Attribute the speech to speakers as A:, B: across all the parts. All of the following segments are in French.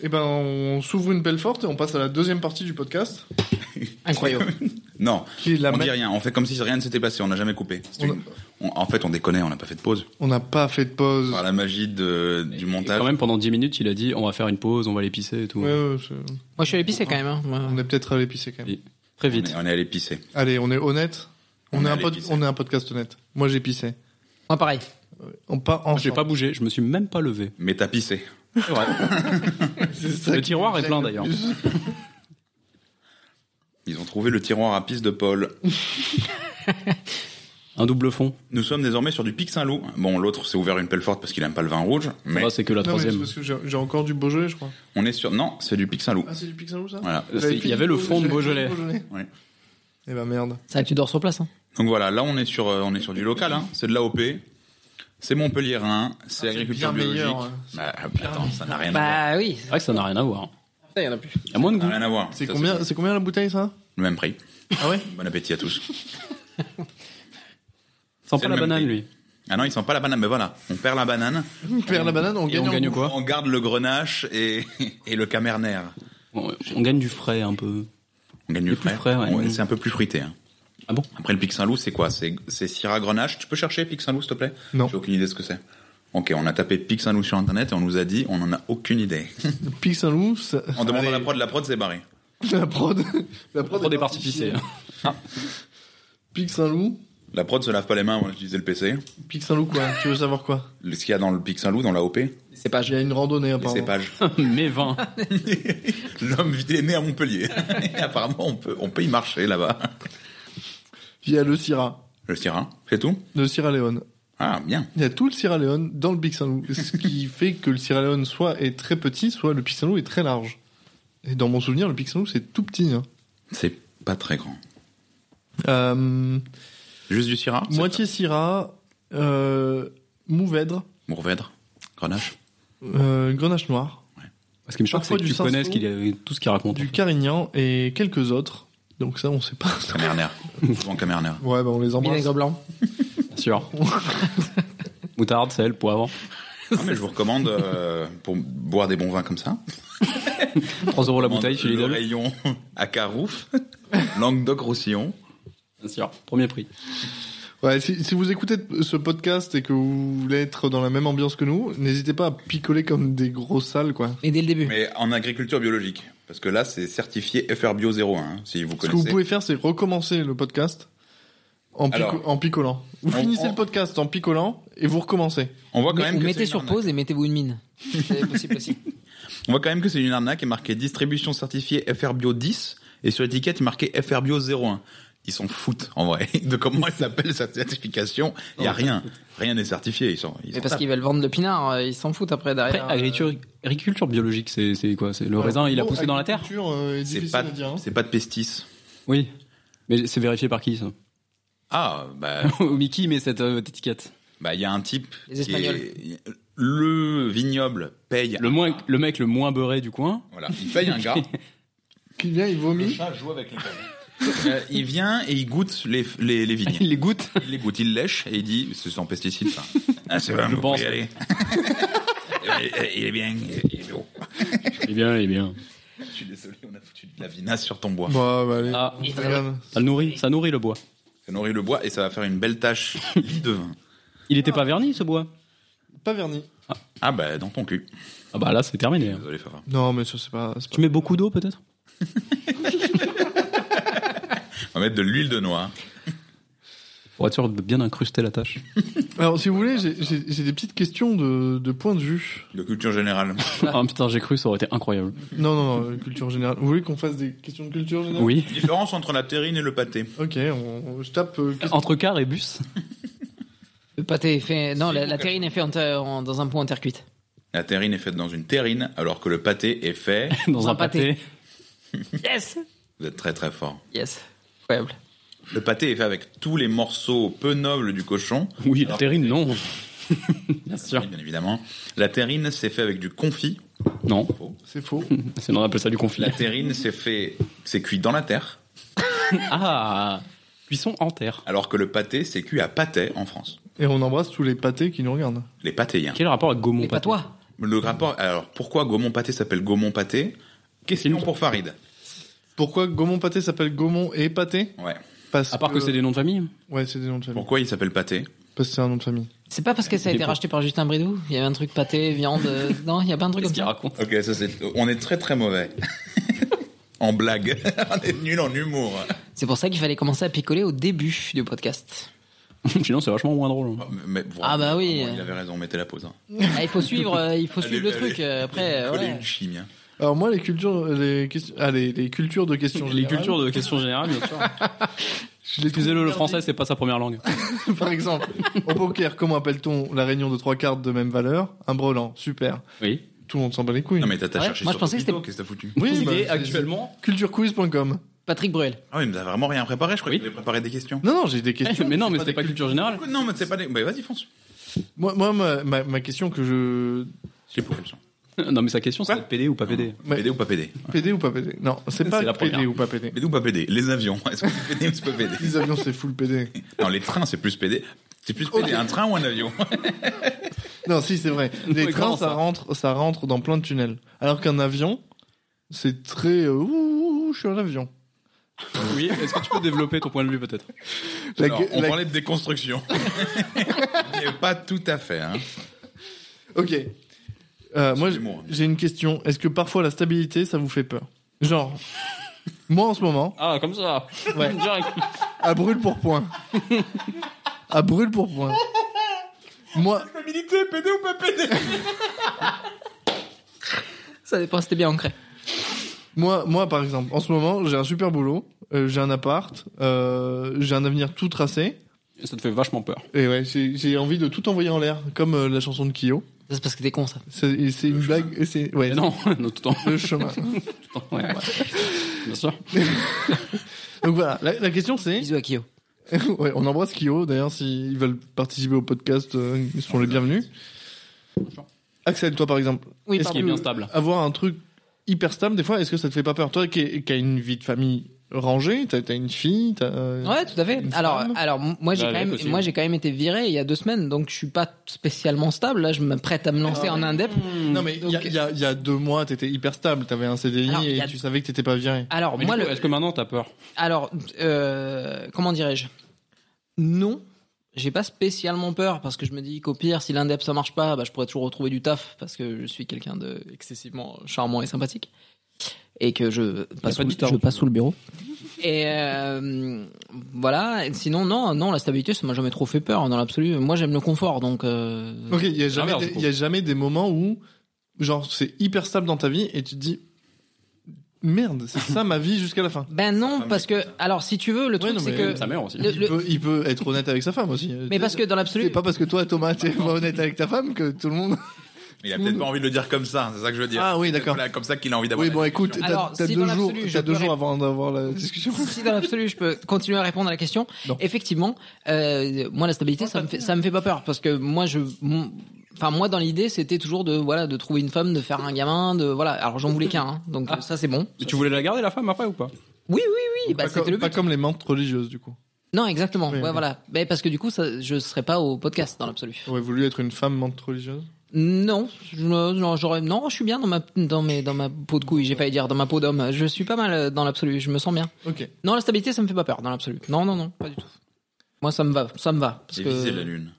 A: Eh ben, on s'ouvre une belle forte et on passe à la deuxième partie du podcast.
B: Incroyable.
C: Non,
A: Qui est la
C: on
A: ma-
C: dit rien. On fait comme si rien ne s'était passé. On n'a jamais coupé. C'est
A: On a-
C: une- on- en fait, on déconnait. On n'a pas fait de pause.
A: On n'a pas fait de pause.
C: Par la magie de- du
D: Et
C: montage.
D: quand même, pendant 10 minutes, il a dit on va faire une pause, on va aller pisser et tout.
A: Ouais, ouais, c'est-
B: Moi, je suis allé pisser quand même. hein. Moi,
A: on est peut-être allé pisser quand même.
D: Très
C: on,
D: vite.
C: est, on est allé pisser.
A: Allez, on est honnête. On,
C: On
A: est
C: est
A: un
C: allé
A: pod-
C: pisser.
A: on est un podcast honnête. Moi, j'ai pissé.
B: Moi, pareil.
A: On part en.
D: Ah, euh, J'ai pas bougé, je me suis même pas levé.
C: Mais t'as pissé.
D: C'est vrai. Le tiroir est plein d'ailleurs.
C: Ils ont trouvé le tiroir à pisse de Paul.
D: Un double fond.
C: Nous sommes désormais sur du Pic Saint-Loup. Bon, l'autre s'est ouvert une pelle forte parce qu'il aime pas le vin rouge. Mais
D: Là, c'est que la
A: Non, mais c'est
D: troisième.
A: parce que j'ai j'ai encore du Beaujolais, je crois.
C: on est sur. Non, c'est du Pic Saint-Loup.
A: Ah, c'est du Pixel ça
C: Voilà.
D: Euh, c'est- Il y avait le fond de Beaujolais.
C: Ouais.
A: Eh ben merde.
B: Ça, tu dors sur place. Hein.
C: Donc voilà, là on est sur, euh, on est sur du local. hein. C'est de l'AOP. C'est Montpellierin. C'est
A: Ah,
C: agriculture
A: c'est bien
C: biologique.
A: meilleur, hein.
C: Bah, attends, ça n'a rien à voir.
B: Bah oui.
D: C'est vrai que ça n'a rien à voir.
B: Il y en a plus.
D: À moins de
C: Ça
D: goût.
C: n'a rien à voir.
A: C'est
C: Ça,
A: combien, c'est combien la bouteille ça
C: Le même prix.
A: Ah ouais
C: Bon appétit à tous.
D: Sans
C: C'est le
D: pas la
C: même
D: banane,
C: prix.
D: lui.
C: Ah non, ils sent pas la banane, mais voilà, on perd la banane,
A: On perd la banane, on
D: Et
A: gagne.
D: on
A: en
D: gagne
A: goût.
D: quoi
C: on garde le grenache et, et le camerner.
D: on, on gagne du frais un peu.
C: On gagne le
D: plus
C: frais.
D: frais, ouais.
C: On- C'est un peu plus fruité. hein.
D: Ah bon
C: Après le pic Saint-Loup, c'est quoi C'est c'est Syrah grenache. Tu peux chercher pic Saint-Loup, s'il te plaît
A: Non.
C: J'ai aucune idée de ce que c'est. Ok, on a tapé pic Saint-Loup sur internet et on nous a dit, on en a aucune idée.
A: Pixel loup, ça...
C: On demande à la
A: Allez,
C: prod, la prod s'est barrée.
A: la prod. La prod
D: Trop des parties pissées.
A: Pixel loup.
C: La prod se lave pas les mains, moi je disais le PC.
A: Pixel loup quoi Tu veux savoir quoi
C: Le- Ce qu'il y a dans le pic Saint-Loup, dans la OP,
B: C'est pas
A: Il y a une randonnée
C: les
A: apparemment.
C: cépages.
D: Mais 20.
C: L'homme est né à Montpellier. Et apparemment, on peut, on peut y marcher là-bas.
A: Il y a le Syrah.
C: Le Syrah, c'est tout
A: Le Sierra Leone.
C: Ah, bien.
A: Il y a tout le Sierra Leone dans le Pixel loup. Ce qui fait que le Sierra Leone soit est très petit, soit le Pixel loup est très large. Et dans mon souvenir, le Pixel loup c'est tout petit. hein.
C: C'est pas très grand.
A: Euh,
C: Juste du Syrah c'est
A: moitié Syrah, euh, Mourvèdre,
C: ça Mourvèdre Grenache
A: euh, Grenache noire,
D: Ce qui me choque, c'est
A: Parfois
D: que
A: du
D: tu connais ce qu'il y a- tout ce qu'il raconte.
A: du Carignan et quelques autres. Donc ça, on sait pas.
C: Camerner. Souvent Camerner.
A: Ouais, bah on les embrasse.
B: Vinaigre blanc.
D: Bien sûr. Moutarde, sel, poivre.
C: Ah, mais je vous recommande, euh, pour boire des bons vins comme ça,
D: 3 euros la bouteille chez
C: le
D: Lidl.
C: rayon à Carouf, Languedoc-Roussillon.
D: Bien sûr. Premier prix.
A: Ouais, si, si vous écoutez ce podcast et que vous voulez être dans la même ambiance que nous, n'hésitez pas à picoler comme des gros sales, quoi.
B: Mais dès le début.
C: Mais en agriculture biologique. Parce que là, c'est certifié FR Bio 01, hein, si vous
A: Ce que vous
C: connaissez.
A: pouvez faire, c'est recommencer le podcast en, pico-
C: Alors,
A: en picolant. Vous
C: on-
A: finissez
C: on-
A: le podcast en picolant et vous recommencez.
C: On voit quand
B: Mais-
C: même
B: ou
C: que
B: mettez
C: c'est
B: sur
C: une arnaque.
B: pause et mettez-vous une mine. C'est possible aussi.
C: On voit quand même que c'est une arnaque est marquée distribution certifiée FR Bio 10 et sur l'étiquette il est marqué FR Bio 01. Ils s'en foutent en vrai de comment elle s'appelle cette certification. Il y a rien, rien n'est certifié. Ils sont. Ils
B: Mais
C: s'en
B: parce
C: tapent.
B: qu'ils veulent vendre le pinard, euh, ils s'en foutent après
A: Ah,
D: Après,
B: derrière. euh,
D: agriculture, agriculture biologique, c'est c'est quoi C'est le raisin, il a
A: Bon,
D: poussé dans la terre
A: agriculture, euh, est
C: c'est
A: difficile
C: pas,
A: à dire, hein.
C: c'est pas de pestis.
D: Oui. Mais c'est vérifié par qui, ça
C: Ah bah
D: Mickey met cette euh, étiquette.
C: bah il y a un type.
B: Les
C: qui
B: Espagnols.
C: est- le vignoble paye.
D: Le, moins, le mec le moins beurré du coin.
C: Voilà, il paye un gars.
A: Qui vient, il
C: Le
A: vomit.
C: chat joue avec les Euh, il vient et il goûte les, les, les vignes.
D: Il les goûte.
C: Il les goûte, il lèche et il dit c'est sans pesticides ça. Ah, c'est vraiment
D: Je
C: vous
D: pense.
C: pouvez y aller. Ouais, il est bien, il est- il est beau.
D: Il est Eh bien, il est bien.
C: Je suis désolé, on a foutu de la vinasse sur ton bois.
A: Bah, bah, allez.
D: Ah,
A: Regarde.
D: ça le nourrit, ça nourrit le bois.
C: Ça nourrit le bois et ça va faire une belle tache lit de vin.
D: Il était pas verni, ce bois
A: Pas verni.
C: Ah bah dans ton cul.
D: Ah bah là, c'est terminé.
C: Désolé Fafa.
A: Non, mais ça, c'est pas, c'est pas-
D: Tu mets beaucoup d'eau, peut-être
C: On va mettre de l'huile de noix.
D: Pour être sûr de bien incruster la tâche.
A: Alors, si vous voulez, j'ai- j'ai j'ai des petites questions de, de point de vue.
C: De culture générale.
D: Ah putain, j'ai cru, ça aurait été incroyable.
A: Non, non, non, euh, culture générale. Vous voulez qu'on fasse des questions de culture générale
D: Oui.
C: Différence entre la terrine et le pâté.
A: Ok, on, on- je tape. euh, question-
D: Entre car et bus
B: Le pâté est fait. Non,
C: C'est
B: la,
C: bon,
B: la terrine est faite en terre- en- dans un pot en terre cuite.
C: La terrine est faite dans une terrine alors que le pâté est fait.
D: dans un pâté.
B: Yes
C: Vous êtes très très fort.
B: Yes. Incroyable.
C: Le pâté est fait avec tous les morceaux peu nobles du cochon.
D: Oui, la
C: Alors-
D: terrine, non. bien sûr.
C: Bien évidemment. La terrine c'est fait avec du confit.
D: Non,
A: C'est faux.
D: sinon on appelle ça du conflit.
C: La terrine c'est fait, c'est cuit dans la terre
D: Ah Cuisson en terre.
C: alors que le pâté c'est cuit à pâté en France.
A: Et on embrasse tous les pâtés qui nous regardent.
C: Les pâtéiens.
D: Quel est le rapport avec Gaumont
B: Mais pas
D: pâté
B: toi
C: Le rapport. Alors, pourquoi Gaumont pâté s'appelle Gaumont pâté Question pour Farid.
A: Pourquoi Gaumont pâté s'appelle Gaumont et pâté
C: Ouais.
A: Parce
D: À part
B: Euh,
D: que c'est des noms de famille.
A: Ouais, c'est des noms de famille.
C: Pourquoi il s'appelle pâté
A: Parce que c'est un nom de famille.
B: C'est pas parce que ça a
D: Des
B: été
D: pots.
B: racheté par Justin Bridou Il y avait un truc pâté, viande. euh, Non, il y a pas un truc
D: Qu'est-ce
B: comme
D: qu'il
B: ça.
D: raconte
C: Ok, ça c'est. On est très très mauvais. en blague. on est nul en humour.
B: C'est pour ça qu'il fallait commencer à picoler au début du podcast.
D: Sinon, c'est vachement moins drôle.
C: Oh, Mais, vraiment,
B: Ah bah oui.
C: vraiment, Il avait raison, mettez la pause. hein.
B: Ah, il faut suivre, euh, il faut
C: Allez,
B: suivre le
C: allez.
B: truc. euh, Après, euh,
C: Coller
B: ouais.
C: une chimie. hein.
A: Alors moi, les cultures, les questions, ah, les, les cultures de questions
D: Les
A: générales,
D: cultures de questions générales, bien sûr.
A: Je les
D: Excusez-le, le français, c'est pas sa première langue.
A: Par exemple, au poker, comment appelle-t-on la réunion de trois cartes de même valeur Un brelan, super.
D: Oui.
A: Tout le monde s'en bat les couilles.
C: Non mais t'as t'as
B: Ouais,
C: cherché
B: moi,
C: sur
B: je pensais que
C: Topito,
B: c'était-
C: qu'est-ce que t'as foutu
A: Oui,
D: il
A: bah,
D: est
A: c'est-
D: actuellement.
A: c'est Culturequiz.com.
B: Patrick Bruel.
C: Ah oui, mais t'as vraiment rien préparé, je croyais
D: Oui.
C: que t'avais préparé des questions.
A: Non, non, j'ai des questions.
D: Mais non, mais
A: C'est
D: c'était
A: des
D: pas culture générale.
C: Non, mais c'est pas des. Bah vas-y, fonce.
A: Moi, moi, ma, ma- ma question que je
C: C'est pour question.
D: Non, mais sa question, c'est
C: Quoi
D: d'être PD ou pas PD.
A: Mais-
C: PD ou pas PD
A: PD ou pas PD Non, c'est
D: C'est
A: pas
D: la
A: PD
D: première.
A: ou pas PD.
C: PD ou pas PD Les avions, est-ce que c'est PD ou c'est pas PD
A: Les avions, c'est full PD.
C: Non, les trains, c'est plus PD. C'est plus PD, un train ou un avion
A: Non, si, c'est vrai.
D: Mais
A: Les trains,
D: comment
A: ça
D: ça
A: rentre, ça rentre dans plein de tunnels. Alors qu'un avion, c'est très. euh, ouh, ouh, ouh, je suis un avion.
D: Ah. Oui, est-ce que tu peux développer ton point de vue peut-être
A: La
C: Alors,
A: gue-
C: On
A: la-
C: parlait de déconstruction. Mais pas tout à fait. Hein.
A: Ok. Euh, moi, j-
C: l'humour.
A: j'ai une question. Est-ce que parfois la stabilité, ça vous fait peur Genre, moi en ce moment,
D: Ah, comme ça
A: Ouais.
D: Direct.
A: à brûle pour point. à brûle pour point. Moi,
C: Stabilité, PD ou pas PD
B: Ça dépend, c'était bien ancré.
A: moi, moi, par exemple, en ce moment, j'ai un super boulot, euh, j'ai un appart, euh, j'ai un avenir tout tracé,
D: Ça te fait vachement peur.
A: et ouais, j'ai j'ai envie de tout envoyer en l'air, comme euh, la chanson de Kyo.
B: Ça, c'est parce que t'es con, ça.
A: C'est c'est une blague, et c'est ouais,
D: Mais non, non, tout en.
A: le chemin.
D: tout en- ouais, ouais. Bien sûr.
A: Donc voilà, la, la question c'est,
B: Bisous à Kyo.
A: ouais, on embrasse Kyo. D'ailleurs, s'ils veulent participer au podcast, euh, ils sont les bienvenus. Axel, toi par exemple,
B: Oui,
A: Est-ce
D: Ce qui est
B: pardon.
D: bien stable.
A: avoir un truc hyper stable, des fois, est-ce que ça te fait pas peur Toi qui, est- qui as une vie de famille rangée, t'as as une fille, t'as. euh,
B: Ouais, tout à fait.
A: Une
B: Alors,
A: femme
B: alors m- moi j'ai
D: Là,
B: quand
D: elle est
B: même,
D: possible.
B: moi j'ai quand même été viré il y a deux semaines, donc je suis pas spécialement stable. Là, je m'apprête à me lancer en indep.
A: Non mais il y, a-
B: Donc-
A: il y a- il y a deux mois, t'étais hyper stable, t'avais un CDI
B: Alors, il
A: et
B: y a-
A: tu savais que t'étais pas viré.
B: Alors
D: Mais
B: moi,
D: du coup,
B: le-
D: est-ce que maintenant t'as peur
B: alors euh, comment dirais-je Non, j'ai pas spécialement peur parce que je me dis qu'au pire, si l'indep ça marche pas, bah, je pourrais toujours retrouver du taf parce que je suis quelqu'un de excessivement charmant et sympathique et que je passe,
D: pas
B: sous,
D: de guitare,
B: je
D: en
B: passe sous le bureau. Et euh, voilà. Et Sinon, non, non, la stabilité, ça m'a jamais trop fait peur dans l'absolu. Moi, j'aime le confort, donc. euh,
A: Ok, il y a jamais,
D: merde,
A: des-
D: du coup.
A: il y a jamais des moments où genre c'est hyper stable dans ta vie et tu te dis merde, c'est ça ma vie jusqu'à la fin.
B: Ben non, parce que alors si tu veux, le truc
A: non,
B: c'est
A: mais
B: que
D: Sa mère aussi.
B: Le-
A: Il, peut, il peut être honnête avec sa femme aussi.
B: mais parce que dans
A: c'est
B: l'absolu,
A: pas parce que toi Thomas t'es pas honnête avec ta femme que tout le monde.
C: Il a peut-être pas envie de le dire comme ça, c'est ça que je veux dire.
A: Ah oui, d'accord.
C: Voilà, comme ça qu'il a envie d'avoir.
A: Oui
C: la
A: bon
C: discussion.
A: écoute, t'as
B: Alors,
A: t'as
B: si
A: deux
B: dans
A: jours,
B: l'absolu, je
A: t'as deux
B: peux
A: jours avant d'avoir la discussion.
B: si dans l'absolu je peux continuer à répondre à la question,
A: Non.
B: effectivement, euh, moi la stabilité ça me fait ça me fait pas peur parce que moi je mon- Enfin, moi, dans l'idée, c'était toujours de, voilà, de trouver une femme, de faire un gamin, de, voilà. Alors, j'en voulais qu'un, hein, donc
D: Ah.
B: ça, c'est bon.
D: Mais tu voulais la garder la femme après ou pas
B: Oui, oui, oui, bah,
A: pas,
B: c'était
A: comme,
B: le
A: pas
B: but.
A: comme les mentes religieuses du coup.
B: Non, exactement.
A: Oui,
B: ouais,
A: oui.
B: voilà. Mais parce que du coup, ça, je serais pas au podcast, dans l'absolu.
A: Aurait voulu être une femme mente religieuse.
B: Non, je- non, j'aurais, non, je suis bien dans ma, dans mes, dans ma peau de couille, j'ai failli dire, dans ma peau d'homme. Je suis pas mal euh, dans l'absolu, je me sens bien.
A: Ok.
B: Non, la stabilité, ça me fait pas peur, dans l'absolu. Non, non, non, pas du tout. Moi, ça me va, ça me va. Parce
C: Et
B: que
C: viser la lune.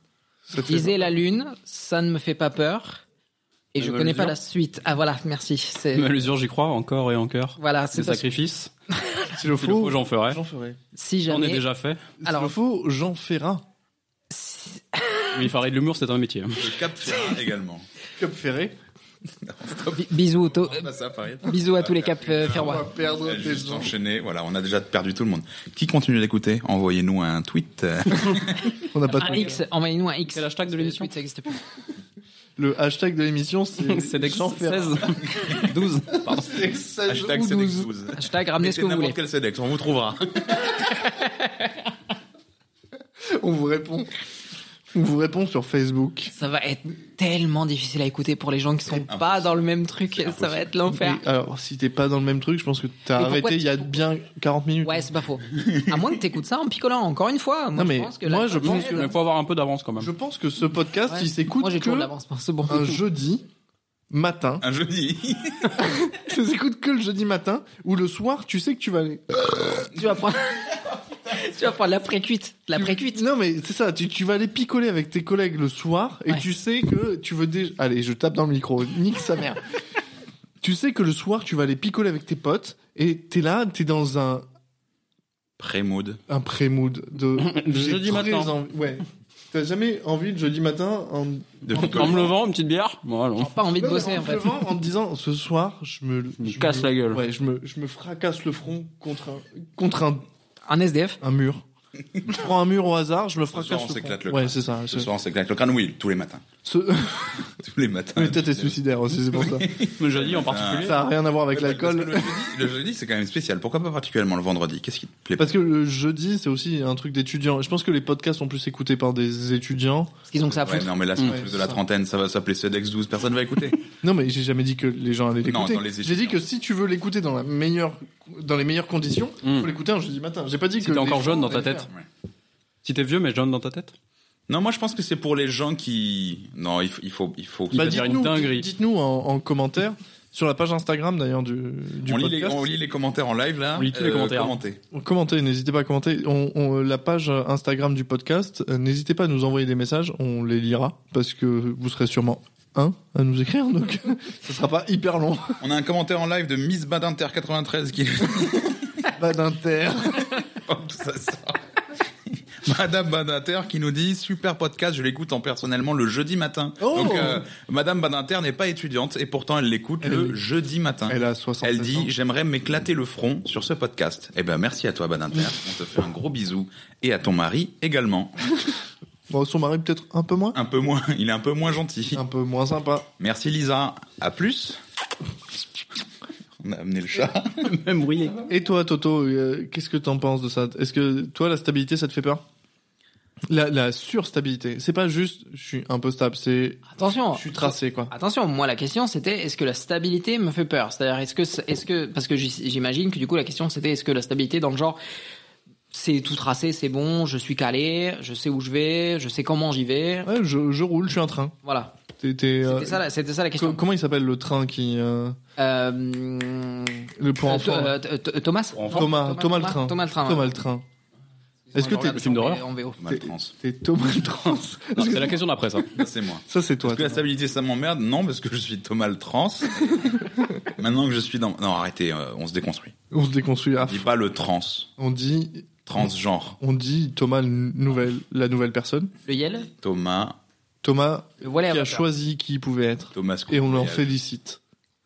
A: Ça te fait
B: viser
A: peur.
B: la lune, ça ne me fait pas peur. Et
D: La
B: je connais pas
D: mesure.
B: la suite. Ah voilà, merci. C'est
D: Mais à l'usure, j'y crois encore et encore.
B: voilà, c'est
D: Ces
B: parce-
D: sacrifices,
A: Si le
D: il le faut,
A: faux,
D: j'en ferai.
A: j'en ferai.
B: si
D: J'en
B: jamais.
D: ai déjà fait.
A: Alors
B: Alors-
A: le faux, j'en ferai.
B: si-
D: Oui, Farid, l'humour, c'est un métier.
C: Le Cap Ferrat également.
A: Cap Ferré.
B: bi- bisous, au- euh,
C: Pas ça, Farid.
B: bisous à tous les caps euh,
A: On va
B: ferrois.
A: perdre
C: Elle
A: tes
C: juste
A: gens.
C: enchaîné. Voilà, on a déjà perdu tout le monde. Qui continue d'écouter Envoyez-nous un tweet. euh,
A: On n'a pas
B: Un
A: trouvé.
B: X, envoyez-nous un X.
D: Quel hashtag de l'émission
B: Ça existe plus.
A: Le hashtag de l'émission, c'est
D: C'est Dex
A: j'en ferai.
D: 16. 12. Pardon.
A: Sedex 16
C: hashtag
A: ou 12.
C: Sedex12.
B: Hashtag ramenez ce que
C: Mettez
B: vous
C: n'importe
B: voulez.
C: quel Sedex, on vous trouvera.
A: On vous répond. On vous répond sur Facebook.
B: Ça va être tellement difficile à écouter pour les gens qui sont pas dans le même truc. Ça va être l'enfer.
A: Et alors, si t'es pas dans le même truc, je pense que
B: Mais
A: t'as
B: pourquoi
A: arrêté
B: tu-
A: il y a bien 40 minutes.
B: Ouais, c'est pas faux. À moins que t'écoutes ça en picolant, encore une fois. Moi,
A: Non, mais
B: je pense que
A: moi,
B: la-
A: je pense que-
D: Mais faut avoir un peu d'avance quand même.
A: Je pense que ce podcast,
B: Ouais.
A: il s'écoute
B: Moi, j'ai toujours de
A: que
B: l'avance. pour ce bon.
A: un jeudi matin.
C: Un jeudi.
A: Tu les écoutes que le jeudi matin ou le soir, tu sais que tu vas aller.
B: Tu vas prendre. tu vas prendre la pré-cuite. La pré-cuite.
A: Non, mais c'est ça, tu, tu vas aller picoler avec tes collègues le soir et
B: Ouais.
A: tu sais que tu veux déjà. Allez, je tape dans le micro, nique sa mère. tu sais que le soir, tu vas aller picoler avec tes potes et t'es là, t'es dans un,
C: Pré-mood.
A: un pré-mood de.
D: De
A: J'ai
D: jeudi
A: très
D: matin.
A: envie- Ouais. T'as jamais envie de jeudi matin en.
C: De
D: En me levant, une petite bière Bon, allons.
B: Pas envie de
A: Non, mais
B: bosser
A: en
B: en fait.
A: pleuvant, en me disant ce soir, je me.
D: me
A: je
D: casse la gueule.
A: Ouais, je me, je me fracasse le front contre un, contre un,
B: Un SDF.
A: un mur. je prends un mur au hasard, je me fracasse
C: soir, on
A: le front.
C: s'éclate le
A: Ouais,
C: crâne.
A: c'est ça. Ce...
C: Ce soir, on s'éclate le crâne. Oui, tous les matins.
A: ce-
C: Tous les matins.
A: Mais toi, t'es suicidaire aussi, c'est pour ça.
D: Le jeudi en particulier.
A: Ça a rien à voir avec
C: Ouais, bah, parce que
A: l'alcool.
C: Le jeudi, le jeudi, c'est quand même spécial. Pourquoi pas particulièrement le vendredi Qu'est-ce qui te plaît pas
A: Parce que le jeudi, c'est aussi un truc d'étudiant. Je pense que les podcasts sont plus écoutés par des étudiants.
B: Parce qu'ils ont que ça à
C: Ouais,
B: foutre.
C: non, mais là, c'est
A: Mm.
C: plus
A: Ouais,
C: de la
A: ça.
C: trentaine, ça va s'appeler CEDEX 12, personne va écouter.
A: Non, mais j'ai jamais dit que les gens allaient
C: Non,
A: l'écouter.
C: dans les
A: J'ai dit
C: étudiants.
A: que si tu veux l'écouter dans la meilleure, dans les meilleures conditions,
D: Mm.
A: faut l'écouter un jeudi matin. J'ai pas dit
D: Si
A: que.
D: t'es
A: les
D: encore
A: gens
D: jeune dans ta
A: allaient le
D: tête.
A: faire.
D: Si t'es vieux, mais jeune dans ta tête.
C: non, moi, je pense que c'est pour les gens qui. Non, il faut. Il faut, il faut
D: Il
A: Bah,
D: va dire une
A: dites-nous-
D: dinguerie.
A: Dites-nous en, en commentaire sur la page Instagram d'ailleurs du, du
C: on, lit les,
A: podcast.
C: on lit les commentaires en live, là. Euh,
D: On lit tous les commentaires.
C: Commentez.
A: Commentez, n'hésitez pas à commenter. On, on- la page Instagram du podcast, euh, n'hésitez pas à nous envoyer des messages, on les lira parce que vous serez sûrement un à nous écrire, donc ce sera pas hyper long.
C: On a un commentaire en live de Miss Badinter 93 qui.
A: Pas d'inter.
C: Hop, ça sort. Madame Badinter qui nous dit super podcast, je l'écoute en personnellement le jeudi matin.
A: Oh
C: Donc euh, Madame Badinter n'est pas étudiante et pourtant elle l'écoute
A: Elle
C: le
A: est-
C: jeudi matin.
A: Elle a 60
C: Elle dit j'aimerais m'éclater le front sur ce podcast. Eh ben merci à toi Badinter, on te fait un gros bisou et à ton mari également.
A: Bon, son mari peut-être un peu moins,
C: Un peu moins, il est un peu moins gentil.
A: un peu moins sympa.
C: Merci Lisa, à plus. On a amené le chat.
D: Même brûlé.
A: Et toi, Toto, euh, qu'est-ce que t'en penses de ça Est-ce que toi, la stabilité, ça te fait peur la, la surstabilité, c'est pas juste je suis un peu stable, c'est
B: Attention.
A: je suis tracé quoi.
B: Attention, moi la question c'était est-ce que la stabilité me fait peur C'est-à-dire est-ce que est-ce que parce que j'y- j'imagine que du coup la question c'était est-ce que la stabilité dans le genre c'est tout tracé, c'est bon, je suis calé, je sais où je vais, je sais comment j'y vais.
A: Ouais, je, je roule, je suis un train.
B: Voilà.
A: T'es- t'es, euh,
B: C'était ça, la- c'était ça la
A: co-
B: question.
A: comment il s'appelle le train qui euh,
B: Euh, mm,
A: le pour
B: euh,
A: enfants là
B: euh, t- t- Thomas
D: Pour enfants.
A: Thomas, Thomas le train.
B: Thomas le train.
A: Thomas
B: ouais.
A: le train. Est-ce que
B: Excuse-moi,
A: t'es-
B: je regarde
D: Film
B: ça en-
D: d'horreur
B: en VO.
C: Mal trans.
A: T'es Thomas le trans.
D: Non, C'est la question d'après ça.
C: C'est moi.
A: Ça c'est toi.
C: Est-ce que la stabilité ça m'emmerde Non, parce que je suis Thomas le trans. Maintenant que je suis dans. Non, arrêtez, euh, on se déconstruit.
A: On se déconstruit.
C: On
A: à-
C: dit pas le trans.
A: On dit,
C: Transgenre.
A: on dit Thomas le nouvelle, la nouvelle personne.
B: Le Yel,
C: Thomas.
A: Thomas
B: le volet
A: qui a
B: amateur.
A: choisi qui il pouvait être.
C: Thomas
A: Et on l'en
C: Courvoyal.
A: félicite.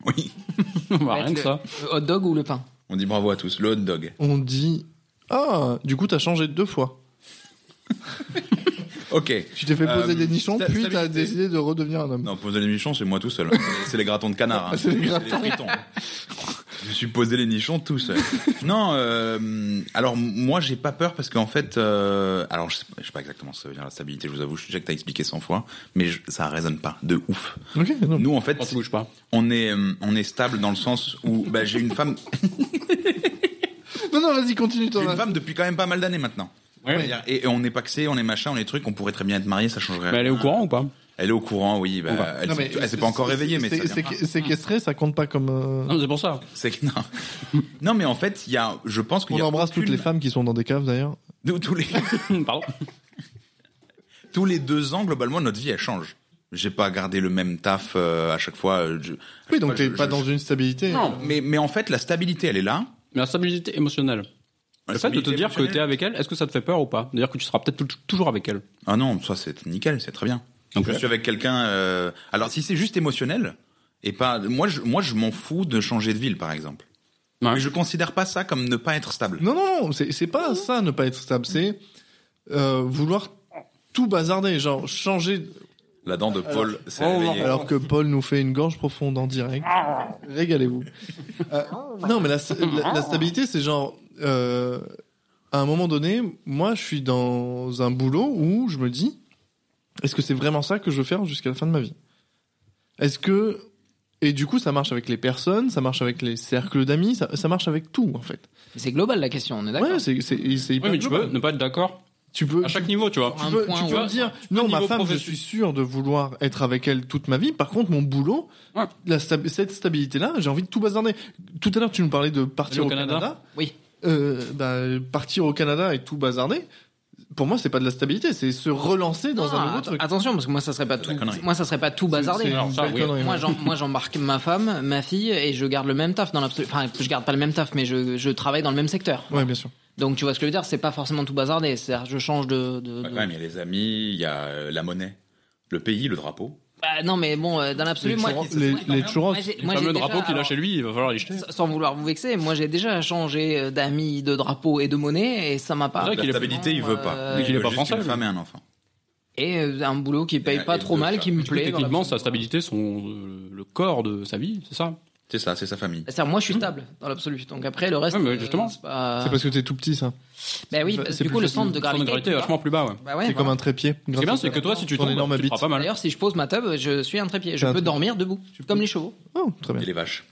C: Oui.
D: Bah,
B: Ça va
D: rien
B: être
D: que ça.
B: Le hot dog ou le pain
C: On dit bravo à tous. Le hot dog.
A: On dit, ah, du coup t'as changé deux fois.
C: Ok.
A: Tu t'es fait
C: Euh,
A: poser des nichons,
C: sta-
A: puis t'as
C: stabilité.
A: décidé de redevenir un homme.
C: Non, poser les nichons, c'est moi tout seul. C'est les gratons de canard. hein.
A: Ah, c'est les gratons.
C: fritons. Je me suis posé les nichons tout seul. Non, euh, alors moi j'ai pas peur parce qu'en fait, euh, alors je sais, pas, je sais pas exactement ce que ça veut dire la stabilité. Je vous avoue, je sais que t'as expliqué 100 fois, mais je- ça résonne pas de ouf.
A: Ok, non.
C: Nous en fait,
D: Quand tu bouges pas.
C: on est euh, on est stable dans le sens où bah, j'ai une femme
A: Non, non, vas-y, continue
C: j'ai
A: ton.
C: une femme depuis quand même pas mal d'années maintenant. C'est-à-dire, Et, et on est paxé, on est machin, on est truc, on pourrait très bien être marié, ça changerait.
D: Mais Bah, elle est au courant ou pas
C: Elle est au courant, oui. Bah,
D: Ou pas.
C: elle
A: Non,
C: s'est-
A: mais-
C: elle s'est pas encore réveillée, mais
A: sé-
C: ça viendra.
A: sé- séquestré, ça compte pas comme. euh,
D: Non, c'est pour ça.
C: c'est que- non. non, mais en fait, il y a, je pense qu'il
A: On
C: y a
A: embrasse
C: aucune-
A: toutes les femmes qui sont dans des caves d'ailleurs.
C: Nous, tous les
D: Pardon.
C: tous les deux ans globalement notre vie elle change. J'ai pas gardé le même taf euh, à chaque fois. euh, je- à
A: Oui,
C: chaque
A: donc
C: fois,
A: t'es
C: je-
A: pas
C: je-
A: dans une stabilité.
D: Non.
C: Mais mais en fait la stabilité elle est là.
D: Mais la stabilité émotionnelle.
C: La
D: Le fait de te
C: stabilité
D: dire que
C: émotionnelle-
D: t'es avec elle, est-ce que ça te fait peur ou pas D'ailleurs que tu seras peut-être tou- toujours avec elle.
C: Ah non, ça c'est nickel, c'est très bien.
D: Ok.
C: Je suis avec quelqu'un. euh, Alors si c'est juste émotionnel et pas, moi je, moi je m'en fous de changer de ville par exemple.
D: Ouais.
C: Mais je considère pas ça comme ne pas être stable.
A: Non, non, non, c'est c'est pas ça, ne pas être stable, c'est euh, vouloir tout bazarder, genre changer.
C: La dent de Paul s'est
D: Oh,
C: réveillée.
A: Alors que Paul nous fait une gorge profonde en direct. Régalez-vous. Euh, non, mais la, la- la stabilité, c'est genre. euh, à un moment donné, moi, je suis dans un boulot où je me dis est-ce que c'est vraiment ça que je veux faire jusqu'à la fin de ma vie Est-ce que. Et du coup, ça marche avec les personnes, ça marche avec les cercles d'amis, ça, ça marche avec tout, en fait.
B: Mais C'est global la question, on est d'accord
A: Ouais, c'est c'est- c'est hyper.
D: Oui, mais tu
A: global.
D: peux ne pas être d'accord
A: Tu peux,
D: À chaque niveau, tu vois.
A: tu
B: un
A: peux,
B: point,
A: tu peux
B: ouais.
A: me dire, non, ma
D: niveau
A: femme, je suis
D: professionnel.
A: sûr de vouloir être avec elle toute ma vie. Par contre, mon boulot,
D: Ouais.
A: la sta- cette stabilité-là, j'ai envie de tout bazarder. Tout à l'heure, tu me parlais de partir
D: Aller
A: au
D: au
A: Canada.
D: Canada.
B: Oui.
A: Euh, bah, partir au Canada et tout bazarder, pour moi, c'est pas de la stabilité, c'est se relancer dans
B: Non,
A: un nouveau
B: att-
A: truc.
B: Ah, Attention, parce que moi, ça serait pas tout.
C: connerie.
B: Moi, ça serait pas tout bazardé.
A: C'est une
D: Alors, ça,
A: belle
D: oui.
A: connerie,
B: Moi,
A: ouais.
B: j'en- moi, j'embarque ma femme, ma fille, et je garde le même taf dans l'absolu. Enfin, je garde pas le même taf, mais je, je travaille dans le même secteur.
A: Ouais, bien sûr.
B: Donc, tu vois ce que je veux dire C'est pas forcément tout bazardé. C'est-à-dire, je change de. de- de-
C: Ouais, mais il y a les amis, il y a euh, la monnaie, le pays, le drapeau.
B: Bah, non, mais bon, euh, dans l'absolu,
A: Les
B: moi.
A: churros- les-
B: moi,
A: les
B: j'ai-
A: churros.
B: j'ai-
D: Le fameux
B: j'ai déjà-
D: drapeau qu'il a
B: alors,
D: chez lui, il va falloir les jeter.
B: sans- Sans vouloir vous vexer, moi, j'ai déjà changé euh, d'amis, de drapeau et de monnaie, et ça m'a pas.
D: C'est vrai
C: La
D: qu'il est-
C: stabilité, il veut pas.
B: Euh,
D: qu'il est pas
C: juste
D: français,
C: Une
D: lui.
C: femme et un enfant.
B: Et euh, un boulot qui
C: Et-
B: paye
C: et
B: pas trop
C: de
B: mal,
C: ça.
B: qui me
D: Du coup,
B: plaît. dans
D: techniquement, sa
B: l'absolu.
D: stabilité, son, euh, le corps de sa vie, c'est ça
C: C'est ça, c'est sa famille.
B: C'est-à-dire, moi, je suis stable dans l'absolu. Donc après, le reste.
D: Ouais, mais
B: euh,
D: justement.
B: c'est pas.
A: C'est parce que t'es tout petit, ça.
B: Ben oui,
A: c'est
B: parce que
A: plus
B: du coup, le
A: facile.
B: centre de
D: Le centre de
B: gravité.
D: gravité est
B: tu vois.
D: vachement plus bas, ouais.
B: Bah ouais,
A: C'est
B: voilà.
A: comme un trépied.
D: Ce qui est bien, c'est que toi, si tu
A: Ton
D: tombes,
A: énorme
D: tu te feras
A: bite.
D: pas mal.
B: D'ailleurs, si je pose ma table, je suis un trépied. Je
A: un
B: peux
A: trépied.
B: dormir debout, comme les chevaux
A: Oh, très bien.
C: Et les vaches.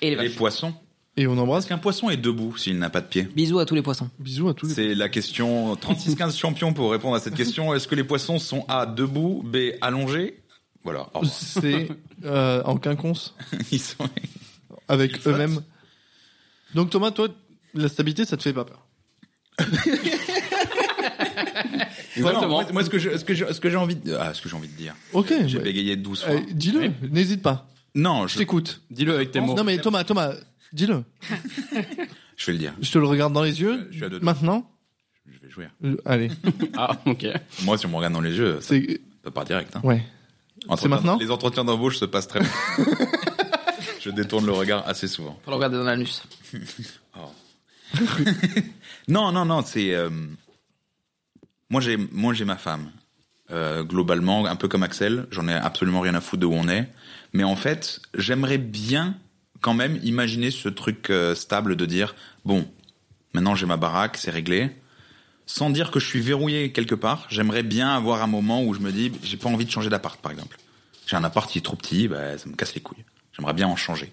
B: et les
C: Les
B: vaches.
C: poissons.
A: Et on
C: Est-ce
A: embrasse.
C: qu'un poisson est debout s'il n'a pas de pied
B: Bisous à tous les poissons.
A: Bisous à tous les.
C: C'est la question 36-15 champion pour répondre à cette question. Est-ce que les poissons sont A, debout, B, allongés Voilà. au revoir.
A: C'est euh, en quinconce
C: Ils sont- Ils
A: avec
C: flottent.
A: eux-mêmes. Donc Thomas, toi, la stabilité, ça te fait pas peur.
C: Exactement. Moi, moi, ce que je- ce que je- ce que j'ai envie, de- ah, ce que j'ai envie de dire.
A: Ok.
C: J'ai
A: bah,
C: bégayé 12 fois.
A: euh, dis-le,
D: Oui.
A: n'hésite pas.
C: Non,
A: Je
C: je,
A: t'écoute.
D: Dis-le avec tes mots.
A: Non mais Thomas, Thomas, dis-le.
C: je vais le dire.
A: Je te le regarde dans les yeux.
C: Je suis à deux doigts.
A: Maintenant,
C: Je vais jouer.
A: Euh, allez.
D: Ah, ok.
C: Moi, si on me regarde dans les yeux, ça
A: C'est
C: ça part direct. hein.
A: ouais.
C: Entretien-
A: maintenant
C: Les entretiens d'embauche se passent très bien. je détourne le regard assez souvent. Oh.
B: Faut le regarder dans l'anus.
C: Non, non, non, c'est. euh, Moi, j'ai, moi, j'ai ma femme. Euh, globalement, un peu comme Axel, j'en ai absolument rien à foutre de où on est. Mais en fait, j'aimerais bien quand même imaginer ce truc euh, stable de dire bon, maintenant j'ai ma baraque, c'est réglé. Sans dire que je suis verrouillé quelque part, j'aimerais bien avoir un moment où je me dis j'ai pas envie de changer d'appart, par exemple. J'ai un appart qui est trop petit, bah, ça me casse les couilles. J'aimerais bien en changer.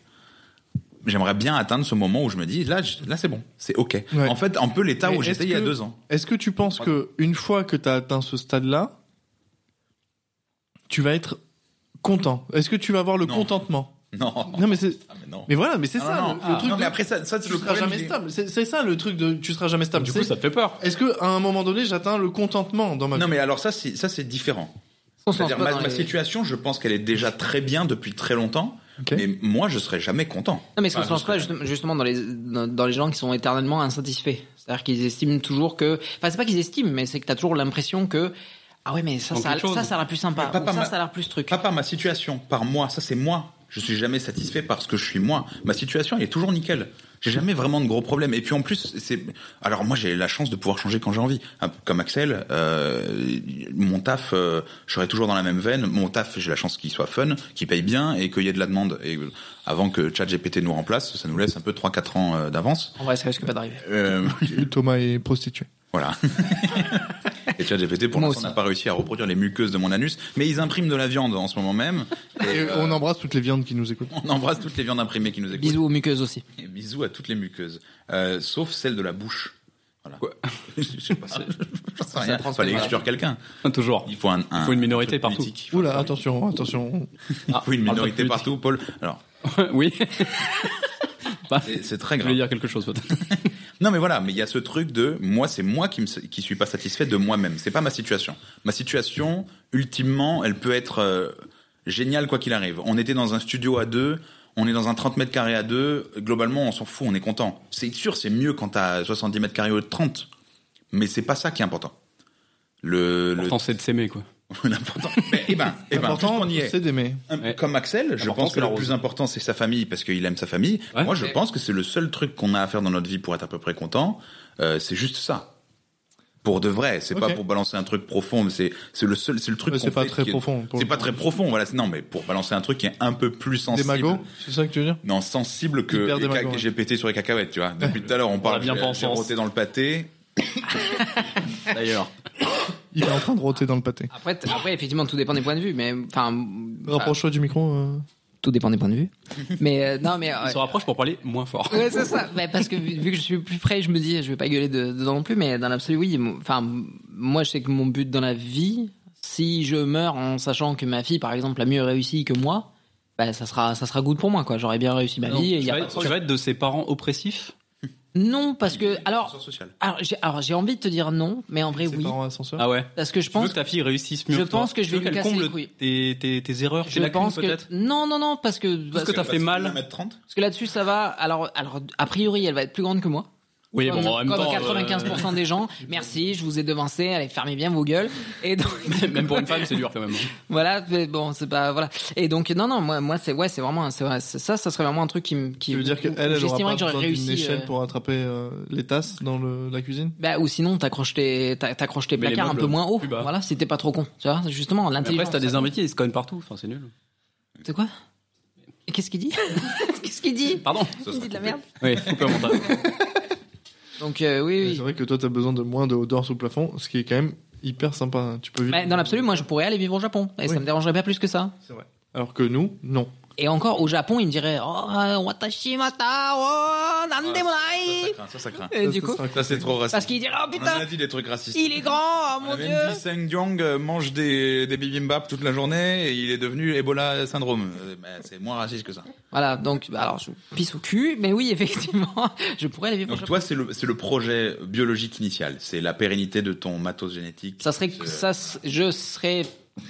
C: J'aimerais bien atteindre ce moment où je me dis là, j- là c'est bon, c'est ok.
A: Ouais.
C: En fait, un peu l'état
A: Mais
C: où
A: est-ce
C: j'étais il y a
A: que-
C: deux ans.
A: Est-ce que tu penses que une fois que tu as atteint ce stade-là, tu vas être content Est-ce que tu vas avoir le
C: Non.
A: contentement
C: Non.
A: Non mais c'est
C: Ah, mais non.
A: mais voilà, mais c'est
C: Non,
A: ça
C: non,
A: le,
C: non.
A: le truc
C: Non,
A: de-
C: mais après ça, ça c'est
A: tu
C: le
A: seras
C: problème
A: jamais
C: qui est-
A: stable. C'est c'est ça le truc de tu seras jamais stable.
D: Ah, Du coup,
A: C'est-
D: ça te fait peur.
A: Est-ce que à un moment donné, j'atteins le contentement dans ma vie
C: Non mais alors ça c'est ça c'est différent.
B: On se lance
C: C'est-à-dire
B: pas
C: ma,
B: dans
C: ma
B: les-
C: situation, je pense qu'elle est déjà très bien depuis très longtemps,
A: Ok.
C: mais moi je serais jamais content.
B: Non, mais est-ce qu'on
C: Bah,
B: se lance
C: je
B: pas
C: serais-
B: justement, justement dans les dans, dans les gens qui sont éternellement insatisfaits C'est-à-dire qu'ils estiment toujours que, enfin c'est pas qu'ils estiment, mais c'est que t'as toujours l'impression que ah ouais mais ça
D: Manque
B: ça a,
D: quelque chose.
B: ça ça a l'air plus sympa,
C: Mais pas
B: ou
C: par
B: ça
C: ma-
B: ça a l'air plus truc.
C: Pas par ma situation, par moi, ça c'est moi. Je suis jamais satisfait parce que je suis moi. Ma situation elle est toujours nickel. J'ai jamais vraiment de gros problèmes. Et puis en plus, c'est alors moi j'ai la chance de pouvoir changer quand j'ai envie. Un peu Comme Axel, euh, mon taf, euh, je serai toujours dans la même veine. Mon taf, j'ai la chance qu'il soit fun, qu'il paye bien et qu'il y ait de la demande. Et euh, avant que ChatGPT nous remplace, ça nous laisse un peu 3-4 ans euh, d'avance.
B: En vrai, ça risque pas d'arriver.
C: Euh,
A: Thomas est prostitué.
C: Voilà. Et ChatGPT, pour
B: Moi
C: l'instant,
B: aussi.
C: n'a pas réussi à reproduire les muqueuses de mon anus, mais ils impriment de la viande en ce moment même. Et,
A: Et
C: euh,
A: on embrasse toutes les viandes qui nous écoutent.
C: on embrasse toutes les viandes imprimées qui nous écoutent.
B: Bisous aux muqueuses aussi.
C: Et bisous à toutes les muqueuses, Euh, sauf celle de la bouche. Voilà. Je sais pas, j'en sais rien.
B: transmet
C: Fallait
B: pas.
C: exclure quelqu'un.
D: Toujours.
C: Il faut un, un-
D: Il faut une minorité
C: Ah, un truc
D: partout.
C: politique. Il faut,
A: Oula, attention, attention.
C: il faut une
D: Ah,
C: minorité
D: un truc
C: partout, Paul. Alors,
D: Oui. Bah,
C: c'est c'est très
D: Je voulais
C: grave.
D: dire quelque chose, peut-être.
C: Non, mais voilà, mais il y a ce truc de moi, c'est moi qui, me, qui suis pas satisfait de moi-même. C'est pas ma situation. Ma situation, ultimement, elle peut être euh, géniale quoi qu'il arrive. On était dans un studio à deux, on est dans un 30 mètres carrés à deux. Globalement, on s'en fout, on est content. C'est sûr, c'est mieux quand t'as 70 mètres carrés au 30. Mais c'est pas ça qui est important. Le, le
D: L'important, c'est de s'aimer, quoi.
C: l'important. Mais, eh ben, eh ben,
A: L'important,
C: puisqu'on y est.
A: c'est d'aimer.
C: Un-
D: Ouais.
C: Comme Axel, je
D: L'important,
C: pense que
D: c'est la
C: le
D: rose.
C: plus important c'est sa famille parce qu'il aime sa famille.
D: Ouais.
C: Moi, je
B: Ouais.
C: pense que c'est le seul truc qu'on a à faire dans notre vie pour être à peu près content. Euh, c'est juste ça. Pour de vrai, c'est
A: Ok.
C: pas pour balancer un truc profond, mais c'est c'est le seul, c'est le truc.
A: Ouais,
C: qu'on
A: c'est pas
C: fait
A: très
C: qui est-
A: profond, pour
C: C'est
A: le
C: pas
A: coup.
C: très profond, voilà. c'est- Non, mais pour balancer un truc qui est un peu plus
A: Des
C: sensible.
A: magots, c'est ça que tu veux dire
C: Non, sensible que
A: Hyper
C: les
A: démago,
C: caca-
A: ouais.
C: j'ai pété sur les cacahuètes, tu vois. Depuis tout à l'heure, on parle.
D: bien
C: j'ai- J'ai
D: pensance.
C: roté dans le pâté.
D: D'ailleurs.
A: Il est en train de roter dans le pâté.
B: Après, t- après effectivement, tout dépend des points de vue, mais enfin, enfin,
A: Rapproche-toi du micro. euh.
B: tout dépend des points de vue. Mais euh, non, mais
D: On
B: ouais.
D: se rapproche pour parler moins fort.
B: Ouais, Bah, c'est ça. Mais parce que vu, vu que je suis plus près, je me dis, je vais pas gueuler de- dedans non plus, mais dans l'absolu, oui. mon- Enfin, moi, je sais que mon but dans la vie, si je meurs en sachant que ma fille, par exemple, a mieux réussi que moi, bah, ça sera, ça sera good pour moi, quoi. J'aurais bien réussi ma
D: Non,
B: vie. et Bah,
D: tu,
B: y a
D: vas
B: pas
D: être,
B: de
D: tu vas être de ces parents oppressifs
B: Non, parce que alors,
C: social.
B: alors, j'ai- alors, j'ai envie de te dire non, mais en vrai
A: Ses
B: Eh oui,
A: parents ascenseurs.
D: Ah ouais.
B: parce que je
D: Tu veux
B: pense
D: que ta fille réussisse mieux
B: je
D: que toi.
B: pense que je
D: Tu
B: vais
D: veux
B: lui
D: qu'elle
B: casser les
D: comble
B: couilles.
D: tes, tes, tes erreurs, tes
B: je
D: lacunes
B: pense
D: peut-être.
B: que non non non parce que parce,
D: que t'as fait mal.
C: 30
B: parce que là-dessus ça va. Alors alors a priori elle va être plus grande que moi.
D: Oui,
B: comme,
D: bon, en même
B: comme
D: temps, euh,
B: 95% des gens. Merci, je vous ai devancé. Allez, fermez bien vos gueules. Et donc
D: euh, Même pour une femme, c'est dur quand même. hein.
B: voilà, mais bon, c'est pas voilà. Et donc non non, moi moi c'est ouais, c'est vraiment un- c'est vrai, c'est- ça ça serait vraiment un truc qui me qui
A: Tu veux dire qu'elle,
B: où- où
A: elle aura pas
B: j'estimerais que j'aurais
A: besoin d'une
B: réussi
A: échelle
B: euh,
A: pour attraper euh, les tasses dans le- la cuisine
B: Bah, ou sinon, t'accroches tes, t'a- t'accroches tes
D: Mais les
B: placards un peu
D: meubles,
B: moins haut.
D: plus bas.
B: Voilà, si t'es pas trop con. Tu vois, justement,
D: Après,
B: l'intelligence.
D: si t'as des invités, ils se cognent partout. Enfin, c'est nul.
B: C'est quoi Qu'est-ce qu'il dit Qu'est-ce qu'il dit
D: Pardon
B: Il dit de la merde.
D: Oui, coupé au montage.
B: Donc, euh, oui,
A: C'est
B: oui.
A: vrai que toi, t'as besoin de moins de haut-dehors sous plafond, ce qui est quand même hyper sympa. hein. Tu peux vivre.
B: Mais Bah, dans l'absolu, moi, je pourrais aller vivre au Japon. Et ça
A: Oui.
B: me dérangerait pas plus que ça.
A: C'est vrai. Alors que nous, non.
B: Et encore, au Japon, ils me diraient Oh, euh, watashi mata, oh, nandemo
C: Ça,
B: nai.
C: craint, ça, ça craint.
B: Et
A: Ça,
B: du
A: ça
B: coup,
A: sera-
C: Ça, c'est trop
B: parce
C: raciste.
B: qu'ils diraient Oh
C: On a
B: putain,
C: dit des trucs racistes.
B: il est grand, oh,
C: On
B: mon
C: a
B: dieu.
C: même dit Sang Yong Ah, euh, mange des, des bibimbap toute la journée et il est devenu Ebola syndrome. Euh, bah, c'est moins raciste que ça.
B: Voilà, donc, bah, alors, je pisse au cul, mais oui, effectivement, je pourrais aller vivre au
C: Donc
B: Japon.
C: toi, c'est le, c'est le projet biologique initial. C'est la pérennité de ton matos génétique.
B: Ça serait,
C: C'est-
B: ça, s- je serais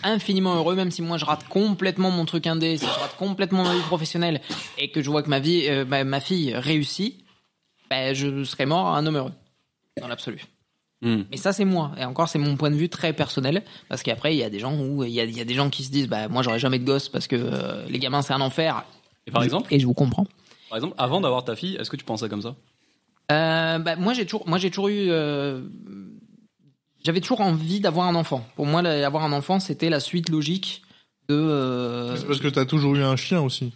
B: infiniment heureux, même si moi je rate complètement mon truc indé, si je rate complètement ma vie professionnelle et que je vois que ma vie, euh, ma, ma fille réussit, ben, je serais mort un homme heureux, dans l'absolu.
D: Hmm.
B: Mais ça c'est moi, et encore c'est mon point de vue très personnel, parce qu'après il y a des gens où il y a, il y a des gens qui se disent, bah moi j'aurai jamais de gosse parce que euh, les gamins c'est un enfer.
D: Et par exemple,
B: Et je vous comprends.
D: par exemple, avant d'avoir ta fille, est-ce que tu pensais comme ça
B: Euh, bah, moi j'ai toujours, moi j'ai toujours eu, euh, j'avais toujours envie d'avoir un enfant. Pour moi, la- avoir un enfant, c'était la suite logique de. euh,
A: C'est parce que t'as toujours eu un chien aussi.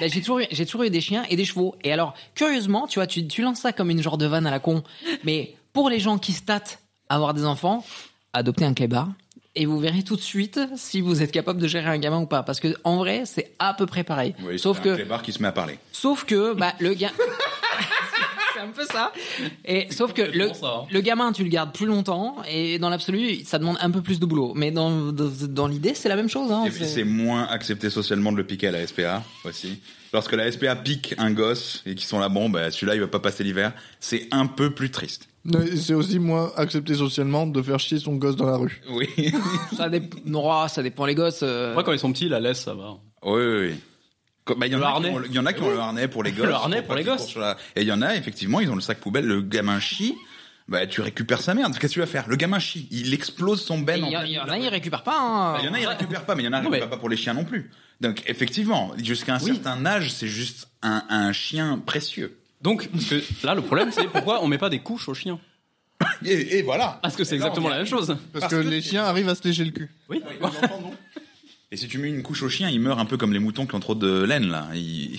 B: bah, j'ai toujours, eu- j'ai toujours eu des chiens et des chevaux. Et alors, curieusement, tu vois, tu, tu lances ça comme une genre de vanne à la con. Mais pour les gens qui se tâtent à avoir des enfants, adoptez un clébard. Et vous verrez tout de suite si vous êtes capable de gérer un gamin ou pas. Parce que, en vrai, c'est à peu près pareil.
C: Oui,
B: Sauf
C: c'est
B: que.
C: un clébard qui se met à parler.
B: Sauf que bah, le gars. c'est un peu ça. Et sauf que le,
D: complètement ça, hein.
B: le gamin, tu le gardes plus longtemps et dans l'absolu, ça demande un peu plus de boulot. Mais dans, dans, dans l'idée, c'est la même chose. Hein,
C: Et puis Eh ben, c'est moins accepté socialement de le piquer à la SPA aussi. Lorsque la SPA pique un gosse et qu'ils sont là, bon, bah, celui-là il va pas passer l'hiver, c'est un peu plus triste.
A: Mais C'est aussi moins accepté socialement de faire chier son gosse dans la rue.
C: Oui.
B: ça, dé- Nora, ça dépend les gosses. euh.
D: Moi, quand ils sont petits, la laisse, ça va.
C: Oui, oui, oui. Comme- bah, Il y, en
D: Le
C: a qui
D: harnais.
C: ont le- il y en a qui ont le harnais pour les gosses.
D: Le harnais
C: pas
D: pour les
C: qu'ils
D: gosses.
C: courent sur la- Et il y en a, effectivement, ils ont le sac poubelle, le gamin chie. Bah, tu récupères sa merde. Qu'est-ce que tu vas faire Le gamin chie. Il explose son
B: Et
C: ben.
B: Il y,
C: en
B: en-
C: pleine
B: il y en
C: rue.
B: a, ils récupèrent pas. hein.
C: Il y en a, ils récupèrent pas, mais il y en a, ils
D: Non, mais-
C: récupèrent pas pour les chiens non plus. Donc, effectivement, jusqu'à un
D: Oui.
C: certain âge, c'est juste un, un chien précieux.
D: Donc, parce que là, le problème, c'est pourquoi on met pas des couches aux chiens
C: Et, et voilà.
D: Parce que c'est
C: Et là,
D: exactement
C: on-
D: la même chose.
A: Parce,
C: Parce
A: que,
C: que
A: les
C: tu-
A: chiens arrivent à se lécher le cul.
D: Oui.
C: Et si tu mets une couche au chien, il meurt un peu comme les moutons qui ont trop de laine, là. Il-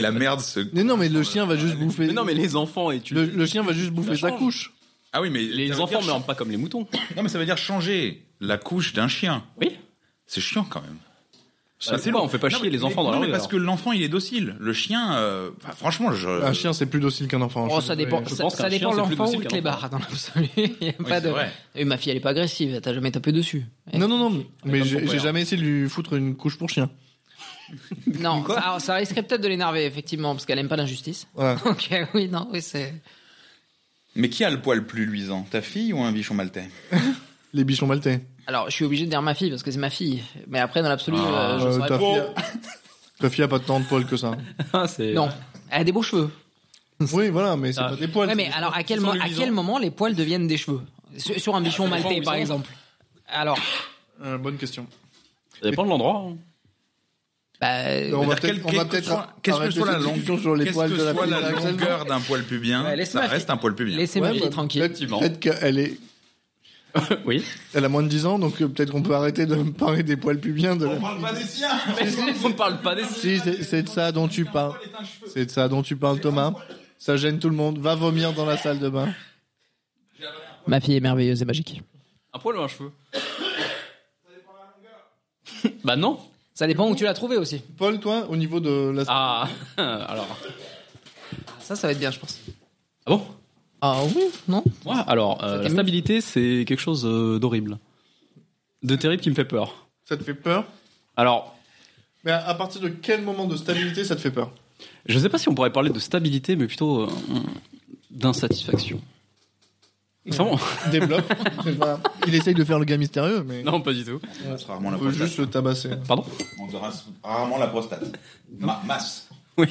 C: La merde se...
A: Mais non, mais le chien va juste bouffer.
D: Mais non, mais les enfants et tu.
A: le, le chien va juste bouffer sa
D: change.
A: couche.
C: Ah oui, mais... ça
D: Les
C: veut
D: enfants
C: dire-
D: meurent pas comme les moutons.
C: Non, mais ça veut dire changer la couche d'un chien.
D: Oui.
C: C'est chiant, quand même.
D: Bah, c'est quoi, on fait pas
C: Non,
D: chier
C: mais-
D: les enfants dans
C: non,
D: la
C: mais
D: rue.
C: parce que l'enfant, il est docile. Le chien... euh, enfin, franchement, je...
A: Un chien, c'est plus docile qu'un enfant.
B: Oh,
A: Je suis
B: ça
A: désolé.
B: dépend,
D: je
B: ça,
D: pense
B: ça
D: qu'un
B: dépend
D: chien, c'est plus
B: l'enfant ou
D: docile
B: le
D: qu'un
B: clébard dans l'absolu. Il y a
C: Oui,
B: pas
C: c'est
B: de...
C: vrai.
B: Et ma fille, elle est pas agressive, t'as jamais tapé dessus. Elle-
A: Non, non, non. Mais
D: comme ton
A: j'ai
D: père.
A: j'ai jamais essayé de lui foutre une couche pour chien.
B: non. Alors, ça risquerait peut-être de l'énerver, effectivement, parce qu'elle aime pas l'injustice.
A: Voilà.
B: Ok, oui, non, oui, c'est.
C: Mais qui a le poil plus luisant Ta fille ou un bichon maltais
A: Les bichons maltais.
B: Alors, je suis obligé de dire ma fille parce que c'est ma fille. Mais après, dans l'absolu,
D: Ah,
B: euh, je
A: Euh,
B: saurais
A: ta,
B: pas.
A: fille a... ta fille a pas tant de poils que ça.
D: Ah, c'est.
B: Non, elle a des beaux cheveux.
A: Oui, voilà, mais c'est
D: Ah.
A: pas des poils.
B: Ouais,
A: c'est
B: mais
A: des-
B: alors à quel,
A: sont
B: mo- à
A: luisants.
B: quel moment les poils deviennent des cheveux sur, sur un bichon
D: dépend où
B: maltais,
D: ils
B: par
D: sont.
B: exemple. Alors,
A: Euh, bonne question.
D: Ça dépend de l'endroit. hein.
B: bah,
A: Non, on va peut-être
C: C'est-à-dire, quel-
A: on va
C: quel que
A: peut-être
C: soit- qu'est-ce que
A: arrêter
C: soit la
A: cette
C: longue-
A: discussion sur les
C: Qu'est-ce
A: poils
C: que
A: de la
C: soit
A: fille
C: la
A: d'Axel.
C: longueur d'un poil pubien
B: Ouais, laisse
C: Ça
B: ma fille-
C: reste un poil pubien.
B: laissez
A: Ouais,
B: ma fille
A: bah,
B: tranquille.
A: Peut-être peut-être qu'elle est,
D: Oui.
A: elle a moins de 10 ans, donc euh, peut-être qu'on peut arrêter de me parler des poils pubiens. De... la-
C: parle pas des siens
D: on ne parle pas des.
A: Si, c'est c'est de ça dont tu parles. C'est de ça dont tu parles, Thomas. Ça gêne tout le monde. Va vomir dans la salle de bain.
B: Ma fille est merveilleuse et magique.
D: Un poil ou un cheveu Bah non.
B: Ça dépend où tu l'as trouvé aussi.
A: Paul, toi, au niveau de la...
D: Ah. Alors.
B: Ça, ça va être bien, je pense.
D: Ah bon
B: Ah Ah oui, non
D: Moi, alors, euh, la
B: t'amuse
D: stabilité, c'est quelque chose euh, d'horrible. De terrible qui me fait peur.
A: Ça te fait peur
D: Alors,
A: Mais à, à partir de quel moment de stabilité ça te fait peur
D: je sais pas si on pourrait parler de stabilité, mais plutôt euh, d'insatisfaction. C'est bon
A: Développe. Je sais pas. Il essaye de faire le gars mystérieux, mais
D: Non, pas du tout.
C: On se rarement
A: on
C: la
A: peut
C: prostate.
A: juste le tabasser.
D: Pardon
C: On se rase rarement la prostate. Ma masse.
D: Oui.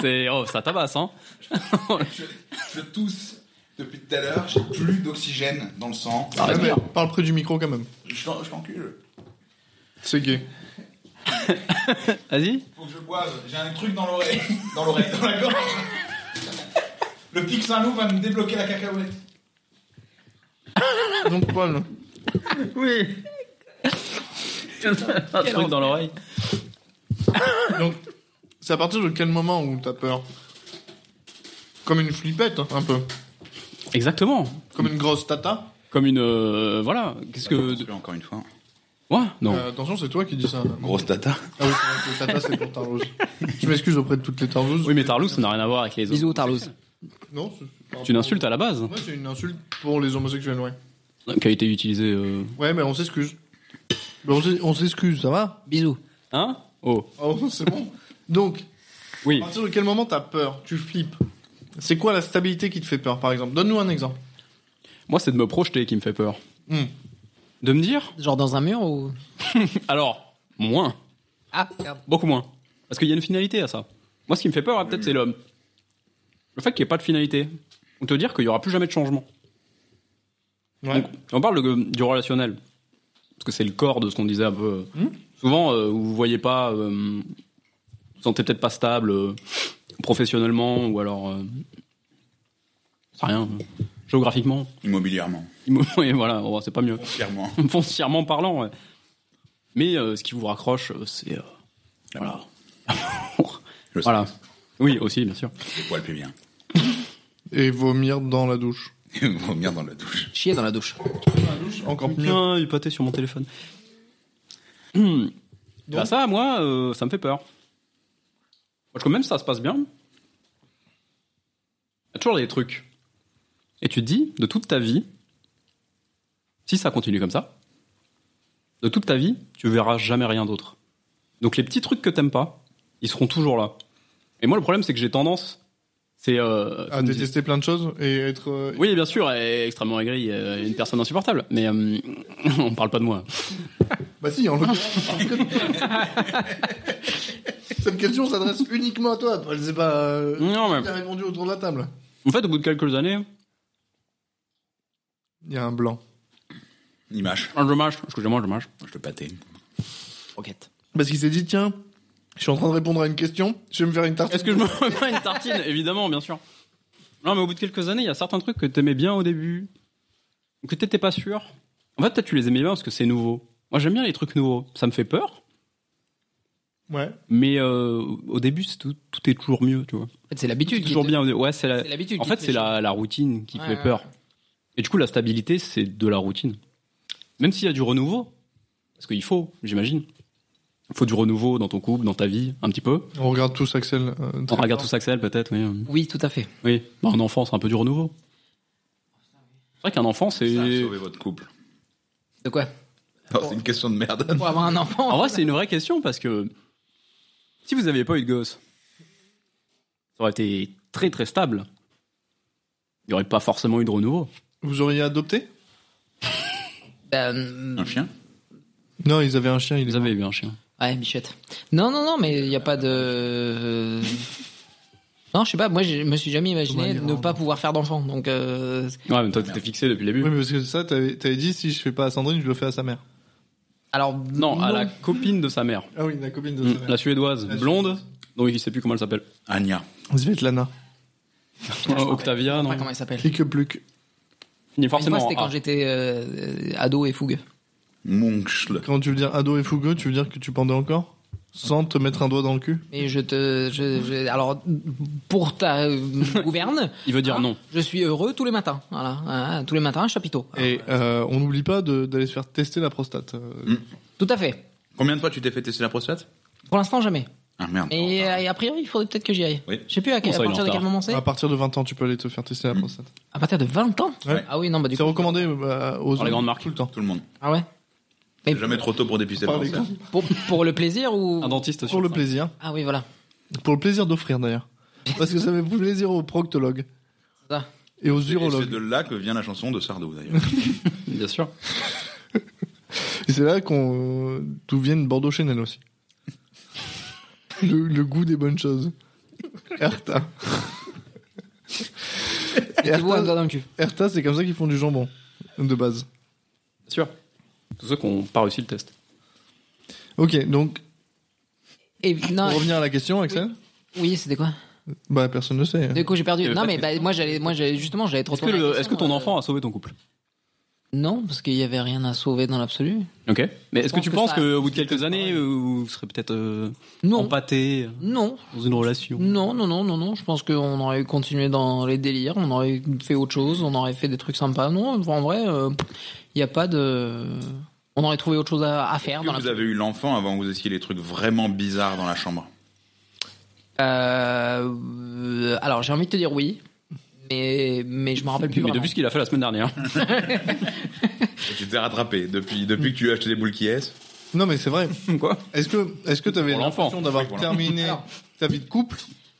D: C'est... Oh, ça tabasse, hein
C: Je, je tousse depuis tout à l'heure, j'ai plus d'oxygène dans le sang.
D: Ah,
A: Ouais,
D: c'est
A: mais
D: bien.
A: parle près du micro quand même.
C: Je t'en- je t'encule.
A: C'est gay.
D: Vas-y.
C: Faut que je boive, j'ai un truc dans l'oreille. Dans l'oreille, dans la gorge. Le pic Saint-Loup va me débloquer la cacahuète.
A: Donc Paul,
D: Oui. Un truc dans l'oreille.
A: donc c'est à partir de quel moment où t'as peur Comme une flippette, hein, un peu.
D: Exactement.
A: Comme une grosse tata.
D: Comme une... euh, voilà. Qu'est-ce que...
C: Encore une fois.
D: Ouais Non.
A: Euh, attention, c'est toi qui dis ça.
C: Grosse tata.
A: Ah oui, c'est vrai que tata c'est pour Tarlouse. Je m'excuse auprès de toutes les Tarlouses.
D: Oui, mais Tarlouse, ça n'a rien à voir avec les autres.
B: Bisous, Tarlouse.
A: Non, c'est- c'est pas
D: C'est une insulte à la base,
A: Ouais, c'est une insulte pour les homosexuels, ouais.
D: qui a été utilisée... euh,
A: Ouais, mais on s'excuse. Mais on s'ex- on s'excuse, ça va
B: Bisous.
D: Hein Oh.
A: Oh, c'est bon. Donc, à
D: Oui.
A: partir de quel moment t'as peur Tu flippes C'est quoi la stabilité qui te fait peur, par exemple Donne-nous un exemple.
D: Moi, c'est de me projeter qui me fait peur.
A: Hmm.
D: De me dire
B: Genre dans un mur ou
D: Alors, moins.
B: Ah,
D: Beaucoup moins. Parce qu'il y a une finalité à ça. Moi, ce qui me fait peur, ah, peut-être, c'est l'homme. Le fait qu'il n'y ait pas de finalité. On te dire qu'il n'y aura plus jamais de changement.
A: Ouais.
D: Donc, on parle de- du relationnel. Parce que c'est le corps de ce qu'on disait un peu. Souvent, euh, vous ne voyez pas. euh, vous vous sentez peut-être pas stable euh, professionnellement ou alors. Euh, c'est rien. euh, géographiquement.
C: Immobilièrement.
D: Et voilà, oh, c'est pas mieux.
C: Foncièrement.
D: Foncièrement parlant. ouais. Mais euh, ce qui vous raccroche, euh, c'est. euh, voilà.
C: Je
D: Voilà. Oui, aussi, bien sûr.
C: sais, les poils pubiens.
A: Et vomir dans la douche.
C: Vomir dans la douche.
B: chier dans la douche.
A: Encore mieux.
D: Putain, il pâté sur mon téléphone.
A: Donc-
D: bah ça, moi, euh, ça me fait peur. Parce que même si ça se passe bien, il y a toujours des trucs. Et tu te dis, de toute ta vie, si ça continue comme ça, de toute ta vie, tu verras jamais rien d'autre. Donc les petits trucs que t'aimes pas, ils seront toujours là. Et moi, le problème, c'est que j'ai tendance, c'est... euh,
A: À
D: comme disait-
A: détester plein de choses et être. euh,
D: oui, bien sûr, elle est extrêmement aigrie, euh, une personne insupportable. Mais euh, on parle pas de moi.
A: Bah si, en l'occurrence. parce que- Cette question s'adresse uniquement à toi. Paul, c'est pas. euh,
D: Non,
A: qui a répondu autour de la table.
D: En fait, au bout de quelques années,
A: Il y a un blanc.
C: Il mâche.
D: un ah, dommage, excusez-moi, un dommage.
C: Je le pâté.
B: Roquette.
A: Parce qu'il s'est dit, tiens, je suis en train de répondre à une question, je vais me faire une tarte.
D: Est-ce que je me remets une tartine Évidemment, bien sûr. Non, mais au bout de quelques années, il y a certains trucs que t'aimais bien au début, que t'étais pas sûr. En fait, peut-être tu les aimais bien parce que c'est nouveau. Moi, j'aime bien les trucs nouveaux. Ça me fait peur,
A: Ouais.
D: mais euh, au début, c'est tout, tout est toujours mieux, tu vois.
B: En fait, c'est l'habitude. qui
D: Toujours
B: te-
D: bien. au dé- Ouais, c'est la-
B: C'est l'habitude.
D: En
B: qui
D: fait,
B: te
D: c'est la, la routine qui
B: Ouais,
D: fait
B: ouais,
D: peur. Et du coup, la stabilité, c'est de la routine. Même s'il y a du renouveau, parce qu'il faut, j'imagine. Il faut du renouveau dans ton couple, dans ta vie, un petit peu.
A: On regarde tous Axel. euh,
D: On
A: très
D: regarde
A: fort.
D: tous Axel, peut-être, mais. euh,
B: Oui, tout à fait.
D: Oui, Bah, un enfant, c'est un peu du renouveau. C'est vrai qu'un enfant, c'est.
C: Ça a sauvé votre couple.
B: De quoi
C: Non, C'est une question de merde.
B: Pour avoir un enfant.
D: En vrai, c'est une vraie question parce que. Si vous n'aviez pas eu de gosse, ça aurait été très très stable. Il n'y aurait pas forcément eu de renouveau.
A: Vous auriez adopté
B: Ben,
C: Un chien
A: Non, ils avaient un chien, ils
D: Vous avez eu un chien.
B: Ouais, bichette. Non, non, non, mais il n'y a pas de. Non, je sais pas, moi je me suis jamais imaginé
A: Thomas
B: ne
A: Mirand.
B: pas pouvoir faire d'enfant. Donc, euh,
D: Ouais, mais toi, t'étais fixé depuis le début.
A: Oui, mais parce que ça, t'avais t'avais dit, si je fais pas à Sandrine, je le fais à sa mère.
B: alors.
D: Non, à la copine de sa mère.
A: Ah oui, la copine de
D: Mm, La suédoise,
A: La
D: blonde. Donc il sait plus comment elle s'appelle.
C: Anya.
A: Svetlana.
D: Euh, Octavia,
B: Je sais
D: non.
B: pas comment elle s'appelle.
A: Clique pluc.
D: Il est
B: Une fois,
D: forcément.
B: c'était quand
D: ah,
B: j'étais euh, ado et fougue.
C: Munkschle.
A: Quand tu veux dire ado et fougueux, tu veux dire que tu pendais encore Sans te mettre un doigt dans le cul
B: Et je te. je- je- alors, pour ta euh, gouverne, hein,
D: il veut dire non.
B: je suis heureux tous les matins. Voilà, Ah, tous les matins, un chapiteau.
A: Et euh, on n'oublie pas de- d'aller se faire tester la prostate. euh,
B: Tout à fait.
C: Combien de fois tu t'es fait tester la prostate
B: Pour l'instant, jamais.
C: Ah merde.
B: Et, euh, et a priori, il faudrait peut-être que j'y aille.
C: Oui.
B: Je sais plus à, quel-
D: Bon, ça,
B: à
D: il est
B: partir
D: en
B: de quel
D: retard.
B: moment c'est.
A: À partir de 20 ans, tu peux aller te faire tester la prostate.
B: À partir de 20 ans
A: Ouais.
B: Ah oui, non, bah du
A: C'est
B: coup.
A: recommandé bah, aux
D: Par les grandes marques.
A: tout le temps.
C: Tout le monde.
B: Ah ouais Mais
C: C'est Jamais trop tôt pour dépister le
A: Par les
C: cancer.
A: grandes-
B: pour, pour le plaisir ou.
D: Un dentiste
A: Pour le plaisir.
B: Ah oui, voilà.
A: Pour le plaisir d'offrir d'ailleurs. Parce que ça fait plaisir aux proctologues.
B: C'est ça.
A: Et aux
C: Et C'est
A: urologues.
C: de là que vient la chanson de Sardou d'ailleurs.
D: Bien sûr.
A: Et c'est là qu'on, euh, d'où viennent Bordeaux Chanel aussi. Le, le goût des bonnes choses. Erta. Et
B: Tu vois un
A: Erta,
B: doigt dans le cul.
A: Erta, c'est comme ça qu'ils font du jambon, de base.
D: Bien sûr. Tous ceux qui n'ont pas réussi le test.
A: Ok, donc,
B: Et
A: pour
B: non,
A: revenir à la question, Axel
B: oui, c'était quoi
A: Bah, personne ne sait.
B: Du coup, j'ai perdu.
D: Il y avait
B: Non,
D: pas de
B: mais bah, moi, j'allais, moi, j'allais justement, j'allais trop
D: Est-ce que, le- est-ce que
B: euh,
D: ton enfant a sauvé ton couple
B: Non, parce qu'il y avait rien à sauver dans l'absolu.
D: Ok. Mais est-ce que
B: pense
D: tu
B: que
D: penses
B: ça-
D: qu'au bout de quelques années, euh, vous serez peut-être euh,
B: Non,
D: empâté euh,
B: non,
D: dans une relation
B: non, non, non, non, non. Je pense qu'on aurait continué dans les délires, on aurait fait autre chose, on aurait fait des trucs sympas. Non, en vrai, il n'y a pas de. On aurait trouvé autre chose à, à faire dans
C: Est-ce que vous
B: l'absolu.
C: avez eu l'enfant avant que vous essayiez les trucs vraiment bizarres dans la chambre.
B: Euh, euh, alors, j'ai envie de te dire oui, mais mais je me rappelle plus
D: Mais
B: vraiment.
D: depuis ce qu'il a fait la semaine dernière.
C: Et tu t'es rattrapé depuis, depuis que tu as acheté des boules qui est.
A: Non, mais c'est vrai.
D: Quoi
A: Est-ce que, est-ce que t'avais
D: Pour l'enfant.
A: l'impression d'avoir
C: Oui, pour l'enfant.
A: terminé
B: Alors.
A: ta vie de couple?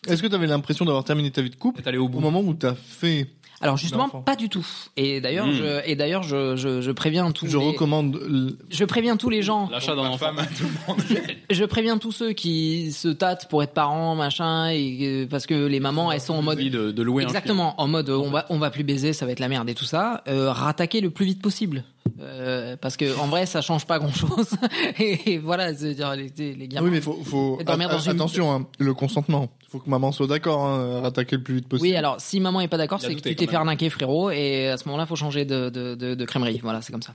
A: Est-ce que t'avais l'impression d'avoir terminé ta vie de couple
D: T'es allé au
A: au
D: bout.
A: moment où t'as fait
B: Alors justement,
A: L'enfant.
B: pas du tout. Et d'ailleurs,
D: Mm.
B: je, et d'ailleurs, je, je, je préviens tous.
A: Je
B: les-
A: recommande. l-
B: Je préviens tous les gens.
D: L'achat d'un
C: Ma
D: enfant.
C: femme à tout le monde.
B: Je préviens tous ceux qui se tâtent pour être parents, machin, et euh, parce que les mamans, elles sont en mode.
D: Envie de, de louer un
B: Exactement, en mode euh, on va on va plus baiser, ça va être la merde et tout ça. Euh, rattaquer le plus vite possible, Euh, parce que en vrai ça change pas grand chose. et, et voilà, c'est dire les, les gamins.
A: Oui, mais faut, faut
B: Et dormir
A: a- a-
B: dans une-
A: attention, hein, le consentement. Faut que maman soit d'accord, hein, à attaquer le plus vite possible.
B: Oui, alors si maman est pas d'accord,
D: Il a
B: c'est que
D: douté,
B: tu t'es
D: quand
B: fait
D: même.
B: arnaquer, frérot, et à ce moment-là, faut changer de de, de, de crèmerie. Voilà, c'est comme ça.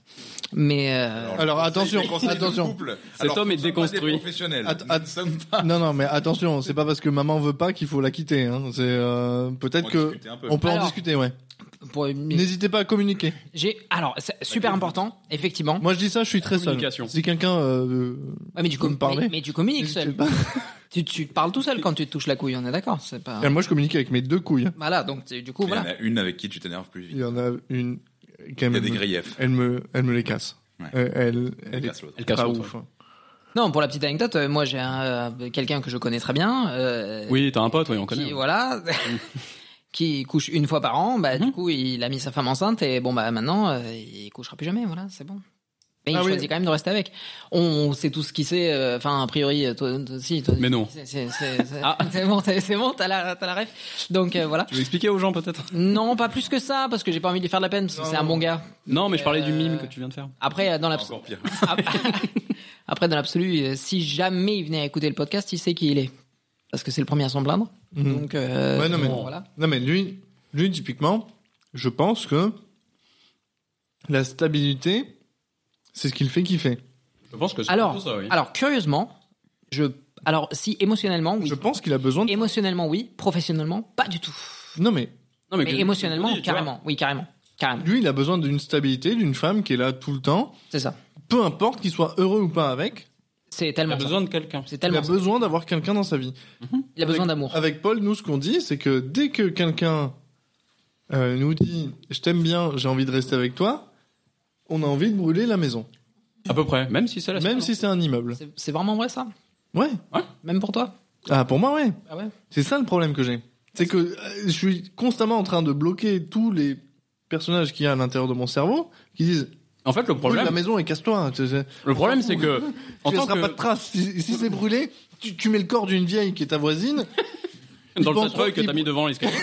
B: Mais euh,
A: Alors, attention, attention.
D: Cet homme est déconstruit.
C: Professionnel.
A: Att- att- Non, non, mais attention, c'est pas parce que maman veut pas qu'il faut la quitter. Hein. C'est euh, peut-être que on peut en
B: Alors.
A: discuter, ouais.
B: pour une-
A: N'hésitez pas à communiquer.
B: j'ai alors c'est super important, effectivement.
A: Moi, je dis ça, je suis très seul.
D: Communication.
A: Si quelqu'un, euh,
B: Ouais, mais tu
A: Vous me
B: com-
A: parlez
B: mais- mais tu communiques
A: n'hésitez
B: seul.
A: pas.
B: Tu, tu parles tout seul quand tu te touches la couille, on est d'accord C'est pas.
A: Et moi, je communique avec mes deux couilles.
B: Voilà, donc tu- du coup,
C: Il y en
B: voilà.
C: a une avec qui tu t'énerves plus
A: Il
C: vite.
A: y en a une quand
C: Il y a
A: même.
C: des griefs.
A: Elle me, elle me les casse.
C: Ouais.
A: Euh, Elle, elle,
C: Elle
A: est
C: casse l'autre.
D: Elle casse
A: pas
D: l'autre,
A: ouf. hein.
B: Non, pour la petite anecdote, euh, moi j'ai un, euh, quelqu'un que je connais très bien. euh,
D: Oui, t'as un pote, oui, on
B: Qui,
D: connaît.
B: voilà. qui couche une fois par an, bah, du
D: Mhm.
B: coup, il a mis sa femme enceinte et bon, bah, maintenant, euh, il couchera plus jamais, voilà, c'est bon. Mais il
A: Ah oui.
B: choisit quand même de rester avec. On, on sait tout ce qui sait, euh, enfin, a priori, euh, toi, toi- si, toi-
D: Mais non.
B: C'est c'est- c'est- c'est-
D: Ah.
B: c'est bon, t'as c'est bon, t'as la, t'as la ref. Donc, euh, voilà.
D: Tu veux expliquer aux gens peut-être
B: Non, pas plus que ça, parce que j'ai pas envie de lui faire de la peine, parce que
A: Non.
B: c'est un bon gars.
D: Non, mais je parlais du
B: Euh,
D: mime que tu viens de faire.
B: Après, euh, dans l'abs- ah.
C: Encore pire.
B: Après, dans l'absolu, euh, si jamais il venait à écouter le podcast, il sait qui il est. Parce que c'est le premier à s'en plaindre.
A: Mhm.
B: Donc, euh,
A: Ouais, non, mais-
B: bon, voilà.
A: Non mais lui, lui typiquement, je pense que la stabilité, c'est ce qu'il fait kiffer.
D: Je pense que c'est
B: Alors,
D: plutôt ça, oui.
B: alors, curieusement, je. Alors, si émotionnellement, oui.
A: Je pense qu'il a besoin. De...
B: Émotionnellement, oui. Professionnellement, pas du tout.
A: Non mais
D: Non,
B: Mais
D: que-
B: émotionnellement,
D: oui, tu vois.
B: carrément. Oui, carrément. Carrément.
A: lui, il a besoin d'une stabilité, d'une femme qui est là tout le temps,
B: C'est ça.
A: peu importe qu'il soit heureux ou pas avec.
B: C'est
D: Il a
B: tellement. ça.
D: besoin de quelqu'un.
B: C'est
A: Il
B: tellement.
A: a
B: ça.
A: besoin d'avoir quelqu'un dans sa vie.
B: Il a besoin d'amour.
A: Avec Paul, nous, ce qu'on dit, c'est que dès que quelqu'un euh, nous dit "je t'aime bien, j'ai envie de rester avec toi", on a envie de brûler la maison,
D: À peu près. Même si c'est la
A: même si c'est un immeuble.
B: C'est- C'est vraiment vrai, ça
A: Ouais.
B: Même pour toi
A: Ah, pour moi, ouais.
B: Ah ouais
A: C'est ça le problème que j'ai. C'est que euh, je suis constamment en train de bloquer tous les personnages qu'il y a à l'intérieur de mon cerveau qui disent
D: En fait, le
A: brûle la
D: problème,
A: maison et casse-toi. hein, Tu, tu
D: le problème, c'est que en tant
A: laisseras
D: que
A: pas de traces. Si, si c'est brûlé, tu, tu mets le corps d'une vieille qui est ta voisine.
D: dans le
A: penses
D: tas de feuilles que
A: qu'il-
D: t'as mis devant l'escalier,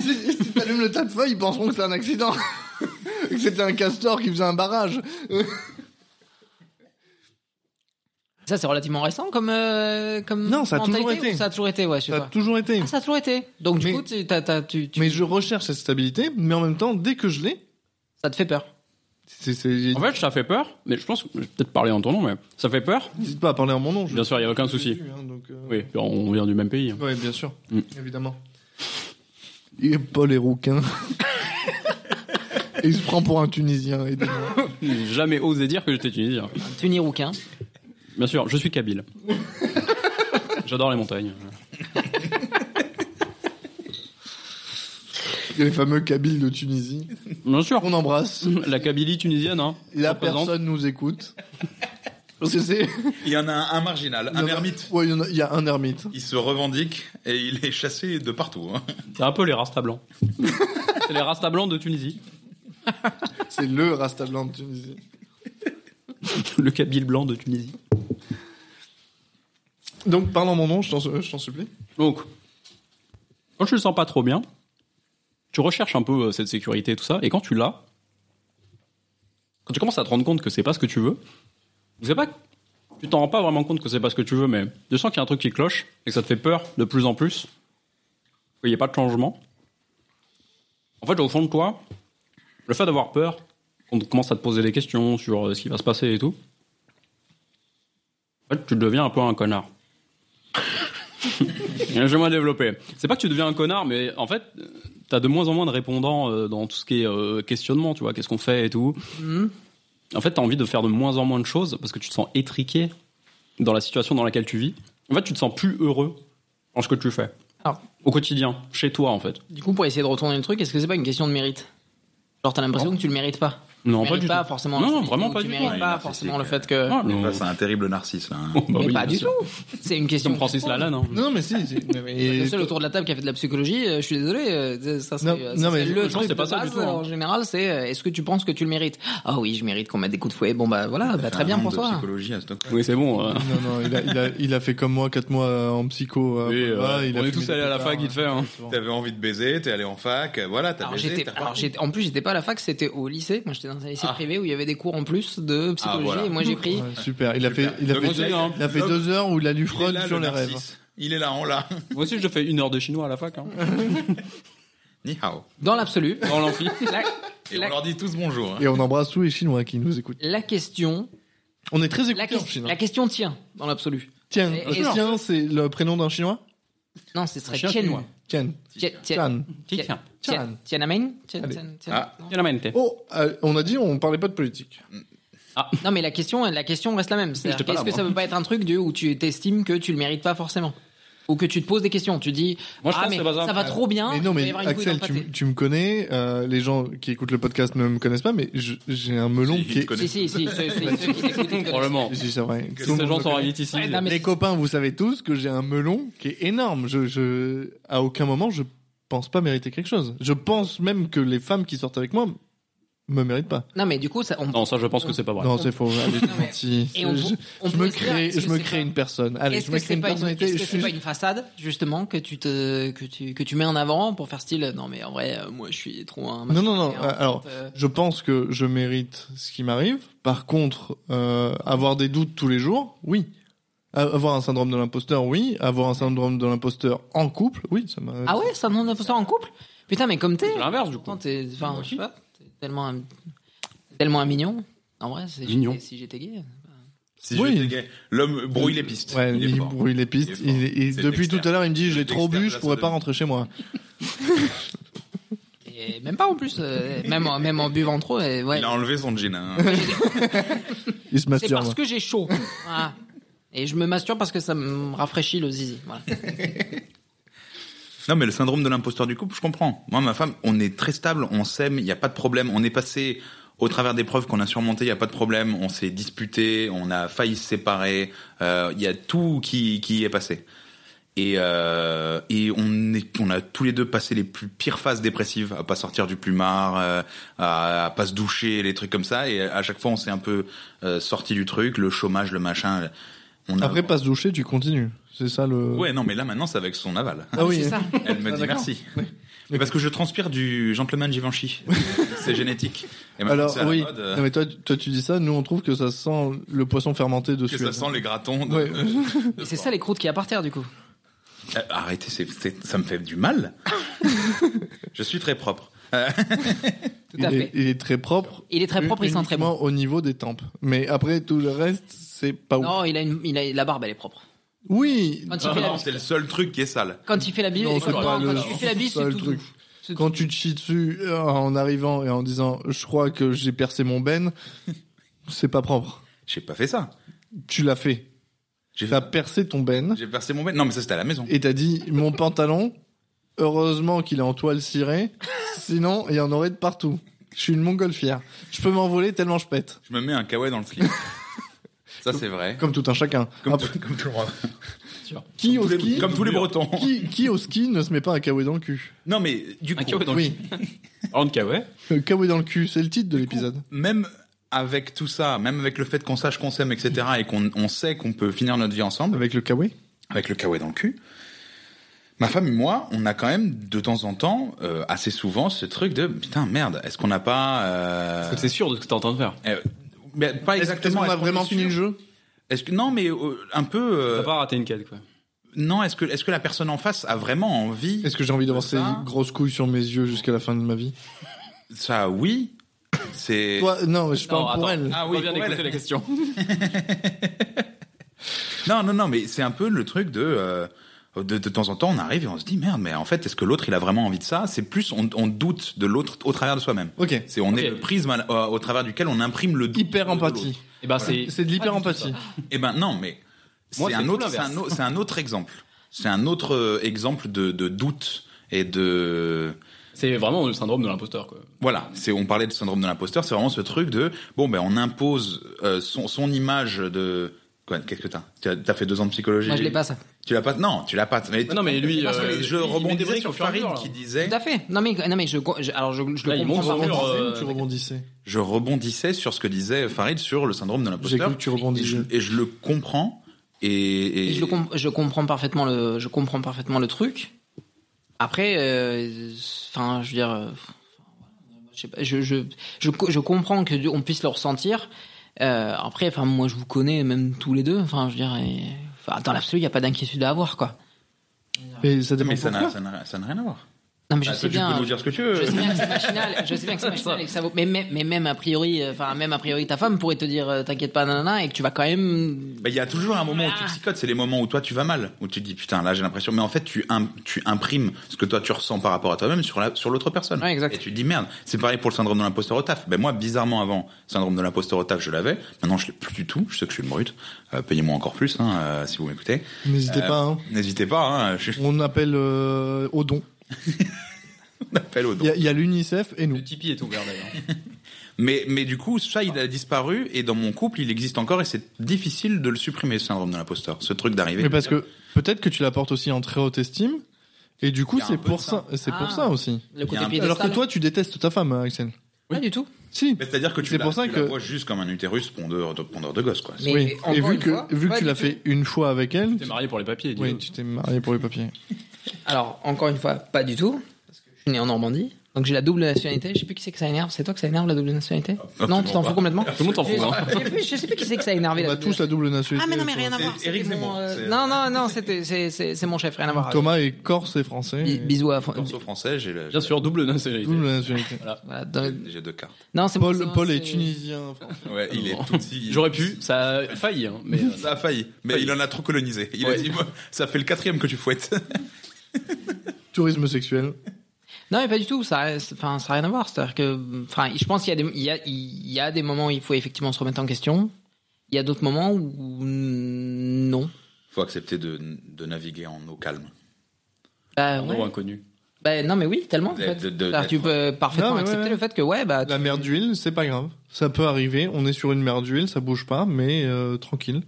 A: si si t'allumes le tas de feuilles, ils penseront que c'est un accident. que c'était un castor qui faisait un barrage.
B: Ça, c'est relativement récent comme. euh, comme
A: Non, ça a toujours
B: mentalité,
A: été.
B: ou Ça a toujours été, ouais, je sais
A: Ça a
B: pas.
A: toujours été.
B: Ah, ça a toujours été. Donc, du
A: Mais-
B: coup, tu, t'as- t'as- tu, tu-
A: Mais je recherche cette stabilité, mais en même temps, dès que je l'ai,
B: ça te fait peur.
A: c'est- c'est-
D: en fait, ça fait peur. Mais je pense que je vais peut-être parler en ton nom, mais ça fait peur.
A: n'hésite pas à parler en mon nom. je-
D: Bien sûr, il n'y a aucun souci.
A: Hein, donc, euh,
D: Oui, on vient du même pays.
A: Ouais, bien sûr,
D: Mm.
A: évidemment. Et Paul est rouquin. Et il se prend pour un Tunisien. aidez-moi.
D: J'ai Jamais osé dire que j'étais tunisien.
B: Tunirouquin.
D: Bien sûr, je suis kabyle. J'adore les montagnes.
A: Il y a les fameux Kabyles de Tunisie.
D: Bien sûr.
A: On embrasse.
D: La Kabylie tunisienne, hein.
A: La
D: représente.
A: personne nous écoute. Parce que c'est.
C: Il y en a un, un marginal,
A: il y en
C: un
A: a-
C: ermite.
A: Ouais, il y en a- il y a un ermite.
C: Il se revendique et il est chassé de partout. hein.
D: C'est un peu les Rasta blancs. c'est les Rasta blancs de Tunisie.
A: C'est le Rastaland de Tunisie.
D: Le Kabyle blanc de Tunisie.
A: Donc, parle en mon nom, je t'en je t'en supplie.
D: Donc, quand tu le sens pas trop bien, tu recherches un peu euh, cette sécurité et tout ça, et quand tu l'as, quand tu commences à te rendre compte que c'est pas ce que tu veux, c'est pas, tu t'en rends pas vraiment compte que c'est pas ce que tu veux, mais tu sens qu'il y a un truc qui cloche et que ça te fait peur de plus en plus, qu'il n'y ait pas de changement. En fait, au fond de toi, le fait d'avoir peur, on commence à te poser des questions sur euh, ce qui va se passer et tout. En fait, tu deviens un peu un connard. J'aimerais développer. C'est pas que tu deviens un connard, mais en fait, euh, t'as de moins en moins de répondants euh, dans tout ce qui est euh, questionnement, tu vois, qu'est-ce qu'on fait et tout.
B: Mhm.
D: En fait, t'as envie de faire de moins en moins de choses parce que tu te sens étriqué dans la situation dans laquelle tu vis. En fait, tu te sens plus heureux dans ce que tu fais.
B: Alors.
D: Au quotidien, chez toi, en fait.
B: Du coup, pour essayer de retourner le truc, est-ce que c'est pas une question de mérite Genre, t'as l'impression que tu le mérites pas.
D: Non,
B: tu
D: pas du
B: mérites pas
D: tout.
B: forcément.
D: Non,
B: le-
D: vraiment
B: ou
D: pas
B: Tu
D: du tout.
B: mérites
C: Ouais,
B: pas
C: narcissique,
B: forcément le
C: euh,
B: fait que.
D: Ah, non.
C: Là, c'est un terrible narcisse, là. hein.
A: Oh,
D: Bah
B: mais
D: oui,
B: pas
D: bien
B: du
D: sûr.
B: tout. C'est une question.
D: Comme Francis Lalanne. hein.
A: Non, mais si. si. Mais- mais-
B: Le seul autour de la table qui a fait de la psychologie, euh, je suis désolé, euh, ça serait,
A: Non,
B: euh,
A: non,
B: ça serait
A: mais je- je
B: le
A: pense
B: truc
D: que c'est pas
B: de
D: ça du
B: base,
D: tout, hein.
B: En général, c'est euh, est-ce que tu penses que tu le mérites Ah oui, je mérite qu'on mette des coups de fouet. Bon bah voilà, bah,
C: C'est
B: très
C: un
B: bien
C: manque
B: pour
C: de
B: toi.
C: psychologie à Stockholm.
D: Oui, c'est bon.
A: Non,
D: euh.
A: non, il a, il, a, il a fait comme moi, 4 mois en psycho. euh,
D: Oui, euh,
A: voilà, il a
D: on
A: fumé
D: est tous
A: des
D: allés à la
A: pétards,
D: fac, il te fait,
A: euh,
D: hein.
A: c'est bon.
C: T'avais envie de baiser, t'es allé en fac, euh, voilà, t'as
B: Alors
C: baisé,
B: j'étais,
C: t'as
B: alors
C: reparti.
B: j'étais, en plus j'étais pas à la fac, c'était au lycée. Moi j'étais dans un lycée
C: Ah.
B: privé où il y avait des cours en plus de psychologie
C: voilà.
B: et moi j'ai pris.
A: Ouais, super. Il a fait, il a
C: Le
A: fait,
C: conseil, hein.
A: il a fait
C: Le-
A: deux heures où il a lu
C: Il est
A: Freud
C: là,
A: sur
C: le
A: les rêves.
C: narcisse. Il est là, on l'a.
D: Moi aussi, je fais une heure de chinois à la fac. hein.
C: Ni hao.
B: Dans l'absolu,
D: Dans l'amphi.
B: la,
C: Et
B: la-
C: on leur dit tous bonjour. hein.
A: Et on embrasse tous les Chinois qui nous écoutent.
B: la question,
A: On est très
B: la,
A: écoutés en
B: ques-
A: Chine. hein.
B: la question tient dans l'absolu.
A: Tiens,
B: Et-
A: euh,
B: et-
A: tiens, c'est le prénom d'un Chinois
B: Non, ce serait
D: Chien
B: Tien.
D: chinois.
A: Tian.
B: Tien, Tien,
A: Tian.
D: Tiens.
A: Tian.
B: Tien, Tiananmen Tien-
A: Allez.
B: Tien- Tien-
C: Ah.
B: non.
D: Tiens, la main, t'es.
A: Oh, euh, on a dit on parlait pas de politique.
B: Non, mais la question, la question reste la même. C'est-à-dire,
D: J'étais pas
B: Est-ce
D: là,
B: que
D: moi.
B: ça peut pas être un truc de, où tu t'estimes que tu le mérites pas forcément Ou que tu te poses des questions Tu dis,
D: Moi, je
B: ah,
D: pense
B: mais
D: que c'est pas
B: ça
D: ça.
B: va trop bien,
A: mais non,
B: il va y
A: mais
B: avoir une couille dans
A: Axel,
B: le
A: tu,
B: pâté.
A: m- tu me connais. euh, les gens qui écoutent le podcast ne me connaissent pas, mais je- j'ai un melon
C: Si, ils
A: qui
C: te
A: est.
C: connaissent.
B: Si, si, si, c'est- c'est ceux qui t'écoutent, ils connaissent.
D: Probablement.
A: Si, c'est vrai. Tout
D: Si
A: le monde
D: ces gens
A: le
D: sont
A: connaît.
D: arrivés ici.
B: Ouais, non, mais-
A: Les copains, vous savez tous que j'ai un melon qui est énorme. Je, je, à aucun moment, je pense pas mériter quelque chose. Je pense même que les femmes qui sortent avec moi me méritent pas.
B: Non, mais du coup, ça, on,
D: Non, ça, je pense que c'est pas vrai.
A: Non, c'est faux. Allez, je suis gentil.
B: et on,
A: je,
B: on
A: je
B: peut
A: me
B: se dire,
A: crée,
B: est-ce
A: je
B: que
A: me
B: c'est
A: crée
B: pas-
A: une personne. Allez,
B: Est-ce
A: je
B: que
A: me crée
B: c'est
A: une
B: pas, une,
A: personnalité.
B: est-ce
A: je
B: que c'est
A: suis-
B: pas une façade justement que tu te que tu que tu mets en avant pour faire style non mais en vrai euh, moi je suis trop un
A: Non, non, non,
B: Et en
A: euh, alors,
B: fait, euh,
A: Je pense que je mérite ce qui m'arrive. Par contre, euh, avoir des doutes tous les jours, oui. A- Avoir un syndrome de l'imposteur, oui. Avoir un syndrome de l'imposteur en couple, oui. Ça m'a-
B: ah ouais ça demande un imposteur en couple putain mais comme t'es
D: C'est l'inverse, du coup.
B: Pourtant, t'es enfin
D: Moi
B: je
D: aussi.
B: sais pas t'es tellement un, tellement un mignon en vrai c'est-
D: Mignon.
B: j'étais- si j'étais gay
C: Si
A: Oui.
C: j'étais gay, l'homme brouille les pistes.
A: Ouais,
C: il
A: il,
C: est fort.
A: brouille les pistes.
C: Il est fort.
A: Il est- et
C: C'est
A: depuis
C: l'expert.
A: tout à l'heure, il me dit, je l'ai
C: C'est
A: trop
C: l'expert
A: bu,
C: de
A: je
C: la
A: pourrais pas
C: sodomie.
A: rentrer chez moi.
B: et même pas en plus euh, même en- même en buvant trop et ouais
C: Il a enlevé son jean. hein.
A: Il se
B: c'est
A: masturbe.
B: parce que j'ai chaud Voilà. et je me masturbe parce que ça me rafraîchit le zizi voilà
C: Non, mais le syndrome de l'imposteur du couple, je comprends. Moi, ma femme, on est très stable, on s'aime, il n'y a pas de problème. On est passé au travers d'épreuves qu'on a surmontées, il n'y a pas de problème. On s'est disputé, on a failli se séparer. euh, Il y a tout qui, qui est passé. Et, euh, et on, est, on a tous les deux passé les plus pires phases dépressives, à pas sortir du plumard, euh, à, à pas se doucher, les trucs comme ça. Et à chaque fois, on s'est un peu euh, sorti du truc, le chômage, le machin. On a-
A: Après, pas se doucher, tu continues. C'est ça le.
C: Ouais, non, mais là maintenant, c'est avec son aval.
A: Ah oui.
B: c'est ça
C: Elle me
A: Ah,
C: dit
A: d'accord.
C: merci. Mais parce que je transpire du gentleman Givenchy. c'est génétique. Et maintenant,
A: Alors
C: c'est à la
A: oui.
C: mode, euh,
A: Non, mais toi, tu- toi, tu dis ça. Nous, on trouve que ça sent le poisson fermenté de
C: que
A: Suède.
C: ça sent les gratons. de-
A: Ouais.
B: et c'est ça les croûtes qui y a par terre du coup
C: Euh, arrêtez, c'est- c'est- ça me fait du mal. je suis très propre.
B: tout
A: Il
B: à
A: est,
B: fait
A: il est très propre.
B: il est très propre il sent très bon
A: uniquement au niveau des tempes. Mais après, tout le reste, c'est pas Ah, ouf.
B: Non, il a, une, il a la barbe, elle est propre.
A: Oui.
B: Quand il,
C: Ah
B: fait,
C: non,
B: la,
C: c'est le seul truc qui est sale.
B: quand il fait la bise,
A: Non,
B: quand,
A: c'est pas
B: quand
A: le-
B: il fait la bise,
A: c'est pas
B: c'est
A: le
B: tout
A: truc.
B: doux. C'est
A: Quand
B: tout
A: tu te chies dessus euh, en arrivant et en disant je crois que j'ai percé mon ben, c'est pas propre.
C: J'ai pas fait ça.
A: Tu l'as fait.
C: J'ai
A: T'as percé ton ben
C: j'ai percé mon bête. Non, mais ça, c'était à la maison.
A: et t'as dit mon pantalon. Heureusement qu'il est en toile cirée, sinon il y en aurait de partout. Je suis une montgolfière. Je peux m'envoler tellement je pète,
C: Je me mets un kawaii dans le slip. ça, c'est vrai.
A: comme tout un chacun.
C: Comme,
A: Ah,
C: tout, comme tout le monde.
A: qui au
C: Tous les-
A: ski
C: comme tous les Bretons.
A: qui, qui au ski ne se met pas un kawaii dans le cul
C: Non, mais du coup,
D: Un kawaii dans le
A: Oui,
D: En cas, ouais.
A: le kawaii dans le cul, c'est le titre de l'épisode.
C: même avec tout ça, même avec le fait qu'on sache qu'on s'aime, etc., et qu'on on sait qu'on peut finir notre vie ensemble,
A: Avec le kawaii
C: avec le kawaii dans le cul, ma femme et moi, on a quand même de temps en temps, euh, assez souvent, ce truc de putain merde, est-ce qu'on n'a pas euh,
D: C'est sûr de ce que t'es en train de faire.
C: euh, mais pas
A: Est-ce
C: exactement.
A: qu'on a
C: est-ce qu'on
A: vraiment
C: est
A: fini le
C: sûr
A: jeu
C: Est-ce que non, mais euh, un peu. euh,
D: T'as pas raté une quête, quoi.
C: Non, est-ce que est-ce que la personne en face a vraiment envie
A: Est-ce que j'ai envie d'avoir ces
C: Ça
A: grosses couilles sur mes yeux jusqu'à la fin de ma vie
C: Ça, oui. C'est.
A: Toi, non, mais je
D: Non,
A: parle pour
D: attends.
A: elle.
C: Ah
D: Ah
C: oui,
D: oui, bien
C: pour
D: écouter
C: elle.
D: la question.
C: Non, non, non, mais c'est un peu le truc de, euh, de. De temps en temps, on arrive et on se dit merde, mais en fait, est-ce que l'autre il a vraiment envie de ça C'est plus on, on doute de l'autre au travers de soi-même.
A: Ok.
C: C'est on
D: Ok.
C: est le prisme à la- euh, au, au travers duquel on imprime le doute.
A: Hyper
C: de- de
A: empathie.
C: l'autre.
D: Et bah, c'est.
A: C'est de l'hyper empathie.
C: Eh ben non, mais
D: Moi,
C: c'est
D: c'est
C: un
D: tout
C: autre, c'est
D: l'inverse.
C: un, au- c'est un autre exemple. C'est un autre euh, exemple de, de doute et de.
D: C'est vraiment le syndrome de l'imposteur, quoi.
C: Voilà, c'est on parlait de syndrome de l'imposteur, c'est vraiment ce truc de bon ben on impose euh, son, son image de quoi Qu'est-ce que t'as T'as t'as fait deux ans de psychologie.
B: Moi, je l'ai pas, ça.
C: Tu l'as pas Non, tu l'as pas. Mais
D: Ah non, mais lui,
C: parce
D: euh,
C: que je
D: il- il
C: rebondirai
D: maîtrise
C: sur
D: au fur et à
C: Farid
D: mesure.
C: qui disait
B: Tout à fait. Non, mais, non, mais je, je- alors, je, je
D: Là,
B: le
D: il
B: comprends
D: monte au mur,
B: parfaitement.
D: euh,
A: Tu rebondissais.
C: je rebondissais sur ce que disait Farid sur le syndrome de
A: J'ai cru
C: l'imposteur
A: que tu
C: et, je-
A: rebondissais.
C: et je le comprends et, et-
B: Et je, le com- je comprends parfaitement le, je comprends parfaitement le truc. Après, euh, enfin, je veux dire, euh, je, sais pas, je, je, je, co- je comprends que du- on puisse le ressentir. Euh, après, enfin, moi, je vous connais, même tous les deux. Enfin, je veux dire, et- enfin, dans l'absolu, il n'y a pas d'inquiétude à avoir, quoi.
A: Mais ça dépend
C: mais ça n'a
A: pourquoi.
C: ça n'a- ça n'a rien à voir.
B: Non, mais je
D: Bah,
C: Ah,
B: sais
C: toi, tu
B: bien.
C: peux nous dire ce que tu veux.
B: Je sais bien que c'est machinal, je sais bien que c'est machinal et que ça vaut. Mais, mais, mais même a priori, euh, enfin même a priori, ta femme pourrait te dire, euh, t'inquiète pas, nanana, et que tu vas quand même
C: Bah, Il y a toujours un moment où tu psychotes, c'est les moments où toi tu vas mal, où tu te dis putain là j'ai l'impression, mais en fait tu, im- tu imprimes ce que toi tu ressens par rapport à toi-même sur la sur l'autre personne.
B: Ouais, exact.
C: Et tu te dis merde, c'est pareil pour le syndrome de l'imposteur au taf. Ben moi bizarrement avant, syndrome de l'imposteur au taf je l'avais, maintenant je l'ai plus du tout. Je sais que je suis une brute. Euh, Payez-moi encore plus hein, euh, si vous m'écoutez.
A: N'hésitez
C: Euh,
A: pas. Hein.
C: N'hésitez pas, hein, je
A: On appelle euh, au don.
C: m'appelle au
A: Il
C: don.
A: y a- il y a, l'UNICEF et nous.
D: Le Tipeee est ouvert, d'ailleurs.
C: Mais mais du coup ça il a disparu et dans mon couple il existe encore et c'est difficile de le supprimer ce syndrome de l'imposteur, ce truc d'arriver.
A: Mais parce que peut-être que tu la portes aussi en très haute estime. Et du
C: Il
A: coup,
C: y a un
A: c'est
C: peu
A: pour
C: de
A: ça.
C: ça.
A: C'est pour
B: Ah.
A: ça aussi.
B: le
C: Il y a un
B: côté
C: peu-
B: piédestal.
A: Alors que toi, tu détestes ta femme, hein, Axel.
B: Pas du tout.
A: Si.
C: Mais c'est-à-dire que tu,
A: C'est
C: la,
A: pour ça
C: tu
A: que-
C: la vois juste comme un utérus pondeur de, pondeur de gosse quoi.
B: Mais
A: oui.
B: encore
A: Et
B: une
A: vu que
B: fois,
A: vu que
B: pas
A: tu
B: du
A: l'as
B: tout.
A: fait une fois avec elle,
D: T'es marié pour les papiers, dis
A: oui,
D: donc.
A: tu t'es marié pour les papiers.
B: Alors, encore une fois, pas du tout. Parce que je suis né en Normandie. Donc j'ai la double nationalité. Je sais plus qui c'est que ça énerve. C'est toi que ça énerve la double nationalité Non, tu t'en fous complètement
D: Tout le monde t'en
B: Je
D: fout, hein.
B: sais plus- je sais plus qui c'est que ça a énervé.
A: On
B: Ah, la
A: a
B: double
A: tous la double nationalité.
B: Ah mais non mais rien à voir.
C: Eric,
B: c'était
C: c'est
B: mon,
C: moi,
B: euh,
C: c'est-
B: Non non non c'était c'est c'est c'est mon chef rien à voir.
A: Thomas est corse et français.
B: Bi- Bisous à
C: Corso français, j'ai le-
D: Bien sûr, double nationalité.
A: Double nationalité.
B: Voilà, dans-
C: J'ai deux cartes.
B: Non c'est
A: Paul,
B: bon, c'est-
A: Paul est
B: c'est-
A: tunisien. français.
C: Ouais, il est
D: Bon.
C: tout petit.
D: J'aurais pu, ça a failli, hein, mais. euh,
C: Ça a failli, mais
D: Failli.
C: il en a trop colonisé. Il a
D: Ouais.
C: dit, moi, ça fait le quatrième que tu fouettes.
A: Tourisme sexuel.
B: Non, mais pas du tout. Ça, c'est- enfin, ça n'a rien à voir. C'est-à-dire que, enfin, je pense qu'il y a des, il y a, il y a des moments où il faut effectivement se remettre en question. Il y a d'autres moments où non.
C: Faut accepter de, de naviguer en eau calme.
B: Bah,
D: Pardon,
B: ouais.
D: inconnu.
B: Bah, non, mais oui, tellement. En
C: De-
B: fait.
C: de- de-
B: C'est-à-dire que tu peux parfaitement
A: Non, mais ouais,
B: accepter
A: ouais.
B: le fait que, ouais, bah,
A: La mer d'huile, c'est pas grave. Ça peut arriver. On est sur une mer d'huile, ça bouge pas, mais euh, tranquille.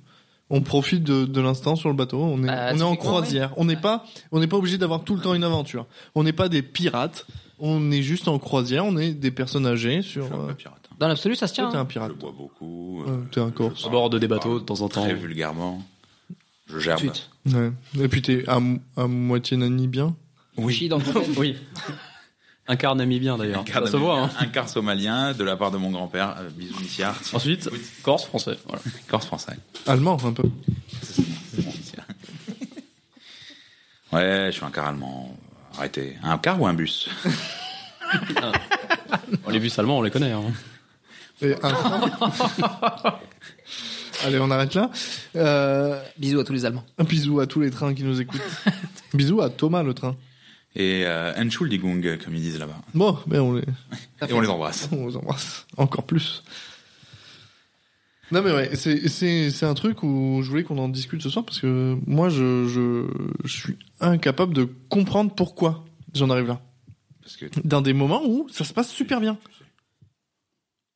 A: On profite de, de l'instant sur le bateau. On est,
B: Bah,
A: on est en
B: typiquement, ouais.
A: croisière. On n'est pas, on n'est pas obligé d'avoir tout le temps une aventure. On n'est pas des pirates. On est juste en croisière. On est des personnes âgées
C: Je
A: sur.
C: suis un
A: euh,
C: peu pirate. hein.
B: dans l'absolu, ça se
A: Toi,
B: tient.
A: t'es un
B: hein.
A: pirate.
C: Je bois beaucoup. euh,
A: Ouais, t'es un corse.
C: je
D: À bord de des
C: parle
D: bateaux, de temps en temps.
C: Très vulgairement. Je gerbe.
B: Suite.
A: Ouais. Et puis t'es à, mo- à moitié nanibien.
B: Chie dans le cocktail.
D: Oui. Un quart namibien, d'ailleurs.
C: Un quart
D: Ça se voit, hein.
C: Un quart somalien de la part de mon grand-père. Euh, bisous, Missiart.
D: Ensuite, Corse, français. Voilà.
C: Corse français.
A: Allemand, un peu.
C: C'est bon, Missiart. Ouais, je suis un quart allemand. Arrêtez. Un quart ou un bus
D: Bon, les bus allemands, on les connaît. Hein.
A: Et un Allez, on arrête là. Euh,
B: Bisous à tous les Allemands.
A: un bisou à tous les trains qui nous écoutent. bisou à Thomas le train.
C: Et euh, Entschuldigung, comme ils disent là-bas.
A: Bon, ben on les,
C: Et on les embrasse.
A: on les embrasse encore plus. Non mais ouais, c'est c'est c'est un truc où je voulais qu'on en discute ce soir parce que moi je je, je suis incapable de comprendre pourquoi j'en arrive là.
E: Parce que,
A: Dans des moments où ça se passe super bien.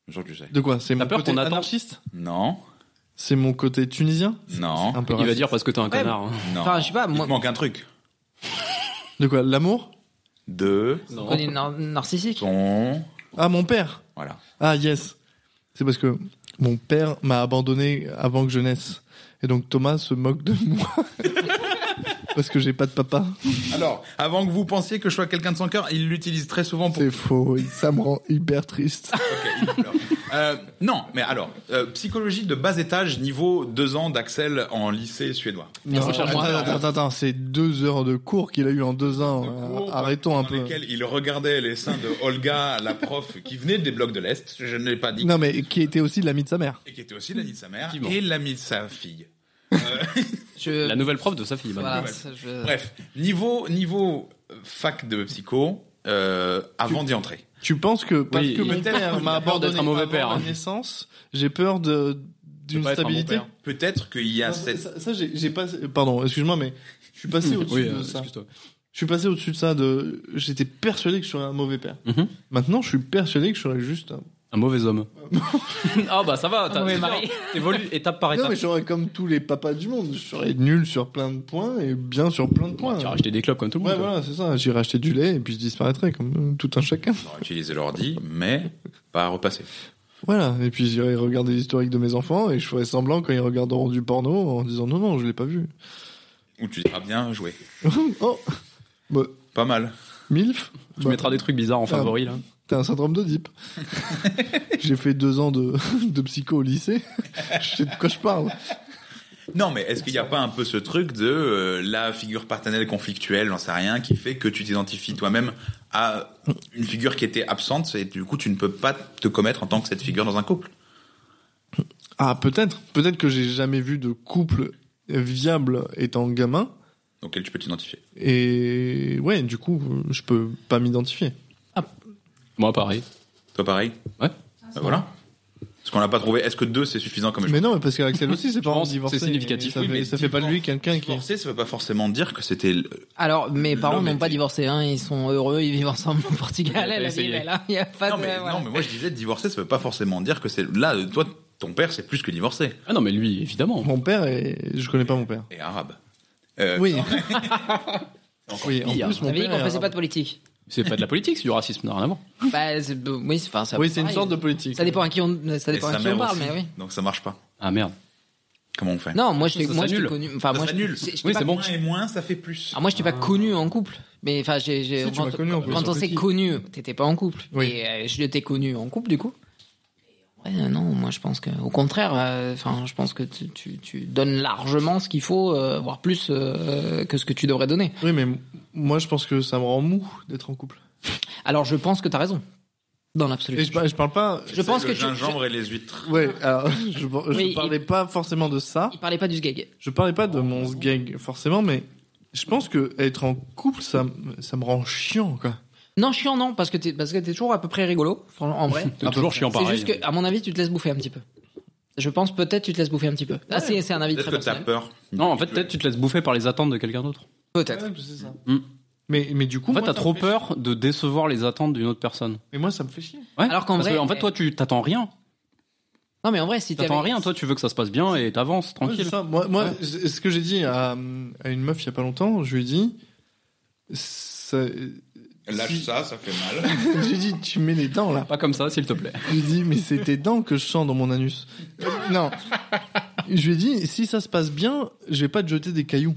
E: genre, tu sais.
A: De quoi C'est mon
D: peur
A: côté
D: qu'on attend
A: anarchiste
C: Non,
A: C'est mon côté tunisien
C: non,
A: Un peu
D: Il va
A: raciste.
D: dire parce que t'es un connard. hein.
C: non.
B: Enfin, je sais pas,
C: Il te
B: moi,
C: manque un truc.
A: De quoi L'amour
C: De
D: Non.
B: on est nar- narcissique.
C: ton...
A: Ah mon père.
C: Voilà.
A: Ah yes. C'est parce que mon père m'a abandonné avant que je naisse et donc Thomas se moque de moi. Parce que j'ai pas de papa.
C: Alors, avant que vous pensiez que je sois quelqu'un de sans cœur, il l'utilise très souvent pour...
A: C'est faux. Ça me rend hyper triste.
C: Ok, il pleure. Euh, non, mais alors, euh, psychologie de bas étage, niveau 2 ans d'Axel en lycée suédois.
A: Non,
B: cher
A: attends,
B: moi.
A: attends, attends, attends, c'est deux heures de cours qu'il a eu en deux ans.
C: De cours
A: Euh, Arrêtons un
C: dans
A: peu.
C: lesquels il regardait les seins de Olga, la prof qui venait des blocs de l'Est, je ne l'ai pas dit,
A: Non, mais qui était aussi l'ami de sa mère.
C: et qui était aussi l'ami de sa mère,
D: Effectivement.
C: et l'ami de sa fille.
B: Je-
D: La nouvelle prof de sa fille.
B: voilà,
D: maintenant.
B: ça, je-
C: Bref, niveau, niveau euh, fac de psycho, euh, avant d'y entrer.
A: Tu penses que parce
D: Oui,
A: que
D: il-
A: mon père m'a
D: a peur d'être
A: abandonné
D: un mauvais
A: avant
D: père,
A: la
D: hein.
A: naissance, j'ai peur de d'une
D: pas être un bon
A: stabilité.
D: père.
C: Peut-être qu'il y a
A: Non,
C: cette...
A: Ça, ça, j'ai j'ai pas. Pardon, excuse-moi, mais je suis passé au-dessus
D: Oui,
A: de
D: euh,
A: ça.
D: excuse-toi.
A: Je suis passé au-dessus de ça. De, j'étais persuadé que je serais un mauvais père.
D: Mhm.
A: Maintenant, je suis persuadé que je serais juste. Un...
D: Un mauvais homme. Ah bah ça va, t'as
B: mauvais
D: c'est
B: mari.
D: bien, t'évolues étape par
A: Non,
D: étape.
A: mais je serais comme tous les papas du monde. Je serais nul sur plein de points et bien sur plein de points.
D: Bah, Tu as racheté des clubs comme tout le
A: euh, Ouais,
D: monde. quoi.
A: voilà, c'est ça. J'irai acheter du lait et puis je disparaîtrai comme euh, tout un chacun.
C: On aurait utilisé l'ordi, mais pas à repasser.
A: Voilà. Et puis j'irai regarder l'historique de mes enfants et je ferai semblant quand ils regarderont du porno en disant non, non, je l'ai pas vu.
C: Ou tu diras bien joué.
A: oh, bah,
C: Pas mal.
A: Milf.
D: Tu
A: Bah,
D: mettras des trucs bizarres en favori là.
A: T'as un syndrome de Deep. J'ai fait deux ans de, de psycho au lycée. je sais de quoi je parle.
C: Non, mais est-ce qu'il n'y a pas un peu ce truc de euh, la figure paternelle conflictuelle, j'en sais rien, qui fait que tu t'identifies toi-même à une figure qui était absente et du coup tu ne peux pas te commettre en tant que cette figure dans un couple
A: Ah, peut-être. Peut-être que j'ai jamais vu de couple viable étant gamin.
C: auquel tu peux t'identifier
A: Et ouais, du coup, je peux pas m'identifier.
D: Moi pareil.
C: Toi pareil
D: Ouais.
C: Bah voilà. Parce qu'on l'a pas trouvé. Est-ce que deux c'est suffisant comme
A: Mais non, mais parce qu'Axel aussi, c'est pas
D: pense que c'est significatif.
A: Ça,
D: Oui,
A: fait,
D: mais
A: ça fait pas de lui quelqu'un qui.
C: Divorcer, ça veut pas forcément dire que c'était. le-
B: Alors, mes parents
C: L'homme
B: n'ont pas
C: était-
B: divorcé, hein, ils sont heureux, ils vivent ensemble au Portugal,
D: T'as
B: la vie
D: essayé.
B: elle est là, il n'y a pas
C: Non
B: de...
C: mais,
B: voilà.
C: non, mais moi je disais divorcer, ça veut pas forcément dire que c'est. Là, euh, toi, ton père c'est plus que divorcé.
D: Ah non mais lui évidemment.
A: Mon père, et je connais pas mon père.
C: Et arabe. Euh,
A: Oui.
C: Encore
A: oui, en
D: pire.
A: plus,
B: Vous
A: mon
B: avez dit
A: père. euh,
B: qu'on faisait
A: est
B: pas de
A: arabe.
B: politique.
D: C'est pas de la politique, c'est du racisme, n'a rien à voir.
B: Bah, c'est- oui, c'est enfin, ça-
A: Oui, c'est une
B: pareil.
A: sorte de politique.
B: Ça dépend à qui on, ça
C: Et
B: dépend à
C: sa
B: qui
C: mère
B: on parle,
C: aussi.
B: mais oui.
C: Donc ça marche pas.
D: Ah merde.
C: Comment on fait
B: Non, moi je t'ai
D: Ça
B: moi, je
D: s'annule.
B: t'ai connu. Enfin,
C: Ça
B: moi je-
C: s'annule.
B: je- je
D: Oui,
B: t'ai
D: c'est
B: pas-
D: bon.
C: Moins et moins, ça fait plus.
B: Ah, moi je t'ai pas connu en couple. Mais enfin, j'ai. j'ai-
A: Si, tu
B: quand-
A: m'as connu en plus,
B: Quand
A: sur
B: on s'est
A: Tiki.
B: connu, t'étais pas en couple.
A: Oui.
B: Et euh, je t'ai connu en couple du coup. Et, ouais, non, moi je pense que. Au contraire, euh, enfin, je pense que tu, tu- tu donnes largement ce qu'il faut, euh, voire plus euh, que ce que tu devrais donner.
A: Oui, mais m- moi, je pense que ça me rend mou d'être en couple.
B: Alors je pense que t'as raison. Dans l'absolu.
A: Et je, par- je parle pas.
B: Je pense que
C: le
B: tu-
C: gingembre et les huîtres.
A: Ouais, alors, je, je
B: Oui,
A: parlais pas forcément de ça.
B: Il parlait pas du sgeg.
A: Je parlais pas de mon gag forcément, mais je pense que être en couple, ça, m- ça me rend chiant, quoi.
B: Non, chiant, non, parce que t'es parce que t'es toujours à peu près rigolo, fran- en vrai.
D: T'es toujours chiant
B: C'est
D: pareil. hein.
B: juste que, à mon avis, tu te laisses bouffer un petit peu. Je pense peut-être tu te laisses bouffer un petit peu. Ah, c'est c'est un avis
C: Peut-être
B: très
C: que t'as
B: personnel.
C: peur.
D: Non, en fait, peut-être tu te laisses bouffer par les attentes de quelqu'un d'autre.
B: Peut-être.
D: Mm.
A: Mais, mais du coup,
D: En fait,
A: moi,
D: t'as
A: ça me
D: trop
A: fait chier.
D: peur de décevoir les attentes d'une autre personne.
A: Mais moi, ça me fait chier.
D: Ouais.
B: Alors qu'en
D: Parce
B: vrai-
D: que, en fait, toi, tu t'attends rien.
B: Non, mais en vrai, si
D: T'attends
B: t'avais-
D: rien. Toi, tu veux que ça se passe bien et t'avances
A: Ouais,
D: tranquille.
A: c'est ça. Moi, moi c'est ce que j'ai dit à, à une meuf il y a pas longtemps, je lui ai dit. ça-
C: Lâche
A: si-
C: ça, ça fait mal.
A: je lui ai dit, tu mets les dents là.
D: Pas comme ça, s'il te plaît.
A: Je lui ai dit, mais c'est tes dents que je sens dans mon anus. Euh, non. Je lui ai dit, si ça se passe bien, je vais pas te jeter des cailloux.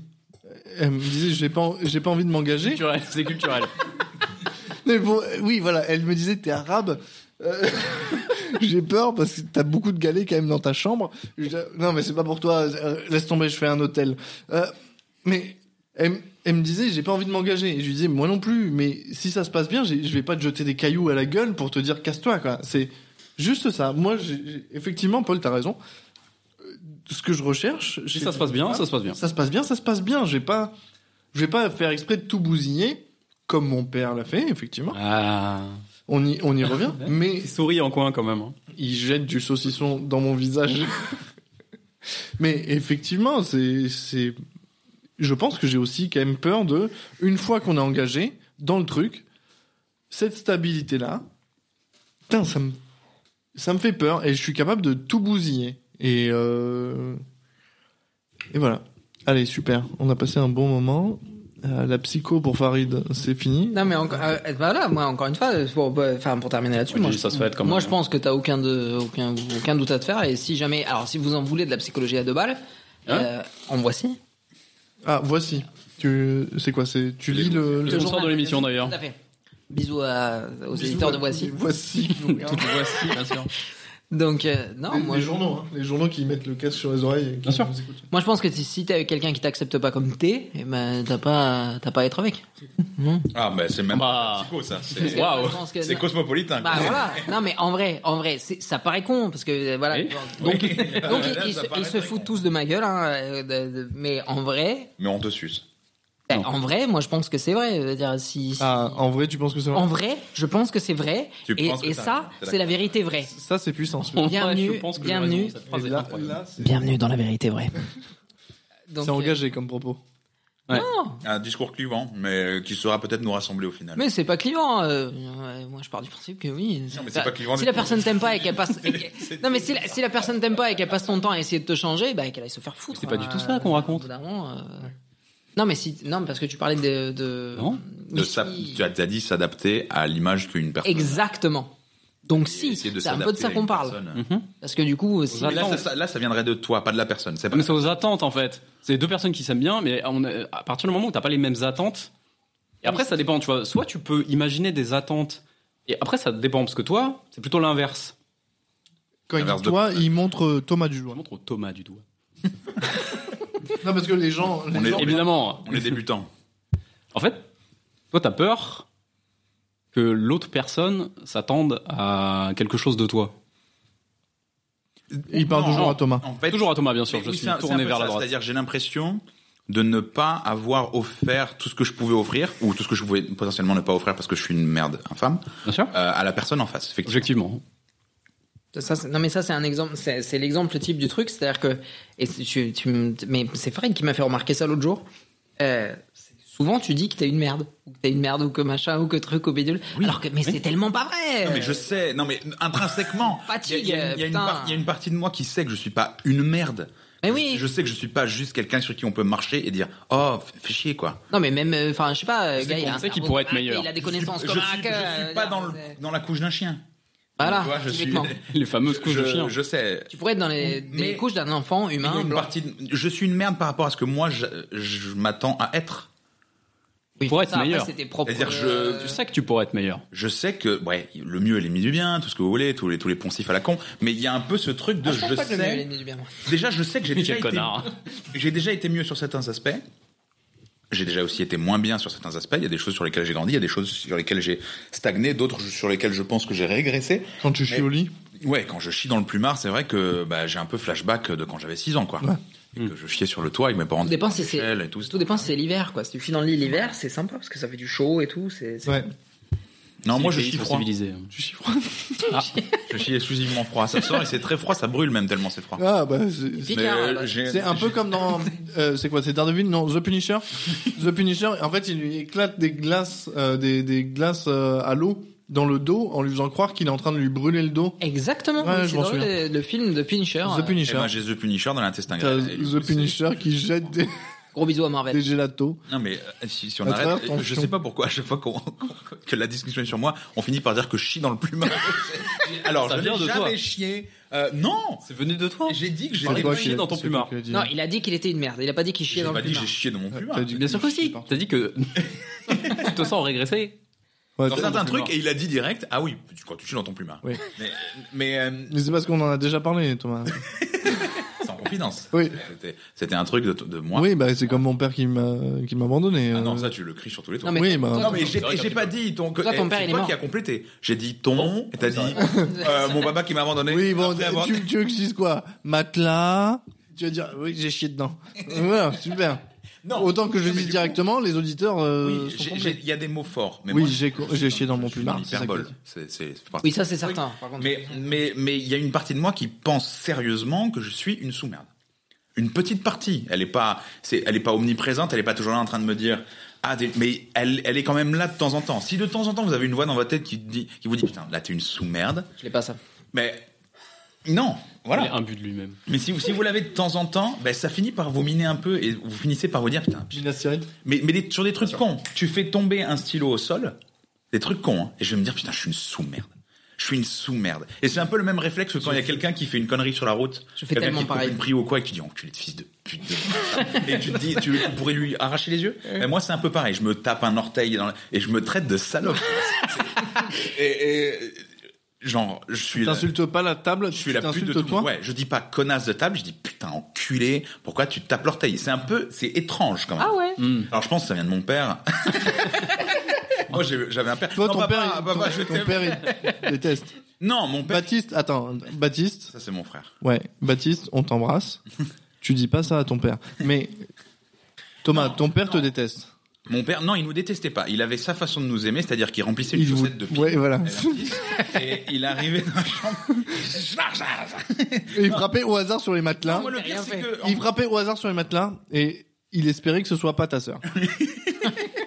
A: Elle me disait, j'ai pas, en- j'ai pas envie de m'engager.
D: Culturel, c'est culturel.
A: Mais bon, euh, oui, voilà, elle me disait, t'es arabe. Euh, J'ai peur parce que t'as beaucoup de galets quand même dans ta chambre. Je dis, non, mais c'est pas pour toi. euh, Laisse tomber, je fais un hôtel. Euh, mais elle, m- elle me disait, j'ai pas envie de m'engager. Et je lui disais, moi non plus. Mais si ça se passe bien, j'ai- je vais pas te jeter des cailloux à la gueule pour te dire casse-toi, quoi. C'est juste ça. Moi, j'ai- j'ai- effectivement, Paul, t'as raison. Euh, Ce que je recherche, chez
D: Si ça se passe bien, ça se passe bien.
A: ça se passe bien, ça se passe bien. Je vais pas, je vais pas faire exprès de tout bousiller comme mon père l'a fait, effectivement.
D: Ah.
A: On y, on y revient, mais
D: Il sourit en coin quand même. hein.
A: il jette du saucisson dans mon visage. Mais effectivement, c'est, c'est, je pense que j'ai aussi quand même peur de, une fois qu'on est engagé dans le truc, cette stabilité-là, putain, ça me, ça me fait peur et je suis capable de tout bousiller. Et, euh, et voilà. Allez, super. On a passé un bon moment. Euh, la psycho pour Farid, c'est fini.
B: Non mais encore, euh, voilà, moi encore une fois, euh, pour, bah, enfin pour terminer là-dessus,
D: Oui,
B: moi,
D: dis,
B: je-
D: ça se fait comme
B: moi
D: un-
B: je pense que t'as aucun de, aucun, aucun doute à te faire et si jamais, alors si vous en voulez de la psychologie à deux balles,
D: Hein
B: euh, en voici.
A: Ah, voici. Tu, c'est quoi c'est, Tu lis le. le-
D: Le sponsor de l'émission, d'ailleurs.
B: Tout à fait. Bisous à- aux
A: Bisous
B: éditeurs de
A: à-
B: voici.
A: Voici.
D: Voici, bien sûr.
B: Donc euh, non,
A: les,
B: moi
A: les
B: je-
A: journaux, hein. les journaux qui mettent le casque sur les oreilles. Et qui
D: Bien sûr.
A: nous écoutent.
B: Moi, je pense que si- si t'es avec quelqu'un qui t'accepte pas comme t'es, eh ben, t'as pas, t'as pas à être avec.
C: Ah, bah, c'est même
D: Bah.
C: psycho, ça. C'est
D: Waouh.
B: Je pense que-
C: c'est
B: non.
C: cosmopolitain.
B: Bah
C: quoi.
B: voilà. Non, mais en vrai, en vrai, c'est- ça paraît con parce que euh, voilà.
D: Oui.
B: Donc,
C: Oui.
B: donc ils,
C: Là,
B: ils
C: ça
B: se,
C: paraît
B: ils se
C: très
B: foutent
C: con.
B: tous de ma gueule, hein, euh, de- de- mais en vrai,
C: Mais on te suce.
B: ben,
D: Non.
B: en vrai, moi, je pense que c'est vrai. Je veux dire, si, si-
A: Ah, en vrai, tu penses que c'est vrai
B: en vrai, je pense que c'est vrai,
C: Tu
B: et,
C: penses que
B: et
C: t'as-
B: ça,
C: t'es
B: c'est la
C: d'accord.
B: vérité vraie.
A: Ça, c'est puissant. celui-là.
D: Ouais,
B: Bienvenue,
D: je pense que j'ai
B: bienvenue.
D: raison, cette phrase
A: Et
D: est
A: là-
D: incroyable.
A: là, c'est
B: Bienvenue dans la vérité vraie. Donc, euh,
A: c'est engagé comme propos.
C: Un discours clivant, mais euh, qui saura peut-être nous rassembler au final.
B: Mais c'est pas clivant. euh, euh, moi, je pars du principe que oui.
C: Non, mais c'est pas clivant
B: Si
C: du
B: la
C: tout.
B: personne t'aime pas et qu'elle passe, et qu'elle-
C: C'est-
B: non mais si la, si la personne t'aime pas et qu'elle passe son temps à essayer de te changer, bah qu'elle aille se faire foutre.
D: C'est pas du
B: hein,
D: tout ça
B: euh,
D: qu'on raconte.
B: au bout d'un moment, euh. Non mais si, non mais parce que tu parlais de, de...
D: Non.
B: Mais
C: De
B: si.
C: s'ap- Tu as, tu as dit s'adapter à l'image qu'une personne.
B: Exactement. Donc si,
C: Essayer
B: c'est un peu de
C: s'adapter
B: ça
C: à
B: qu'on
C: une
B: parle. Mm.
C: personne.
D: Mhm.
B: Parce que du coup, si-
D: Aux
C: Mais là,
D: attentes.
C: ça- ça, là, ça viendrait de toi, pas de la personne. C'est pas
D: Mais c'est aux attentes en fait. C'est deux personnes qui s'aiment bien, mais on est- à partir du moment où t'as pas les mêmes attentes. Et après, ça dépend, tu vois. Soit tu peux imaginer des attentes. Et après, ça dépend, parce que toi, c'est plutôt l'inverse.
A: Quand il
C: Inverse
A: dit
C: de-
A: toi, il montre euh, Thomas du
D: Je
A: doigt.
D: montre au Thomas du doigt.
A: Non, parce que les gens. les
C: On est-
A: gens-
D: Évidemment.
C: On est débutant.
D: En fait, toi, t'as peur que l'autre personne s'attende à quelque chose de toi.
A: Il parle
C: Non,
A: toujours
C: non.
A: à Thomas.
C: En fait,
D: Toujours à Thomas, bien sûr. Je
C: Oui,
D: suis
C: c'est un- c'est un
D: tourné
C: peu
D: vers
C: ça.
D: la droite.
C: C'est-à-dire, j'ai l'impression de ne pas avoir offert tout ce que je pouvais offrir ou tout ce que je pouvais potentiellement ne pas offrir parce que je suis une merde infâme
D: Bien sûr.
C: euh, à la personne en face. Effectivement.
D: Objectivement. hein.
B: Ça, c'est- non mais ça c'est un exemple, c'est c'est l'exemple type du truc, c'est-à-dire que et c'est- tu, tu me- mais c'est Fred qui m'a fait remarquer ça l'autre jour. Euh, c'est- souvent tu dis que t'es une merde, ou que t'es une merde ou que machin ou que truc ou bidule, alors que mais c'est tellement pas vrai.
C: Non mais je sais, non mais intrinsèquement,
B: Fatigue,
C: il y a- il y, a une
B: putain.
C: par- il y a une partie de moi qui sait que je suis pas une merde.
B: Mais
C: Je-
B: oui.
C: Je sais que je suis pas juste quelqu'un sur qui on peut marcher et dire oh f- fais chier quoi.
B: Non mais même, euh, enfin je sais pas, euh,
D: sais
B: gars, il
D: qu'on
B: a un
D: sait qu'il
B: cerveau
D: pourrait être
B: craqué,
D: meilleur.
B: Il a des
C: Je suis,
B: connaissances
C: je
B: comme un
C: suis-
B: cœur,
C: je suis
B: euh,
C: pas
B: non,
C: dans, le-
B: c'est-
C: dans la couche d'un chien.
B: Voilà,
C: Tu vois, je suis-
B: typiquement.
D: Les fameuses couches
C: je,
D: de chien.
C: je sais.
B: Tu pourrais être dans les, dans les
C: Mais-
B: couches d'un enfant
C: Mais il y a
B: humain.
C: une
B: Hein, blanc.
C: partie de- je suis une merde par rapport à ce que moi je, je m'attends à être.
B: Oui,
D: Pour
B: ça,
D: être
B: après,
D: meilleur.
B: c'est tes propres,
C: C'est-à-dire, je-
B: euh,
D: Tu sais que tu pourrais être meilleur.
C: Je sais que ouais, le mieux est l'ennemi du bien, tout ce que vous voulez, tous les tous les poncifs à la con, mais il y a un peu ce truc de
B: Ah,
C: je,
B: je pense pas que le mieux, il est
C: sais.
B: né du bien, moi.
C: Déjà je sais que j'ai déjà
D: Quel
C: été
D: connard.
C: j'ai déjà été mieux sur certains aspects. J'ai déjà aussi été moins bien sur certains aspects. Il y a des choses sur lesquelles j'ai grandi, il y a des choses sur lesquelles j'ai stagné, d'autres sur lesquelles je pense que j'ai régressé.
A: Quand tu chies
C: Mais-
A: au lit.
C: Ouais, quand je chie dans le plumard, c'est vrai que bah, j'ai un peu flashback de quand j'avais 6 ans, quoi.
D: Hmm.
C: Et que je chiais sur le toit avec mes parents.
B: Tout dépend si c'est-
C: Et tout.
B: Tout dépend si c'est l'hiver, quoi. Si tu chies dans le lit l'hiver, c'est sympa parce que ça fait du chaud et tout. C'est c'est-
A: Ouais.
C: Non, moi je
D: suis
C: chie froid.
D: civilisé.
A: Tu chies froid.
D: Ah,
C: Je chie exclusivement froid. Ça sort et c'est très froid, ça brûle même tellement c'est froid.
A: Ah, bah, c'est-
B: pique, hein,
C: euh,
B: là-bas.
C: j'ai-
A: C'est un peu comme dans. euh, c'est quoi C'est Daredevil Non, The Punisher The Punisher, en fait, il lui éclate des glaces, euh, des, des glaces euh, à l'eau dans le dos en lui faisant croire qu'il est en train de lui brûler le dos.
B: Exactement.
A: Ouais,
B: oui,
A: je
B: c'est
A: m'en
B: drôle,
A: souviens.
B: le, le film de Punisher. euh,
A: The
C: Eh
A: Punisher.
C: ben, j'ai The Punisher dans l'intestin.
A: T'as
C: grêle. Et du coup,
A: The
C: c'est-
A: Punisher qui jette des,
B: Gros bisous à Marvel.
A: des gelatos.
C: Non mais euh, si, si on
A: À
C: arrête,
A: travers ton
C: je
A: fion.
C: sais pas pourquoi à chaque fois qu'on qu'on- que la discussion est sur moi, on finit par dire que je chie dans le plumard. Alors
D: Ça
C: je
D: vient
C: n'ai
D: de
C: jamais
D: toi.
C: chié. Euh, non,
D: C'est venu de toi.
C: j'ai dit que j'ai
A: C'est toi qui-
D: dans ton
A: c'est
D: plumard.
A: toi qui l'as dit.
B: Non, il a dit qu'il était une merde. Il a pas dit qu'il chiait
C: J'ai
B: dans
C: pas
B: le
C: dit que
B: plumard.
C: j'ai chié dans mon plumard.
A: T'as dit-
D: Bien sûr que si.
A: partout.
D: T'as dit que tu te sens régressé.
A: Ouais,
C: Dans
A: t'as-
C: certains
D: dans ton
C: trucs et il a dit direct ah oui tu- quand tu chies dans ton plumard.
A: Oui.
C: Mais, mais euh,
A: Mais c'est parce qu'on en a déjà parlé, Thomas.
C: c'est en confidence.
A: Oui.
C: C'était- C'était un truc de, de moi.
A: Oui, bah c'est comme mon père qui m'a qui m'a abandonné.
C: Ah
A: euh.
C: non ça tu le cries sur tous les toits.
B: Non, mais-
A: oui, bah.
B: Toi,
C: Non mais j'ai
D: C'est vrai
C: j'ai
D: que-
C: pas dit ton que-
B: Toi, ton
C: eh,
B: père,
C: c'est
B: il est
C: toi
B: mort.
C: qui a complété. J'ai dit ton et t'as dit euh, mon papa qui m'a abandonné.
A: Oui, bon,
C: après avoir-
A: tu, tu veux que je dise quoi Matelas Tu vas dire, oui, j'ai chié dedans. voilà, super.
C: Non.
A: Autant que je
C: Non,
A: le
C: mais
A: dise
C: du
A: directement, les auditeurs euh,
C: Oui,
A: sont
C: j'ai-
A: complets.
C: j'ai- il y a des mots forts. Mais
A: Oui,
C: moi,
A: j'ai-
C: je-
A: j'ai
C: je-
A: chié dans mon
C: je suis
A: plumard,
C: une
A: c'est ça que
C: hyperbole.
A: je dis.
E: C'est- c'est- c'est parti.
B: Oui, ça c'est certain. Par contre,
C: Mais mais mais il y a une partie de moi qui pense sérieusement que je suis une sous-merde. Une petite partie. Elle est pas c'est elle est pas omniprésente. Elle est pas toujours là en train de me dire ah t'es- mais elle elle est quand même là de temps en temps. Si de temps en temps vous avez une voix dans votre tête qui dit qui vous dit putain là t'es une sous-merde.
B: je l'ai pas ça.
C: Mais non
D: Voilà.
C: voilà.
D: un but de lui-même.
C: Mais si, vous- si vous l'avez de temps en temps, ben, ça finit par vous miner un peu et vous finissez par vous dire putain
A: Gina Cyril.
C: Mais, mais des- sur des trucs cons. Tu fais tomber un stylo au sol, des trucs cons, hein, et je vais me dire, putain, je suis une sous-merde. Je suis une sous-merde. Et c'est un peu le même réflexe que quand il y a quelqu'un qui fait une connerie sur la route.
B: Je fais
C: quelqu'un
B: tellement
C: qui te coupe
B: pareil.
C: Une prix ou quoi, et que tu dis, enculé de fils de pute. de- et tu te dis, tu, tu pourrais lui arracher les yeux. Mais moi, c'est un peu pareil. Je me tape un orteil dans la- et je me traite de salope. C'est- et, et- genre, je suis.
A: T'insultes pas la table,
C: Je suis
A: tu
C: la pute de tout.
A: t'insultes
C: le
A: toi
C: monde. Ouais, je dis pas connasse de table, je dis putain enculé, pourquoi tu te tapes l'orteil C'est un peu, c'est étrange quand même.
B: ouais.
C: Alors je pense que ça vient de mon père. Moi j'ai- j'avais un père.
A: Toi,
C: Non,
A: ton
C: papa,
A: père, il-
C: papa,
A: ton-
C: je
A: ton
C: t'aime.
A: père, Bah- il déteste.
C: Non, mon père.
A: Baptiste, attends, Baptiste,
C: Ça c'est mon frère.
A: ouais, Baptiste, on t'embrasse. tu dis pas ça à ton père. Mais Thomas, ton père te déteste.
C: Mon père, non, il nous détestait pas. Il avait sa façon de nous aimer, c'est-à-dire qu'il remplissait une
A: Il vous-
C: chaussette de pied.
A: Ouais, voilà.
C: Et il arrivait dans la chambre.
A: Et il frappait au hasard sur les matelas.
C: Moi, le pire,
B: rien
C: c'est
B: fait.
C: que.
A: Il frappait au hasard sur les matelas et il espérait que ce soit pas ta sœur.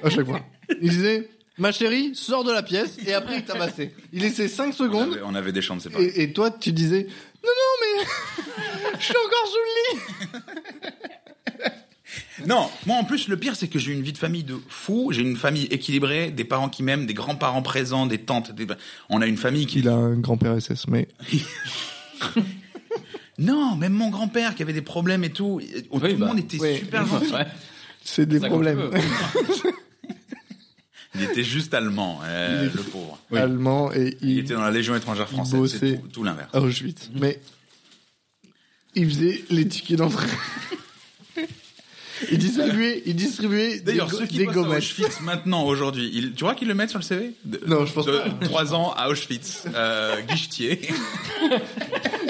A: à chaque fois. Il disait, ma chérie, sors de la pièce et après il tabassait. Il laissait 5
C: On
A: secondes
C: avait, on avait des chambres séparées.
A: et, et toi tu disais, non, non, mais je suis encore sous le lit.
C: Non, moi en plus le pire c'est que j'ai une vie de famille de fou, j'ai une famille équilibrée, des parents qui m'aiment, des grands-parents présents, des tantes, des... on a une famille qui...
A: a un grand-père SS, mais
C: Non, même mon grand-père qui avait des problèmes et tout, et- oh, tout le
D: bah,
C: monde était
A: ouais.
C: super gentil.
D: Ouais.
A: c'est des
D: Ça, comme
A: problèmes.
D: tu
C: Il était juste allemand, euh,
A: Il est-
C: le pauvre.
A: Allemand et
C: Il
A: il,
C: était dans la Légion étrangère française,
A: bossait.
C: c'est tout, tout l'inverse.
A: Auschwitz. Mais il faisait les tickets d'entrée. il distribuait, il distribuait des,
C: D'ailleurs,
A: go-
C: ceux qui
A: des
C: bossent à
A: gommettes.
C: Auschwitz maintenant, aujourd'hui, ils- tu vois qu'ils le mettent sur le CV De-
A: Non, je pense
C: de
A: pas.
C: Trois ans à Auschwitz, euh, guichetier.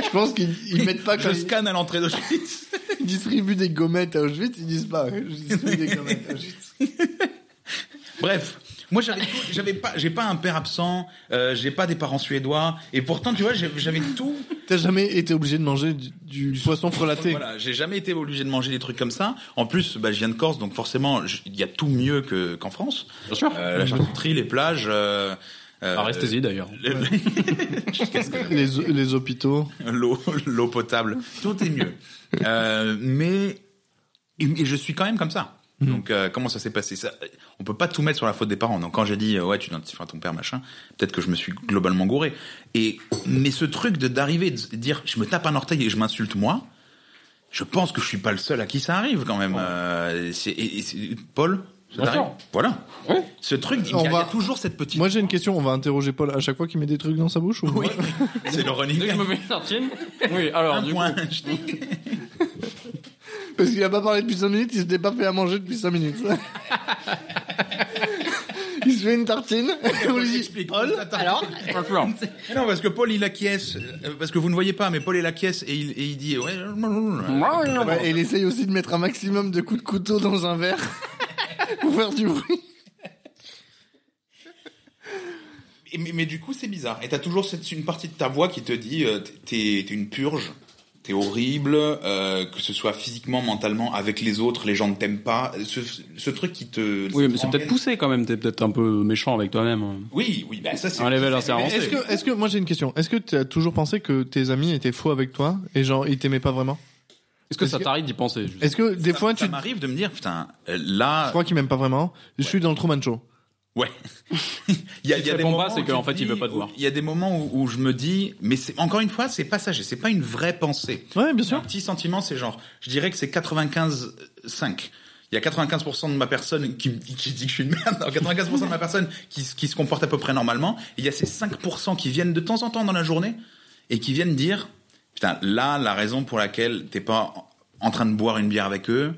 A: Je pense qu'ils ils mettent pas
C: Je
A: comme
C: scanne à l'entrée d'Auschwitz.
A: ils distribuent des gommettes à Auschwitz, ils disent pas. hein, Je distribue des gommettes à Auschwitz.
C: Bref, moi j'avais tout- j'avais pas, j'ai pas un père absent, euh, j'ai pas des parents suédois, et pourtant tu vois j'ai- j'avais tout.
A: T'as jamais été obligé de manger du, du poisson frelaté.
C: Voilà, j'ai jamais été obligé de manger des trucs comme ça. En plus, bah, je viens de Corse, donc forcément je- il y a tout mieux que qu'en France.
D: Bien sûr. Ah,
C: Euh, la charcuterie, les plages. Euh, euh,
D: Restez-y d'ailleurs.
C: le-
A: Les, les hôpitaux.
C: l'eau, l'eau potable, tout est mieux. Euh, mais et je suis quand même comme ça. Donc euh, comment ça s'est passé ça, On peut pas tout mettre sur la faute des parents. Donc quand j'ai dit euh, ouais tu t'identifies à ton père machin, peut-être que je me suis globalement gouré. Et mais ce truc de d'arriver et de se dire je me tape un orteil et je m'insulte moi, je pense que je suis pas le seul à qui ça arrive quand même. Euh, c'est, et- et c'est- Paul, ça
D: Bien
C: t'arrive
D: sûr.
C: voilà.
D: Oui.
C: Ce truc, il y a,
A: On
C: il y a
A: va-
C: toujours cette petite.
A: Moi j'ai une question, on va interroger Paul à chaque fois qu'il met des trucs dans sa bouche ou
C: oui, c'est le running.
D: Dès que je me
C: gag.
D: fais une tartine. Oui, alors
C: Un
D: du
C: point.
D: coup.
A: Parce qu'il a pas parlé depuis 5 minutes, il s'était pas fait à manger depuis 5 minutes. il se fait une tartine et on lui dit
C: Explique.
A: Paul,
C: Attends.
B: Alors,
D: Franchement.
C: Mais Non, parce que Paul, il acquiesce. euh, Parce que vous ne voyez pas, mais Paul, il acquiesce et il, et il dit. Ouais, euh,
A: Ouais, et il essaye aussi de mettre un maximum de coups de couteau dans un verre pour faire du bruit.
C: et- mais, mais du coup, c'est bizarre. Et t'as toujours cette, une partie de ta voix qui te dit euh, t'es t'es une purge, t'es horrible, euh, que ce soit physiquement, mentalement, avec les autres, les gens ne t'aiment pas. Ce, ce truc qui te.
D: Oui, mais c'est peut-être
C: emmène-
D: poussé quand même. T'es peut-être un peu méchant avec toi-même. hein.
C: Oui, oui, bah ça c'est.
D: Un level assez avancé.
A: Est-ce que, est-ce que, moi j'ai une question. Est-ce que tu as toujours pensé que tes amis étaient faux avec toi et genre ils t'aimaient pas vraiment
D: Est-ce que
A: Est-ce
D: ça
A: que-
D: t'arrive d'y penser juste
A: Est-ce que des
C: Ça-
A: fois
C: ça
A: tu
C: m'arrive de me dire putain, euh,
A: je
C: là.
A: crois qu'ils m'aiment pas vraiment Je suis dans le Truman Show.
C: Ouais. il y a,
D: Si
C: il y a
D: tu
C: des
D: réponds
C: moments
D: pas, c'est
C: où
D: que,
C: tu
D: en fait,
C: te
D: il
C: dis-
D: veut pas te voir.
C: Il y a des moments où, où je me dis, mais c'est encore une fois, c'est passager, c'est pas une vraie pensée.
A: Ouais, bien
C: Un petit sentiment, c'est genre, je dirais que c'est 95-5. Il y a 95% de ma personne qui, me- qui dit que je suis une merde, non, 95% de ma personne qui, se- qui se comporte à peu près normalement, et il y a ces 5% qui viennent de temps en temps dans la journée, et qui viennent dire, putain, là, la raison pour laquelle t'es pas en- en train de boire une bière avec eux,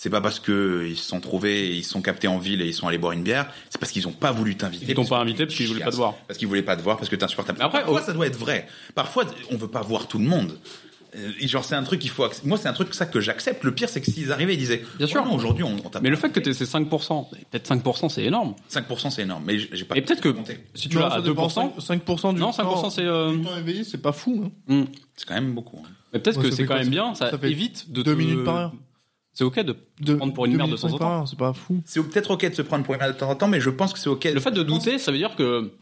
C: c'est pas parce que ils se sont trouvés, et ils se sont captés en ville et ils sont allés boire une bière, c'est parce qu'ils ont pas voulu t'inviter.
D: Ils t'ont
C: parce
D: pas
C: que
D: invité parce qu'ils voulaient pas te voir.
C: parce qu'ils voulaient pas te voir, parce que t'es insupportable.
D: Mais après,
C: parfois,
D: au-
C: ça doit être vrai. Parfois, on veut pas voir tout le monde. Euh, Genre, c'est un truc qu'il faut. acc- Moi, c'est un truc ça que j'accepte. Le pire, c'est que s'ils arrivaient, ils disaient
D: Bien sûr.
C: "Oh non, aujourd'hui, on, on tape
D: Mais le fait que tu ces 5%, peut-être 5%, c'est énorme.
C: 5%, c'est énorme. Mais j'ai j'ai pas.
D: Et peut-être que
C: compté.
D: si tu l'as à 2%,
A: 5% du temps,
D: non, 5% c'est. euh,
A: du temps éveillé, c'est pas fou. hein.
D: hmm.
C: C'est quand même beaucoup. hein.
D: Mais peut-être
A: Ouais,
D: que
A: ça
D: c'est
A: fait
D: quand
A: quoi,
D: même
A: ça-
D: bien, ça,
A: ça fait
D: évite de.
A: deux
D: te-
A: minutes par heure.
D: C'est ok de.
A: De,
D: Prendre pour une
A: deux
D: merde de
A: minutes cinq
D: temps en
A: par
D: temps.
A: heure, C'est pas fou.
C: C'est peut-être ok de se prendre pour une heure de temps en temps, mais je pense que c'est ok.
D: Le fait de douter, ça veut dire que.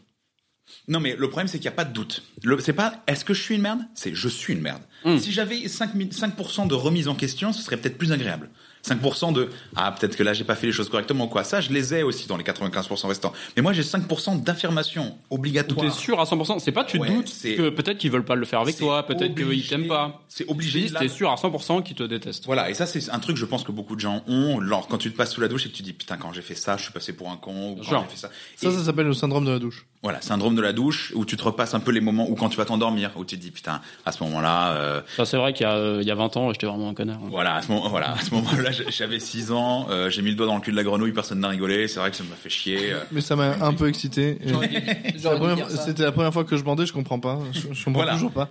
C: Non, mais le problème, c'est qu'il n'y a pas de doute. Le- C'est pas est-ce que je suis une merde C'est je suis une merde.
D: Hmm.
C: Si j'avais 5, 5% de remise en question, ce serait peut-être plus agréable. 5% de ah, peut-être que là, j'ai pas fait les choses correctement ou quoi. Ça, je les ai aussi dans les 95% restants. Mais moi, j'ai 5% d'affirmation
D: Où t'es
C: obligatoire.
D: sûr à 100%. C'est pas tu
C: Ouais,
D: doutes
C: c'est-
D: que peut-être qu'ils veulent pas le faire avec
C: C'est
D: toi, peut-être qu'ils
C: obligé-
D: t'aiment pas.
C: C'est
D: J'ai
C: obligé.
D: dit,
C: de la-
D: t'es sûr à 100% qu'ils te détestent.
C: Voilà, et ça c'est un truc je pense que beaucoup de gens ont. Genre quand tu te passes sous la douche et que tu dis putain quand j'ai fait ça, je suis passé pour un con. Ou quand
D: Genre.
C: j'ai fait ça.
A: Ça,
C: Et-
A: ça s'appelle le syndrome de la douche.
C: Voilà, syndrome de la douche où tu te repasses un peu les moments où quand tu vas t'endormir où tu te dis putain à ce moment-là, euh,
F: Ça, c'est vrai qu'il y, a, euh, il y a 20 ans, j'étais vraiment un connard. hein.
C: voilà à ce moment voilà à ce moment-là j'- j'avais 6 ans, euh, j'ai mis le doigt dans le cul de la grenouille, personne n'a rigolé, c'est vrai que ça m'a fait chier. euh.
A: Mais ça m'a un peu excité. Et
B: J'aurais dû-
A: c'est la
B: j'aurais dû
A: première-
B: dire ça.
A: C'était la première fois que je bandais, je comprends pas. Je, je comprends
C: Voilà.
A: toujours pas.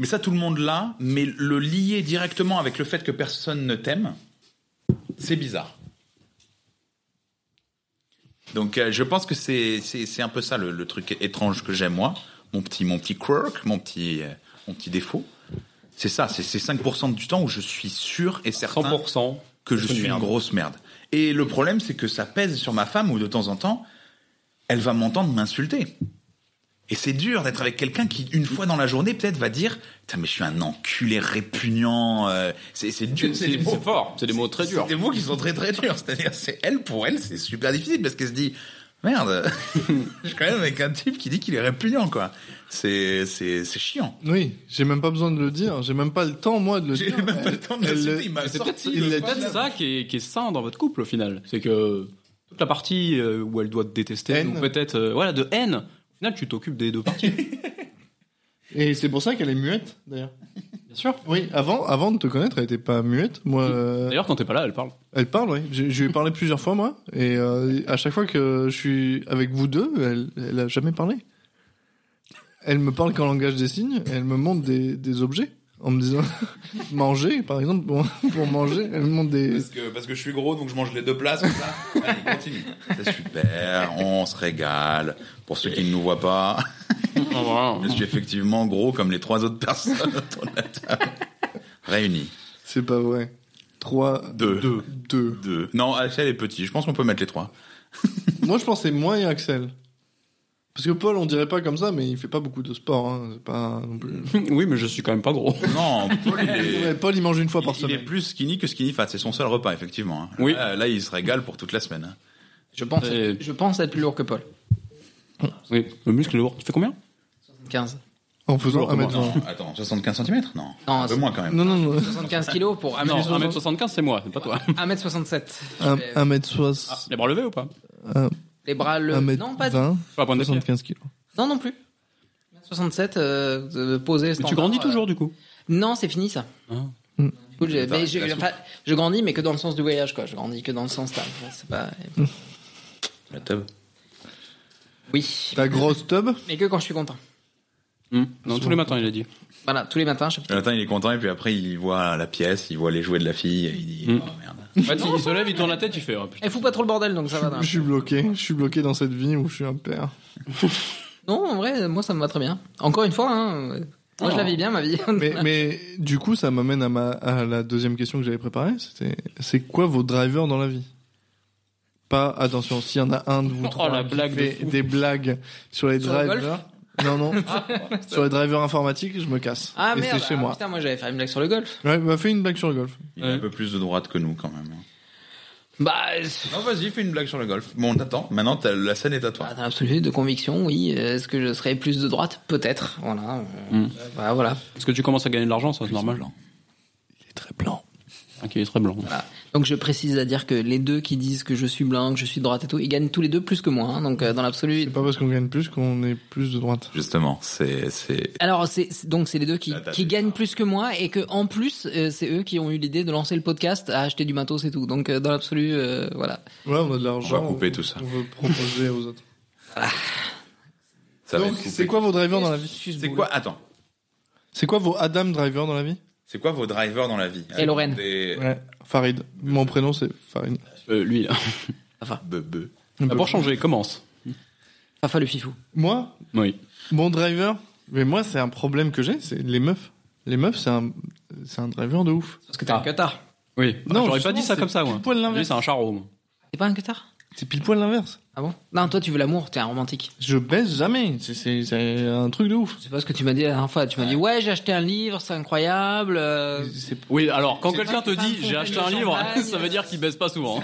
C: Mais ça tout le monde l'a, mais le lier directement avec le fait que personne ne t'aime, c'est bizarre. Donc euh, je pense que c'est c'est c'est un peu ça le, le truc étrange que j'aime moi, mon petit mon petit quirk, mon petit euh, mon petit défaut. C'est ça, c'est c'est 5% du temps où je suis sûr et certain
D: 100%.
C: que je
D: C'est une
C: suis une
D: merde.
C: grosse merde. Et le problème, c'est que ça pèse sur ma femme où de temps en temps, elle va m'entendre m'insulter. Et c'est dur d'être avec quelqu'un qui, une fois dans la journée, peut-être va dire Putain, mais je suis un enculé répugnant. euh, C'est c'est dur.
D: C'est c'est- c'est fort, c'est des mots très durs.
C: C'est des mots qui sont très très durs. C'est-à-dire, c'est elle, pour elle, c'est super difficile parce qu'elle se dit Merde, je suis quand même avec un type qui dit qu'il est répugnant, quoi. C'est c'est- c'est chiant.
A: Oui, j'ai même pas besoin de le dire. J'ai même pas le temps, moi, de le
C: J'ai
A: dire.
C: même pas le temps de
A: elle-
C: l'insulter. Il m'a
D: C'est peut-être
C: sorti.
D: c'est
A: il
C: le
A: l'a
C: doigt de
D: peut-être
C: la-
D: ça qui est, qui est sain dans votre couple au final. C'est que toute la partie euh, où elle doit te détester,
A: Haine.
D: ou peut-être euh, voilà, de haine, au final tu t'occupes des deux parties.
A: Et c'est pour ça qu'elle est muette, d'ailleurs.
D: Bien sûr.
A: Oui, avant, avant de te connaître, elle était pas muette. Moi, euh,
D: D'ailleurs, quand t'es pas là, elle parle.
A: elle parle, oui. Je, je lui ai parlé plusieurs fois, moi. Et euh, à chaque fois que je suis avec vous deux, elle, elle a jamais parlé. Elle me parle qu'en langage des signes. Elle me montre des, des objets en me disant manger, par exemple, pour, pour manger. Elle me montre des.
C: Parce que, parce que je suis gros, donc je mange les deux places, comme ça. Allez, continue. C'est super, on se régale. Pour ceux qui ne nous voient pas,
F: Ah, voilà.
C: je suis effectivement gros comme les trois autres personnes autour de la table. Réunis.
A: C'est pas vrai. Trois,
C: Deux. Deux.
A: deux.
C: Non, Axel est petit. Je pense qu'on peut mettre les trois.
A: Moi, je pensais moi et Axel. Parce que Paul, on dirait pas comme ça, mais il fait pas beaucoup de sport. Hein. C'est pas non plus.
D: oui, mais je suis quand même pas gros.
C: Non, Paul, il
A: Ouais,
C: est,
A: Paul, il mange une fois par
C: il- il est
A: semaine.
C: plus skinny que skinny fat. C'est son seul repas, effectivement. hein.
D: Oui.
C: Là, là, il se régale pour toute la semaine. hein.
B: Je pense,
D: Et-
B: je pense être plus lourd que Paul.
D: Oui, le muscle est lourd. Tu fais combien
B: 15.
A: En faisant
D: Toujours,
A: 1m20.
C: Non, attends, 75 cm Non.
B: Non,
C: Un peu
B: c'est-
C: moins quand même.
A: Non, non, non.
B: 75 kilos pour 1m,
D: Non, 1m75, c'est moi, c'est pas toi.
B: 1m67.
A: Un-
B: Ah, Je fais
A: 1m60.
D: Les bras levés ou pas
A: un-
B: Les bras le. Non, pas.
A: 1m20.
D: Pas la pointe de pied.
A: 75 kilos.
B: Non, non plus. 67, euh, de poser.
D: Mais
B: standard,
D: tu grandis
B: euh,
D: toujours du coup.
B: Non, c'est fini ça.
D: Ah. Bah,
A: Mm.
B: Du coup, j'ai-
C: T'as-
B: mais j'ai-
C: t'as
B: enfin, je grandis, mais que dans le sens du voyage, quoi. Je grandis que dans le sens là. C'est pas.
C: La tub.
B: Oui.
A: Ta grosse tub
B: Mais que quand je suis content.
D: Hmm. Non, tous les matins, il a dit.
B: Voilà, tous les matins, je
C: Le matin, il est content, et puis après, il voit la pièce, il voit les jouets de la fille, et il dit
D: Mm.
C: Oh merde.
D: En fait, il se lève, il tourne la tête, il fait. oh, putain.
B: Elle fout Eh, pas trop le bordel, donc ça va. dans-
A: Je suis bloqué. Je suis bloqué dans cette vie où je suis un père.
B: Non, en vrai, moi ça me va très bien. Encore une fois, hein, euh, moi je
D: Oh.
B: la vis bien ma vie.
A: Mais, mais du coup, ça m'amène à, ma, à la deuxième question que j'avais préparée. C'était c'est quoi vos drivers dans la vie Pas, attention, s'il y en a un de vous
D: Oh,
A: trois
D: la
A: qui
D: blague de
A: fait
D: fou.
A: des blagues sur les
B: Sur le golf
A: drivers. Non, non. sur les drivers informatiques, je me casse.
B: Ah
A: Et
B: merde,
A: c'est chez
B: ah,
A: moi.
B: putain, moi j'avais fait une blague sur le golf.
A: Ouais, bah fais une blague sur le golf.
C: Il est un peu plus de droite que nous, quand même. hein.
B: Bah,
C: Non, vas-y, fais une blague sur le golf. Bon, on t'attend. Maintenant, t'as- la scène est à
D: Ah,
C: toi.
B: dans l'absolu, de conviction, oui. Est-ce que je serais plus de droite Peut-être. Voilà. euh,
D: Mm.
B: bah, voilà.
D: Parce que tu commences à gagner de l'argent, ça, c'est normal.
A: Il est très blanc.
D: Ok, il est très blanc.
B: Donc je précise à dire que les deux qui disent que je suis blanc, que je suis de droite et tout, ils gagnent tous les deux plus que moi. hein. donc euh, dans l'absolu.
A: C'est pas parce qu'on gagne plus qu'on est plus de droite.
C: Justement, c'est, c'est,
B: Alors c'est c'est- donc c'est les deux qui,
C: Là, t'as
B: qui
C: fait
B: gagnent
C: ça.
B: plus que moi et que en plus euh, c'est eux qui ont eu l'idée de lancer le podcast, à acheter du matos et tout. Donc euh, dans l'absolu, euh, voilà.
A: Ouais, on a de l'argent.
C: On va couper tout ça.
A: On veut proposer aux autres.
C: ça va
A: Donc,
C: être coupé.
A: c'est quoi vos drivers dans la vie
C: C'est quoi? Attends.
A: C'est quoi vos Adam drivers dans la vie
C: C'est quoi vos drivers dans la vie
B: Et Lorraine.
C: Des-
A: Ouais. Farid. Mon prénom, c'est Farid.
F: Euh, lui, là.
C: Be- be.
D: Ah, Pour changer, commence.
B: Fafa le fifou.
A: Moi,
D: Oui.
A: Bon driver, mais moi c'est un problème que j'ai, c'est les meufs. Les meufs, c'est un, c'est un driver de ouf.
B: Parce que t'es un cutard.
D: Oui.
A: Non,
D: Non, j'aurais pas
A: justement,
D: dit ça
A: c'est
D: comme ça, moi.
A: pile poil l'inverse.
D: Lui, c'est un charreau. moi.
B: T'es pas un cutard
A: C'est pile poil l'inverse.
B: Ah bon Non, toi tu veux l'amour, t'es un romantique.
A: Je baisse jamais. C'est, c'est, c'est un truc de ouf.
B: C'est pas ce que tu m'as dit la dernière fois. Tu m'as dit ouais j'ai acheté un livre, c'est incroyable. euh,
A: C'est-
D: Oui, alors, quand
B: C'est
D: quelqu'un te
B: pas une
D: dit
B: fontaine
D: j'ai acheté
B: de
D: un livre,
B: champagne.
D: ça veut dire qu'il baisse pas souvent.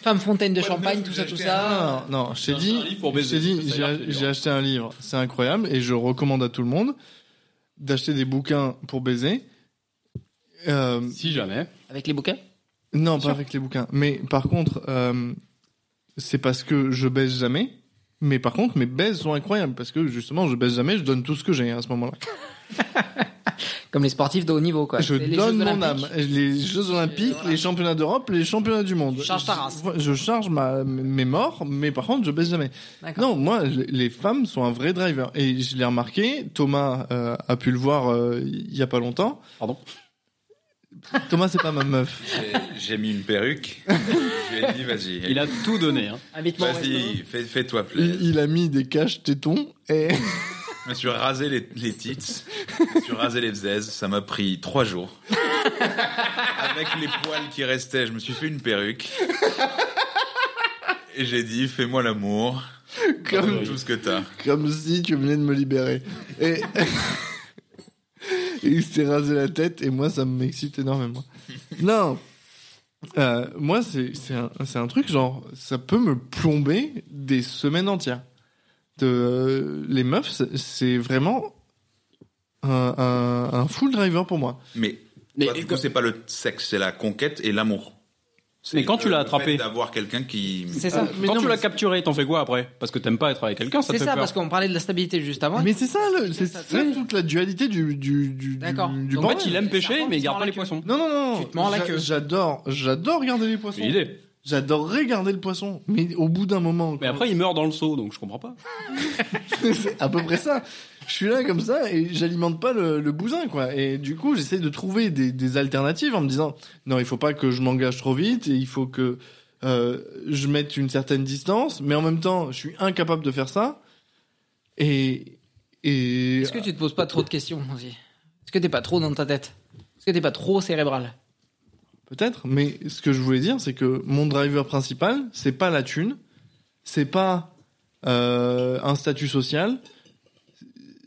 B: Femme fontaine de
C: Ouais,
B: champagne,
C: mais
B: tout
C: vous
B: ça,
C: achetez
B: tout
A: Ah,
B: ça.
A: non, je t'ai
D: un
A: dit,
D: livre pour
A: je t'ai
D: baiser.
A: dit,
D: Ça a
A: j'ai,
D: l'air
A: j'ai acheté un livre, c'est incroyable, et je recommande à tout le monde d'acheter des bouquins pour baiser. Euh,
D: Si jamais.
B: Avec les bouquins
A: non, pas avec les bouquins. Mais par contre, euh, c'est parce que je baisse jamais. Mais par contre, mes baises sont incroyables parce que justement, je baisse jamais, je donne tout ce que j'ai à ce moment-là.
B: Comme les sportifs de haut niveau quoi.
A: Je
B: Les- les
A: donne
B: Jeux
A: mon âme.
B: Olympiques.
A: Les Jeux Olympiques, les championnats d'Europe, les championnats du monde.
B: Tu charges ta race.
A: Je, je charge ma, mes morts, mais par contre, je baisse jamais.
B: D'accord.
A: Non, moi, les les femmes sont un vrai driver. Et je l'ai remarqué, Thomas euh, a pu le voir euh, il y a pas longtemps.
D: Pardon
A: Thomas, c'est pas ma meuf.
C: J'ai- J'ai mis une perruque. Je lui ai dit, vas-y.
D: Il a tout donné. hein.
B: Un vêtement
C: Vas-y, fais- fais-toi plaisir.
A: Il, il a mis des caches tétons et
C: Je me suis rasé les, les tits, je me suis rasé les zèzes, ça m'a pris trois jours. Avec les poils qui restaient, je me suis fait une perruque. Et j'ai dit, fais-moi l'amour,
A: comme,
C: donne tout ce que t'as.
A: comme si tu venais de me libérer. Et, et il s'est rasé la tête et moi, ça m'excite énormément. Non, Euh, moi, c'est c'est un, c'est un truc, genre, ça peut me plomber des semaines entières. De, euh, les meufs, c'est- c'est vraiment un, un- un full driver pour moi.
C: Mais,
F: Mais
C: toi, Bah, du coup, c'est pas le sexe, c'est la conquête et l'amour. C'est
D: Mais quand tu
C: le
D: l'as
C: fait
D: attrapé
C: d'avoir quelqu'un qui...
B: C'est ça.
A: Mais
D: Quand
A: non,
D: tu l'as
A: mais-
D: capturé, t'en fais quoi après Parce que t'aimes pas être avec quelqu'un, ça te
B: C'est
D: fait
B: ça
D: peur.
B: parce qu'on parlait de la stabilité juste avant.
A: Mais c'est ça, le- c'est ça,
B: ça, oui.
A: toute la dualité du, du, du,
B: D'accord.
A: du, du
B: Donc,
D: En
A: bordel.
D: fait, il aime pêcher,
B: Bah Serpent,
D: mais il
B: tu
D: garde
B: te
D: pas les
B: mords la
D: poissons.
A: Non, non, non.
B: Tu te mords la
A: j'a-
B: queue.
A: J'adore, j'adore garder les
D: C'est
A: poissons.
D: l'idée.
A: J'adorerais garder le poisson. Mais au bout d'un moment.
D: Mais après, il meurt dans le seau, donc je comprends pas.
A: C'est à peu près ça. Je suis là comme ça et j'alimente pas le, le bousin, quoi. Et du coup, j'essaie de trouver des, des alternatives en me disant non, il faut pas que je m'engage trop vite et il faut que euh, je mette une certaine distance, mais en même temps, je suis incapable de faire ça. Et. et...
B: Est-ce que tu te poses pas trop de questions aussi Est-ce que t'es pas trop dans ta tête Est-ce que t'es pas trop cérébral
A: Peut-être, mais ce que je voulais dire, c'est que mon driver principal, c'est pas la thune, c'est pas euh, un statut social,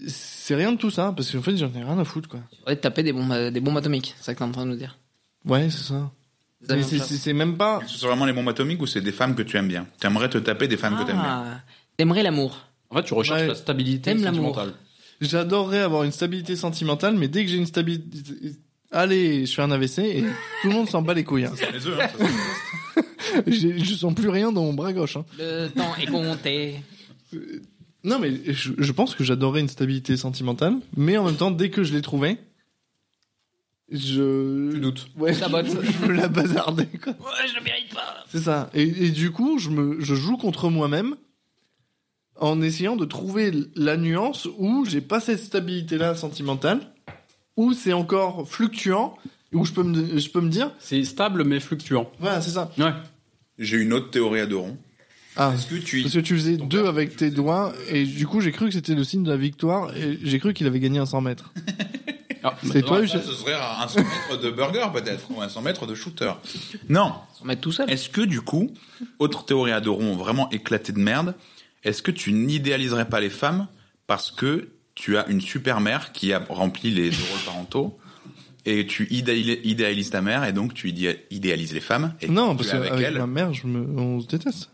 A: c'est rien de tout ça, parce qu'en fait, j'en ai rien à foutre, quoi.
B: Tu pourrais te taper des bombes, euh, des bombes atomiques, c'est ça que t'es en train de nous dire.
A: Ouais, c'est ça.
B: Des
A: Mais
B: avions de
A: c'est-
B: chasse.
A: c'est c'est même pas.
C: Ce sont vraiment les bombes atomiques ou c'est des femmes que tu aimes bien T'aimerais te taper des femmes que t'aimes bien
B: Ah, T'aimerais l'amour.
D: En fait, tu recherches
A: Ouais.
D: la stabilité
B: T'aimes l'amour.
D: sentimentale.
A: J'adorerais avoir une stabilité sentimentale, mais dès que j'ai une stabilité. Allez, je fais un AVC et tout le monde s'en bat les couilles. hein.
C: Les œufs, hein, ça, c'est-
A: J'ai- Je sens plus rien dans mon bras gauche. hein.
B: Le temps est compté.
A: Non, mais je, je pense que j'adorais une stabilité sentimentale, mais en même temps, dès que je l'ai trouvée, je.
D: Tu doutes.
A: Ouais,
B: Ça botte.
A: je me la bazardais, quoi.
B: Ouais, je le mérite pas.
A: C'est ça. Et, et du coup, je, me, je joue contre moi-même en essayant de trouver la nuance où j'ai pas cette stabilité-là sentimentale, où c'est encore fluctuant, et où je peux me, je peux me dire,
D: C'est stable mais fluctuant.
A: voilà, c'est ça.
D: Ouais.
C: J'ai une autre théorie à deux ronds.
A: Ah,
C: Est-ce que tu
A: parce que tu faisais deux
C: là,
A: avec
C: je
A: tes
C: sais.
A: doigts, et du coup, j'ai cru que c'était le signe de la victoire, et j'ai cru qu'il avait gagné un 100 mètres.
C: Bah
D: Ah,
A: C'est
D: bah,
A: toi,
C: Ouais,
A: je-
C: ça, ce serait un 100 mètres de burger peut-être, ou un 100 mètres de shooter. Non.
B: On met tout seul.
C: Est-ce que du coup, autre théorie à deux ronds vraiment éclatée de merde, est-ce que tu n'idéaliserais pas les femmes parce que tu as une super mère qui a rempli les deux rôles parentaux et tu idéali- idéalises ta mère et donc tu idé- idéalises les femmes et
A: Non,
C: tu
A: parce
C: es
A: que
C: avec,
A: avec
C: elle,
A: ma mère, je me, on se déteste.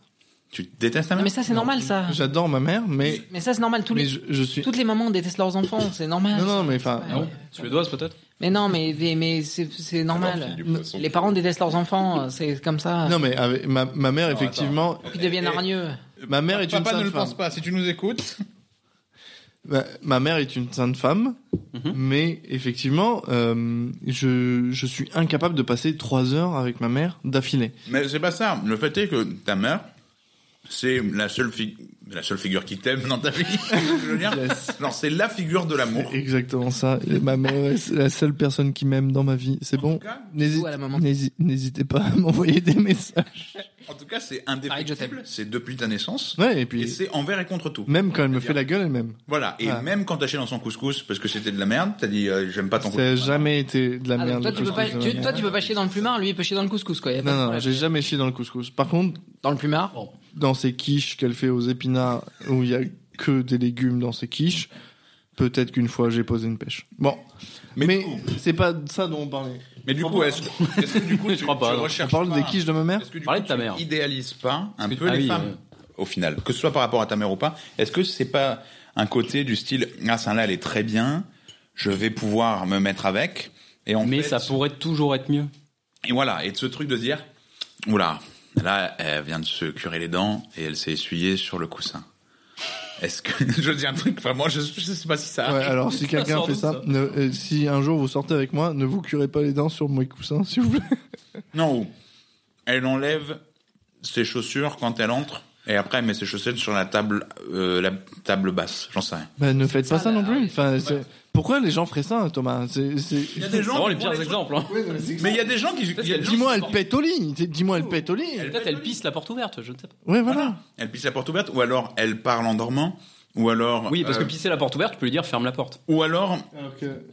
C: tu détestes ta
B: Non,
C: mère
B: mais ça, c'est normal, ça.
A: J'adore ma mère, mais,
B: Mais ça, c'est normal. Ah. Tous
A: mais
B: les...
A: je, je suis.
B: Toutes les mamans détestent leurs enfants, c'est normal.
A: Non, non, mais enfin.
B: Ouais.
D: Ah bon Suédoise peut-être
B: Mais non, mais, mais, mais c'est c'est normal. Les parents détestent leurs enfants, euh, c'est comme ça.
A: Non, mais avec ma, ma mère,
C: attends.
A: effectivement.
B: Puis ils deviennent
C: Et-
B: hargneux.
A: Ma mère est une
C: Papa ne
A: sainte
C: le
A: femme.
C: pense pas, si tu nous écoutes.
A: Ma, ma mère est une sainte femme,
D: Mhm.
A: mais effectivement, euh, je, je suis incapable de passer trois heures avec ma mère d'affilée.
C: Mais c'est pas ça. Le fait est que ta mère, c'est la seule fille Mais la seule figure qui t'aime dans ta vie. je veux dire.
A: Yes.
C: Genre, c'est la figure de l'amour.
A: Exactement ça. Et ma mère est la seule personne qui m'aime dans ma vie. C'est
C: En tout
A: bon.
C: cas,
A: N'hési-
B: Ou à la maman.
A: n'hési- N'hésitez pas à m'envoyer des messages.
C: En tout cas, c'est
B: Pareil, je
C: indéfectible.
B: t'aime.
C: C'est depuis ta naissance.
A: Ouais, et
C: Et
A: puis,
C: c'est envers et contre tout.
A: même quand elle me fait la gueule, elle m'aime.
C: Voilà. Et
A: Ouais.
C: même quand t'as chié dans son couscous parce que c'était de la merde, t'as dit euh, j'aime pas ton
A: Ça a
C: couscous.
A: jamais été de la
B: Ah, donc
A: merde.
B: toi,
A: le
B: tu peux pas,
A: couscous,
B: tu,
A: vraiment.
B: toi, tu peux pas chier dans le plumard, lui, il peut chier dans le couscous, quoi. Y a pas de
A: Non, non,
B: problème.
A: j'ai jamais chié dans le couscous. Par contre,
B: Dans le plumard,
A: dans ces quiches qu'elle fait aux épinards, où il y a que des légumes dans ces quiches, peut-être qu'une fois j'ai posé une pêche. Bon.
C: Mais
A: Mais,
C: du coup-
A: c'est pas de ça dont on parlait.
C: Mais du coup, est-ce que, est-ce que du coup, tu,
D: Je crois pas,
C: tu
D: non.
A: On
C: recherches
A: parle
C: pas
A: des
C: un-
A: quiches de ma mère
C: Est-ce que du
D: Parlez
C: coup,
D: de ta
C: tu
D: mère.
C: idéalises pas un
D: Parce que-
C: peu
D: ah
C: les
D: oui,
C: femmes au final, que ce soit par rapport à ta mère ou pas Est-ce que c'est pas un côté du style ah ça là elle est très bien, je vais pouvoir me mettre avec et en
D: Mais
C: fait,
D: ça pourrait toujours être mieux.
C: et voilà et de ce truc de se dire oula là elle vient de se curer les dents et elle s'est essuyée sur le coussin. Est-ce que je dis un truc enfin moi je, je sais pas si Ah, ça
A: Ouais, alors si quelqu'un
D: sans
A: fait
D: doute,
A: ça,
D: ça.
A: ne- euh, si un jour vous sortez avec moi, ne vous curez pas les dents sur mes coussins, s'il vous plaît.
C: non ou elle enlève ses chaussures quand elle entre et après elle met ses chaussettes sur la table euh, la table basse j'en sais rien.
A: Bah, ne faites pas
B: ça,
A: ça
B: là,
A: non plus.
B: oui.
A: Enfin, c'est- Pourquoi les gens feraient ça, Thomas C'est- c'est-
C: Il y a des
D: C'est
C: gens
D: vraiment
C: qui
D: les
C: font
D: pires
C: des trucs-
D: exemples. hein.
C: Mais il y a des gens qui. il y a des gens qui-
A: Dis-moi, elle pète au lit. Dis-moi, elle pète au lit.
D: Peut-être elle pisse la porte ouverte, je ne sais pas.
A: Ouais,
C: Voilà.
A: voilà.
C: Elle pisse la porte ouverte, ou alors elle parle en dormant, ou alors.
D: Oui, parce que
C: euh,
D: pisser la porte ouverte, tu peux lui dire ferme la porte.
C: Ou alors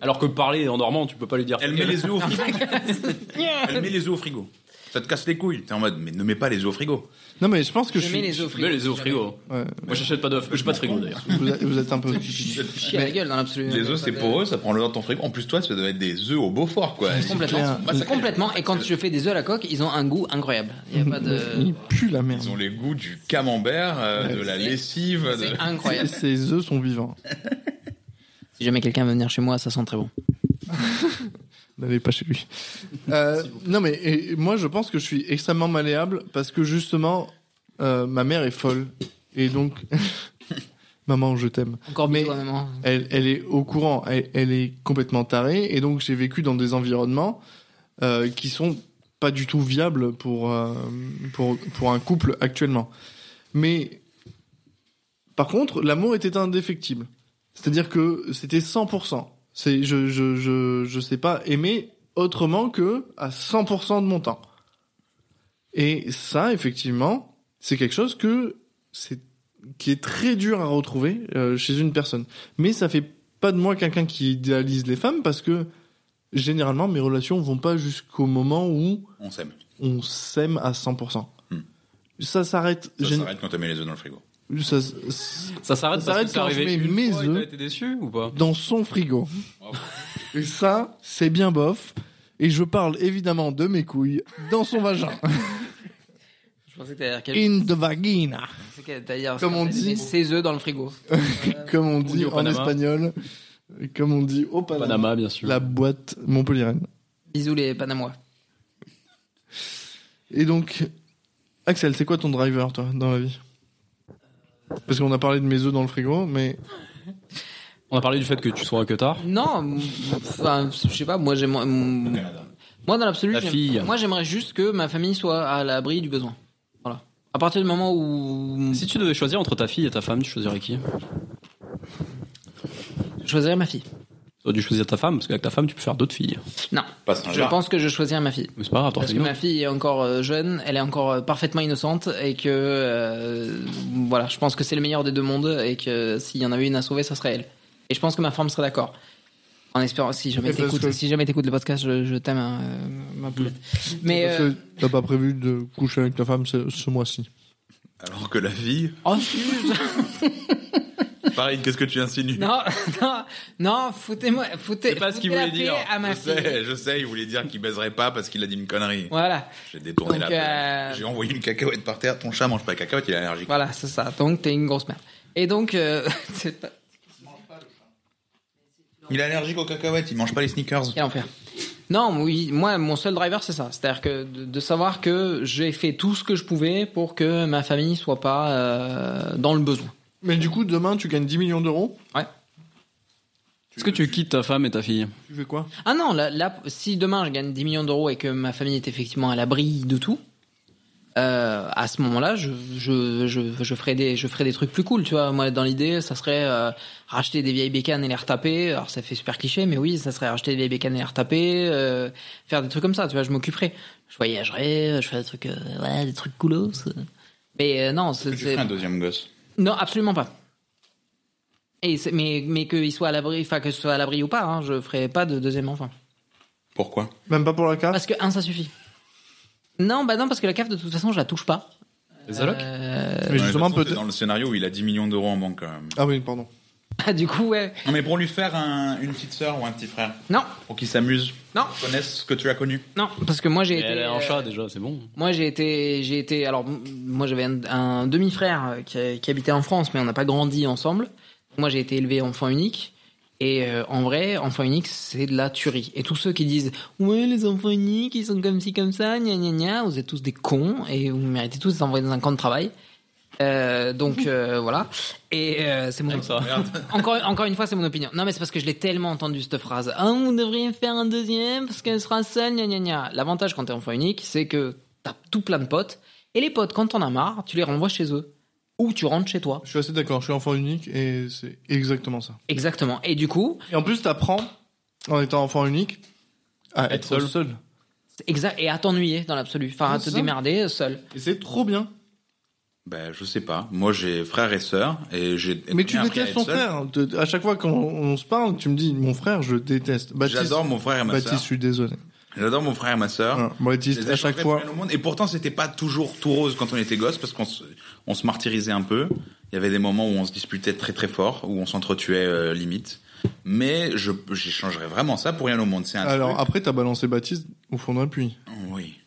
D: Alors que parler en normand, tu peux pas lui dire.
C: elle met les œufs au frigo.
B: oh.
C: elle met les œufs au frigo. Ça te casse les couilles. T'es en mode, mais ne mets pas les œufs au frigo.
A: Non, mais je pense que
B: je
A: je
B: mets
A: suis.
B: les œufs au frigo.
F: Mais les œufs au frigo.
A: Ouais.
F: Moi, j'achète pas d'œufs. J'ai pas de frigo d'ailleurs.
A: Vous êtes- vous êtes un peu stupide.
B: Chier à la gueule, hein, dans l'absolu.
C: Les œufs, c'est pour eux, ça prend le dans ton frigo. En plus, toi, ça doit être des œufs au Beaufort, quoi.
B: Complètement. Bah,
A: Clair.
B: C'est Complètement. Et quand je fais des œufs à la coque, ils ont un goût incroyable. Y a pas de.
A: Il pue la merde.
C: Ils ont les goûts du camembert, euh, de la lessive. de-
B: C'est incroyable.
A: Ces œufs sont vivants.
B: Si jamais quelqu'un veut venir chez moi, ça sent très bon.
A: N'allez pas chez lui. Euh, non, mais et- et moi, je pense que je suis extrêmement malléable parce que justement, euh, ma mère est folle. Et donc, maman, je t'aime.
B: Encore
A: Mais-
B: mieux, maman.
A: Elle, elle est au courant, elle, elle est complètement tarée. Et donc, j'ai vécu dans des environnements euh, qui sont pas du tout viables pour, euh, pour, pour un couple actuellement. Mais par contre, l'amour était indéfectible. C'est-à-dire que c'était 100%. C'est, je, je, je, je sais pas aimer autrement que à 100% de mon temps. Et ça, effectivement, c'est quelque chose que c'est, qui est très dur à retrouver euh, chez une personne. Mais ça fait pas de moi quelqu'un qui idéalise les femmes parce que généralement mes relations vont pas jusqu'au moment où
C: On s'aime.
A: on s'aime à 100%.
C: Hmm.
A: Ça s'arrête.
C: Ça
A: gén-
C: s'arrête quand t'as mis les œufs dans le frigo.
A: ça s-
D: Ça s'arrête
A: Ça
D: parce
A: s'arrête
D: que c'est
A: quand je
D: arrivé
A: mets
D: une
A: mes
D: fois et t'as
A: œufs.
D: été déçu ou pas
A: dans son frigo. Et ça, c'est bien bof. Et je parle évidemment de mes couilles dans son vagin.
B: Je pensais que t'allais dire quelque
A: In the vagina.
B: je pensais que t'allais dire-
A: Comme on dit.
B: Mais Ses œufs dans le frigo.
A: Comme on
D: dit
A: dit
D: au
A: en
D: Panama.
A: espagnol. Comme on dit au Panama.
F: Panama, bien sûr.
A: La boîte montpelliéraine.
B: Bisous les Panamois.
A: Et donc, Axel, c'est quoi ton driver, toi, dans la vie Parce qu'on a parlé de mes œufs dans le frigo, mais
D: On a parlé du fait que tu sois un cutard.
B: Non, m- enfin, je sais pas, moi j'aime. m- Moi dans l'absolu,
F: La
B: j'aime-
F: fille.
B: moi j'aimerais juste que ma famille soit à l'abri du besoin. Voilà. À partir du moment où
F: Si tu devais choisir entre ta fille et ta femme, tu choisirais qui
B: je choisirais ma fille.
F: Tu aurais dû choisir ta femme, parce qu'avec ta femme, tu peux faire d'autres filles.
B: Non,
C: Pas sans
B: je
C: genre.
B: pense que je choisirais ma fille.
F: Mais c'est pas grave, t'aurais
B: Parce
F: fait
B: que
F: bien.
B: ma fille est encore euh, jeune, elle est encore euh, parfaitement innocente et que euh, voilà, je pense que c'est le meilleur des deux mondes et que s'il y en avait une à sauver, ça serait elle. Et je pense que ma femme serait d'accord. En espérant, si jamais
A: Et parce
B: t'écoutes,
A: que-
B: si jamais t'écoutes le podcast, je, je t'aime, hein, euh, ma poulette. Mais
A: Mm. parce
B: euh,
A: que t'as pas prévu de coucher avec ta femme ce, ce mois-ci.
C: Alors que la vie.
B: oh, excuse.
C: Pareil, qu'est-ce que tu insinues
B: non, non, non, foutez-moi, foutez,
D: C'est pas ce qu'il
B: foutez la
D: voulait
B: paix
D: dire.
B: à ma
C: je
B: fille.
C: sais, je sais, il voulait dire qu'il baiserait pas parce qu'il a dit une connerie.
B: Voilà,
C: J'ai détourné
B: Donc,
C: la
B: euh,
C: J'ai envoyé une cacahuète par terre. Ton chat mange pas de cacahuète, il est allergique.
B: voilà, c'est ça. Donc t'es une grosse merde. Et donc, euh, c'est pas-
C: Il est allergique aux cacahuètes, il mange pas les sneakers.
B: Quel enfer. Non, oui, moi, mon seul driver, c'est ça. C'est-à-dire que de, de savoir que j'ai fait tout ce que je pouvais pour que ma famille soit pas euh, dans le besoin.
A: Mais du coup, demain, tu gagnes 10 millions d'euros.
F: Est-ce que tu quittes ta femme et ta fille
A: Tu fais quoi
B: Ah non, là, là, si demain je gagne 10 millions d'euros et que ma famille est effectivement à l'abri de tout, euh, à ce moment-là, je, je, je, je ferai des, je ferai des trucs plus cool, tu vois. Moi, dans l'idée, ça serait euh, racheter des vieilles bécanes et les retaper. Alors, ça fait super cliché, mais oui, ça serait racheter des vieilles bécanes et les retaper, euh, faire des trucs comme ça, tu vois. Je m'occuperai. Je voyagerai, je ferai des trucs, euh, ouais, des trucs coolos. Mais euh, non, c'est.
C: Tu
B: c'est-
C: ferais un deuxième gosse.
B: Non, absolument pas. Et c'est- mais mais qu'il soit à l'abri, enfin que ce soit à l'abri ou pas, hein, je ferai pas de deuxième enfant.
C: Pourquoi
A: Même pas pour la carte
B: Parce que un, ça suffit. Non, bah non, parce que la cave de toute façon, je la touche pas.
D: Les allocs
B: Euh,
A: Mais
C: Ouais,
A: justement,
C: de toute façon,
A: peut-être.
C: c'est Dans le scénario où il a 10 millions d'euros en banque. quand même.
A: Ah oui, pardon.
B: Ah, du coup, ouais.
C: Non, mais pour lui faire un- une petite sœur ou un petit frère,
B: Non,
C: pour qu'il s'amuse,
B: Non.
C: connaisse ce que tu as connu.
B: non, parce que moi j'ai été.
F: Elle est en
B: euh,
F: chat déjà, c'est bon.
B: Moi j'ai été, j'ai été. Alors m- moi j'avais un, un demi-frère euh, qui, qui habitait en France, mais on n'a pas grandi ensemble. Moi j'ai été élevé enfant unique. Et euh, en vrai, enfant unique, c'est de la tuerie. Et tous ceux qui disent ouais les enfants uniques, ils sont comme ci comme ça, gna gna gna, vous êtes tous des cons et vous méritez tous d'être envoyés dans un camp de travail. Euh, donc euh, voilà. Et euh, c'est mon
F: ça.
B: encore, encore une fois, c'est mon opinion. Non, mais c'est parce que je l'ai tellement entendu cette phrase. Ah, vous devriez faire un deuxième parce qu'elle sera seule, gna gna gna. L'avantage quand t'es enfant unique, c'est que t'as tout plein de potes. Et les potes, quand t'en as marre, tu les renvoies chez eux. Ou tu rentres chez toi.
A: Je suis assez d'accord, je suis enfant unique et c'est exactement ça.
B: Exactement. Et du coup,
A: Et en plus, t'apprends, en étant enfant unique, à être, seul.
B: c'est exact, et à t'ennuyer dans l'absolu. Enfin, à
A: Ah,
B: te
A: c'est ça.
B: démerder euh, seul.
A: Et c'est trop bien.
C: Ben, je sais pas. Moi, j'ai frère et sœur, et j'ai.
A: Mais tu
C: j'ai appris à
A: détestes
C: être
A: ton
C: seul.
A: frère. De- à chaque fois qu'on on se parle, tu me dis, mon frère, je déteste. Baptiste,
C: J'adore mon frère et ma
A: Baptiste,
C: sœur.
A: je suis désolé.
C: J'adore mon frère et ma sœur.
A: Voilà.
C: Je Ah, les
A: Baptiste,
C: ai
A: Hein, à chaque
C: rencontrés
A: fois.
C: plein au monde. Et pourtant, c'était pas toujours tout rose quand on était gosse, parce qu'on se, on se martyrisait un peu. Il y avait des moments où on se disputait très très fort, où on s'entretuait euh, limite. Mais je, j'échangerais vraiment ça pour rien au monde. C'est un
A: Alors ah. après, t'as balancé Baptiste au fond d'un puits.
C: truc- Oui.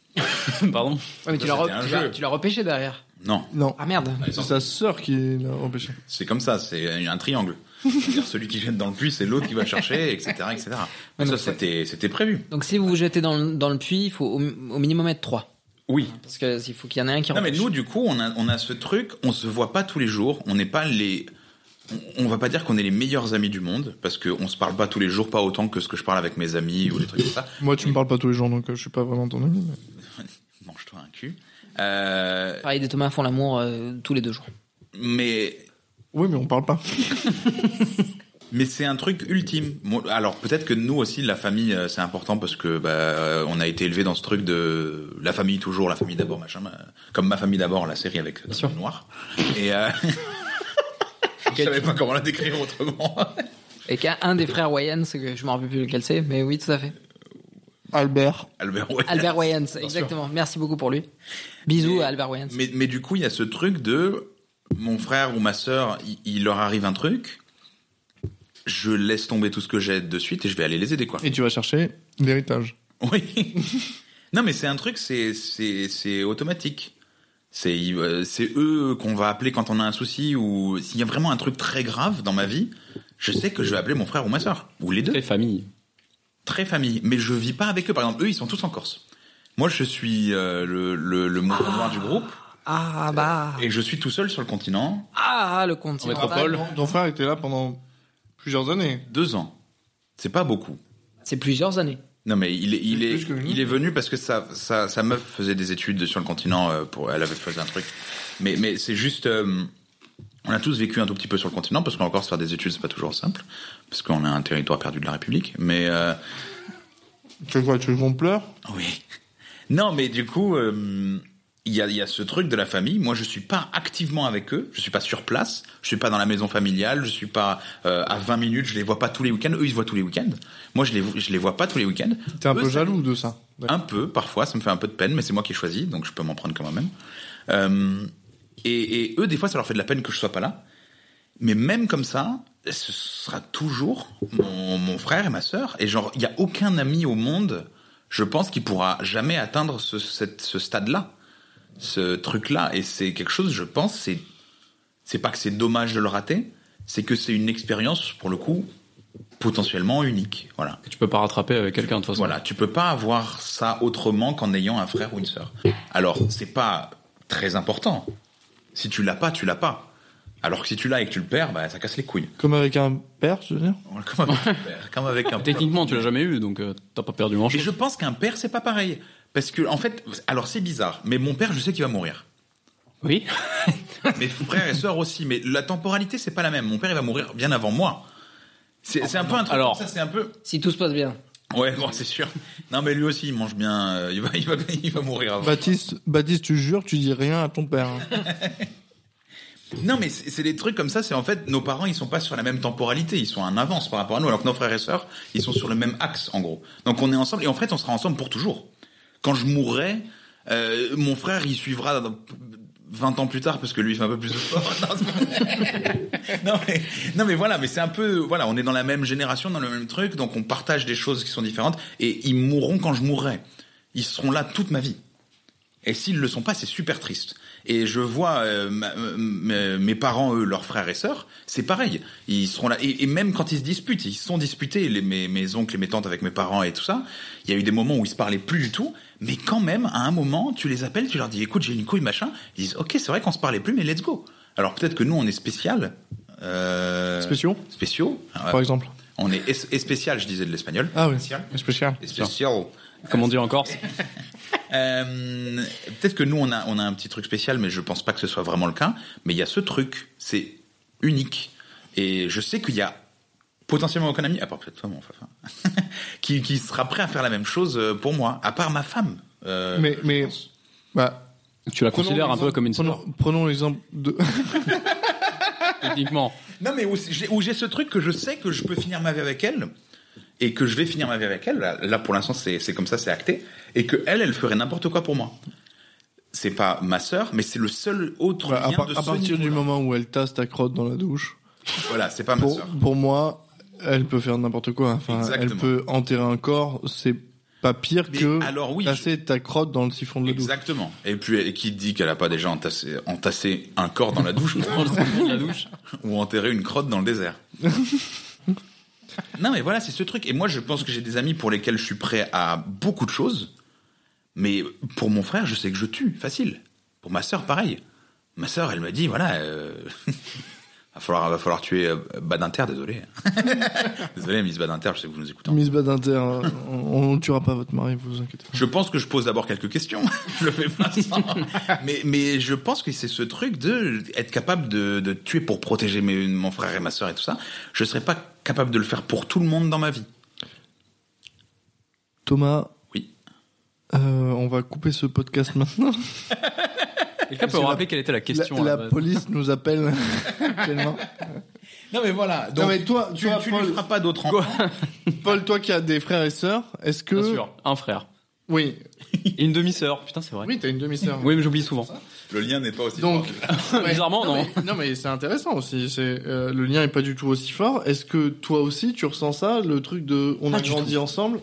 F: Pardon.
B: Ouais, mais
C: Ah, Ça,
B: tu l'as,
C: c'était
B: re-
C: un
B: tu l'as-
C: jeu.
B: tu l'as repêché derrière.
C: Non.
A: Non.
B: Ah merde.
A: C'est sa sœur qui l'a empêché.
C: C'est comme ça, c'est un triangle. C'est-à-dire, celui qui jette dans le puits, c'est l'autre qui va le chercher, etc., etc.
B: Ouais,
C: ça,
B: donc,
C: c'était, c'était prévu.
B: Donc si vous vous jetez dans le, dans le puits, il faut au, au minimum être trois.
C: Oui.
B: Parce que s'il faut qu'il y en ait un qui
C: Non, mais
B: repêche.
C: nous, du coup, on a, on a ce truc, on se voit pas tous les jours, on n'est pas les. on- On va pas dire qu'on est les meilleurs amis du monde, parce qu'on se parle pas tous les jours, pas autant que ce que je parle avec mes amis ou des trucs comme ça.
A: Moi, tu me parles pas tous les jours, donc euh, je suis pas vraiment ton ami. mais-
C: Mange-toi un cul. Euh,
B: Pareil, des Thomas font l'amour euh, tous les deux jours.
C: mais
A: Oui, mais on parle pas.
C: Mais c'est un truc ultime. Moi- Alors peut-être que nous aussi, la famille, euh, c'est important parce que bah, euh, on a été élevé dans ce truc de la famille toujours, la famille d'abord, machin. euh, Comme ma famille d'abord, la série avec le noir. Et euh... je savais pas comment la décrire autrement.
B: Et qu'un un des frères Wayans, c'est que je me rappelle plus lequel c'est, mais oui, tout à fait.
A: Albert.
C: Albert Wayans.
B: Albert Wayans, exactement. Merci beaucoup pour lui. Bisous
C: Mais-
B: à Albert Wayans.
C: Mais, mais du coup, il y a ce truc de mon frère ou ma sœur, il, il leur arrive un truc. Je laisse tomber tout ce que j'ai de suite et je vais aller les aider quoi.
A: Et tu vas chercher l'héritage.
C: Oui. non, mais c'est un truc, c'est c'est c'est automatique. C'est euh, c'est eux qu'on va appeler quand on a un souci ou s'il y a vraiment un truc très grave dans ma vie, je sais que je vais appeler mon frère ou ma sœur ou les deux.
F: Très famille.
C: Très famille, mais je vis pas avec eux. Par exemple, eux ils sont tous en Corse. Moi je suis euh, le le, le mouton noir du groupe
B: Ah bah.
C: et je suis tout seul sur le continent
B: Ah, le continent.
F: Métropole.
A: Ton- Ton frère était là pendant plusieurs années.
C: deux ans. C'est pas beaucoup.
B: C'est plusieurs années.
C: Non mais il est il
A: C'est
C: est
A: plus que nous.
C: il est venu parce que sa sa sa meuf faisait des études sur le continent euh, pour elle avait fait un truc. Mais mais c'est juste euh, on a tous vécu un tout petit peu sur le continent parce qu'encore se faire des études c'est pas toujours simple parce qu'on a un territoire perdu de la République. Mais euh,
A: Tu vois, tu veux qu'on pleure
C: oui. Non, mais du coup, euh, il y, a, il y a ce truc de la famille. Moi, je suis pas activement avec eux. Je suis pas sur place. Je suis pas dans la maison familiale. Je suis pas euh, à 20 minutes. Je les vois pas tous les week-ends. Eux, ils se voient tous les week-ends. Moi, je les vo- je les vois pas tous les week-ends.
A: T'es un
C: Eux,
A: peu
C: ça-
A: jaloux de ça.
C: Un peu, parfois, ça me fait un peu de peine, mais c'est moi qui choisis, donc je peux m'en prendre quand même. Euh, et, et eux, des fois, ça leur fait de la peine que je sois pas là. Mais même comme ça, ce sera toujours mon, mon frère et ma sœur. Et genre, il y a aucun ami au monde, je pense, qui pourra jamais atteindre ce, cette- ce stade-là, ce truc-là. Et c'est quelque chose, je pense, c'est c'est pas que c'est dommage de le rater, c'est que c'est une expérience pour le coup potentiellement unique. Voilà.
F: Tu peux pas rattraper avec quelqu'un de toute façon.
C: Voilà, tu peux pas avoir ça autrement qu'en ayant un frère ou une sœur. Alors, c'est pas très important. Si tu l'as pas, tu l'as pas. Alors que si tu l'as et que tu le perds, bah, ça casse les couilles.
A: Comme avec un père, je veux dire.
C: Comme avec un père, comme avec un
F: Techniquement, tu l'as jamais eu, donc euh, t'as pas perdu grand
C: Et
F: chose.
C: je pense qu'un père, c'est pas pareil. Parce que, en fait, alors c'est bizarre, mais mon père, je sais qu'il va mourir.
D: Oui.
C: Mes frères et sœurs aussi, mais la temporalité, c'est pas la même. Mon père, il va mourir bien avant moi. C'est c'est un peu un truc.
D: Alors-
C: comme ça, c'est un peu.
B: Si tout se passe bien.
C: Ouais, bon, c'est sûr. Non, mais lui aussi, il mange bien. euh, il, va, il, va, il va mourir avant.
A: Baptiste, Baptiste, tu jures, tu dis rien à ton père.
C: Euh, Non, mais c'est c'est des trucs comme ça. C'est en fait, nos parents, ils sont pas sur la même temporalité. Ils sont en avance par rapport à nous, alors que nos frères et sœurs, ils sont sur le même axe, en gros. Donc, on est ensemble et en fait, on sera ensemble pour toujours. Quand je mourrai, euh, mon frère, il suivra dans- 20 ans plus tard parce que lui, il fait un peu plus de sport. Non, c'est- non, mais, non, mais voilà, mais c'est un peu, voilà, on est dans la même génération, dans le même truc, donc on partage des choses qui sont différentes et ils mourront quand je mourrai. Ils seront là toute ma vie. Et s'ils le sont pas, c'est super triste. Et je vois euh, ma- m- mes parents, eux, leurs frères et sœurs, c'est pareil. Ils seront là. Et, et même quand ils se disputent, ils se sont disputés, les, mes, mes oncles et mes tantes avec mes parents et tout ça. Il y a eu des moments où ils se parlaient plus du tout. Mais quand même, à un moment, tu les appelles, tu leur dis, écoute, j'ai une couille, machin. Ils disent, ok, c'est vrai qu'on se parlait plus, mais let's go. Alors peut-être que nous, on est spécial. Euh,
A: Spéciaux,
C: Spéciaux. Ah,
A: par exemple.
C: On est es- et spécial, je disais de l'espagnol.
A: Ah oui.
C: Spécial.
A: Spécial.
C: Et spécial.
D: Comme on dit en Corse.
C: Euh, peut-être que nous on a on a un petit truc spécial, mais je pense pas que ce soit vraiment le cas. Mais il y a ce truc, c'est unique. Et je sais qu'il y a potentiellement aucun ami, à part peut-être toi, mon Fafa, qui qui sera prêt à faire la même chose euh, pour moi, à part ma femme. Euh,
A: Mais, mais, bah,
D: Tu la
A: Prenons
D: considères un peu
A: l'exemple-
D: comme une
A: prenons-
D: sœur,
A: Prenons l'exemple de.
D: techniquement.
C: Non, mais où j'ai où j'ai ce truc que je sais que je peux finir ma vie avec elle et que je vais finir ma vie avec elle. Là, là, pour l'instant, c'est c'est comme ça, c'est acté. Et que elle, elle ferait n'importe quoi pour moi. C'est pas ma sœur, mais c'est le seul autre
A: Bah, à,
C: lien
A: par-
C: de
A: à
C: ce
A: partir du
C: niveau-là.
A: moment où elle tasse ta crotte dans la douche,
C: Voilà, c'est pas ma
A: pour,
C: sœur.
A: pour moi, elle peut faire n'importe quoi. Enfin, elle
C: Exactement.
A: peut enterrer un corps, c'est pas pire
C: Mais
A: que
C: alors oui,
A: tasser ta crotte dans le siphon de la douche.
C: exactement. Et puis, et qui dit qu'elle a pas déjà entassé, entassé un corps dans la douche
D: la douche.
C: ou enterré une crotte dans le désert. non, mais voilà, c'est ce truc. Et moi, je pense que j'ai des amis pour lesquels je suis prêt à beaucoup de choses. Mais pour mon frère, je sais que je tue, facile. Pour ma sœur, pareil. Ma sœur, elle me dit, voilà, euh, va falloir, va falloir tuer euh, Badinter, désolé. désolé, Miss Badinter, je sais que vous nous écoutez.
A: Miss Badinter, euh, on on ne tuera pas votre mari, vous vous inquiétez pas.
C: Je pense que je pose d'abord quelques questions. je le fais pas sans. mais, mais je pense que c'est ce truc de être capable de, de tuer pour protéger mes, mon frère et ma sœur et tout ça. Je serais pas capable de le faire pour tout le monde dans ma vie.
A: Thomas.
C: Oui.
A: euh, on va couper ce podcast maintenant.
D: Quelqu'un peut
A: que
D: me
A: la-
D: rappeler quelle était la question
A: la
D: à
A: la
D: la base
A: police nous appelle actuellement.
C: Non mais voilà.
A: non mais toi,
C: tu,
A: toi,
C: tu lui
A: Paul,
C: feras pas d'autres enfants.
A: Paul, toi qui as des frères et sœurs, est-ce que...
D: Bien sûr, un frère.
A: Oui,
D: Et une demi-sœur. Putain, c'est vrai.
A: oui, t'as une demi-sœur.
D: Oui, mais j'oublie souvent.
C: Le lien n'est pas aussi.
A: Donc, ouais.
D: Bizarrement, non.
A: mais, non, mais c'est intéressant aussi. C'est euh, le lien est pas du tout aussi fort. Est-ce que toi aussi tu ressens ça, le truc de on a
D: du
A: grandi ensemble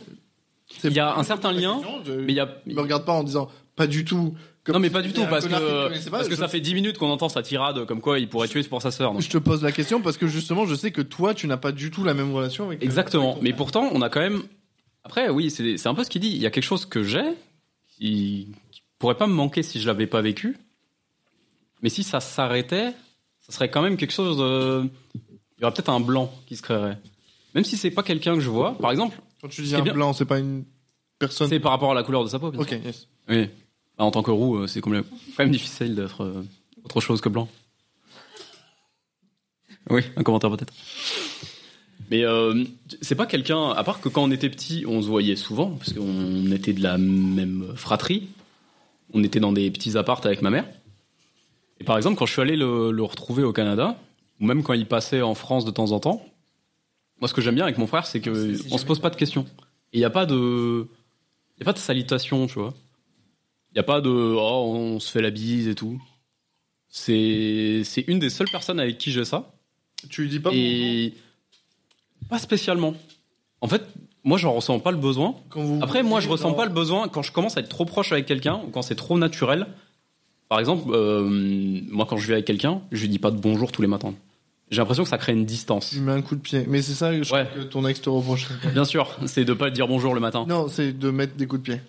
A: C'est
D: Il y a
A: pas
D: un certain
A: la
D: lien,
A: question, je-
D: Mais il y a.
A: Me regarde pas en disant pas du tout. comme
D: Non, mais
A: si
D: pas du
A: c'était
D: tout,
A: un
D: parce
A: connard que tu
D: que, euh,
A: connaissais pas.
D: parce que
A: Je-
D: ça fait 10 minutes qu'on entend sa tirade comme quoi il pourrait tuer pour sa sœur. donc.
A: Je te pose la question parce que justement, je sais que toi, tu n'as pas du tout la même relation avec. euh,
D: Exactement. Mais pourtant, on a quand même. Après, oui, c'est c'est un peu ce qu'il dit. Il y a quelque chose que j'ai qui qui pourrait pas me manquer si je l'avais pas vécu. Mais si ça s'arrêtait, ça serait quand même quelque chose. De... Il y aurait peut-être un blanc qui se créerait. Même si c'est pas quelqu'un que je vois. Par exemple,
A: Quand tu dis
D: C'est
A: un
D: bien.
A: blanc, c'est pas une personne.
D: c'est par rapport à la couleur de sa peau. bien sûr.
A: Ok. yes.
D: Oui. Bah, en tant que roux, euh, c'est complè- quand même difficile d'être euh, autre chose que blanc. Oui, un commentaire peut-être. Mais euh, c'est pas quelqu'un, à part que quand on était petit, on se voyait souvent, parce qu'on était de la même fratrie. On était dans des petits appartes avec ma mère. Et par exemple, quand je suis allé le, le retrouver au Canada, ou même quand il passait en France de temps en temps, moi ce que j'aime bien avec mon frère, c'est
B: C'est-
D: que
B: c'est
D: on se
B: jamais
D: pose pas de questions. Il n'y a pas de. Il a pas de salutation, tu vois. Il n'y a pas de oh, on se fait la bise et tout. C'est c'est une des seules personnes avec qui j'ai ça.
A: Tu lui dis pas.
D: et pas spécialement. En fait, moi, j'en ressens pas le besoin.
A: bon, quand vous-
D: Après, moi, je
A: dans-
D: ressens pas le besoin quand je commence à être trop proche avec quelqu'un ou quand c'est trop naturel. Par exemple, euh, moi, quand je vais avec quelqu'un, je lui dis pas de bonjour tous les matins. J'ai l'impression que ça crée une distance.
A: Tu lui mets un coup de pied. Mais c'est ça je crois
D: Ouais.
A: que ton ex te reproche.
D: Bien sûr, c'est de pas dire bonjour le matin.
A: Non, c'est de mettre des coups de pied.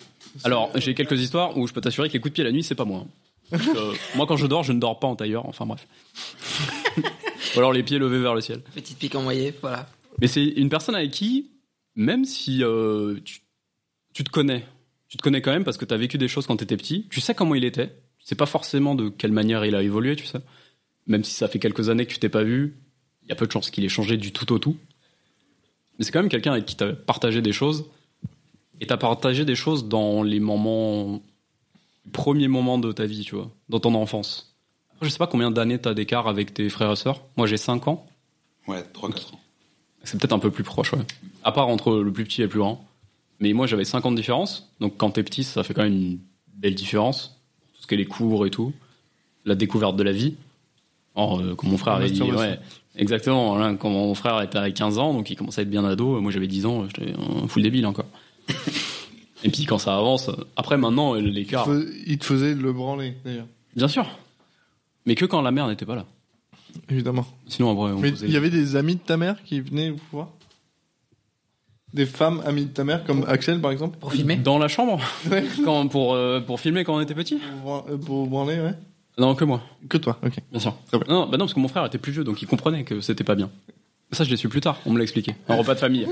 D: Alors, j'ai quelques histoires où je peux t'assurer que les coups de pied la nuit, c'est pas moi. hein. Euh, moi, quand je dors, je ne dors pas en tailleur. Enfin, bref. Ou alors les pieds levés vers le ciel.
B: Petite pique envoyée, voilà.
D: Mais c'est une personne avec qui, même si euh, tu, tu te connais, tu Tu te connais quand même parce que tu as vécu des choses quand tu étais petit. Tu sais comment il était. Tu sais pas forcément de quelle manière il a évolué, tu sais. Même si ça fait quelques années que tu t'es pas vu, il y a peu de chances qu'il ait changé du tout au tout. Mais c'est quand même quelqu'un avec qui tu as partagé des choses. Et tu as partagé des choses dans les moments. premiers moments de ta vie, tu vois. Dans ton enfance. Après, je sais pas combien d'années tu as d'écart avec tes frères et sœurs. Moi, j'ai 5 ans.
C: Ouais, 3-4 ans.
D: C'est peut-être un peu plus proche, ouais. À part entre le plus petit et le plus grand. Mais moi, j'avais 5 ans de différence. Donc, quand t'es petit, ça fait quand même une belle différence. Tout ce qui est les cours et tout. La découverte de la vie. Or, euh, quand mon frère
A: La
D: avait dit,
A: masturbation.
D: ouais, exactement. Là, quand mon frère était à 15 ans, donc il commençait à être bien ado. Moi, j'avais 10 ans, j'étais un full débile encore. et puis, quand ça avance, après, maintenant, l'écart.
A: Fais- Il te faisait le branler, d'ailleurs.
D: Bien sûr. Mais que quand la mère n'était pas là.
A: Évidemment.
D: Sinon, après, on
A: Mais
D: posait-
A: il y avait des amis de ta mère qui venaient vous voir Des femmes amies de ta mère, comme Axel, par exemple
B: Pour filmer
D: Dans la chambre
A: Ouais.
D: quand, pour, euh, pour filmer quand on était petit
A: Pour bran- euh, Pour branler, ouais
D: Non, que moi.
A: Que toi, ok.
D: Bien sûr.
A: Très bien.
D: Non, bah non, parce que mon frère était plus vieux, donc il comprenait que c'était pas bien. Ça, je l'ai su plus tard. On me l'a expliqué. Un repas de famille.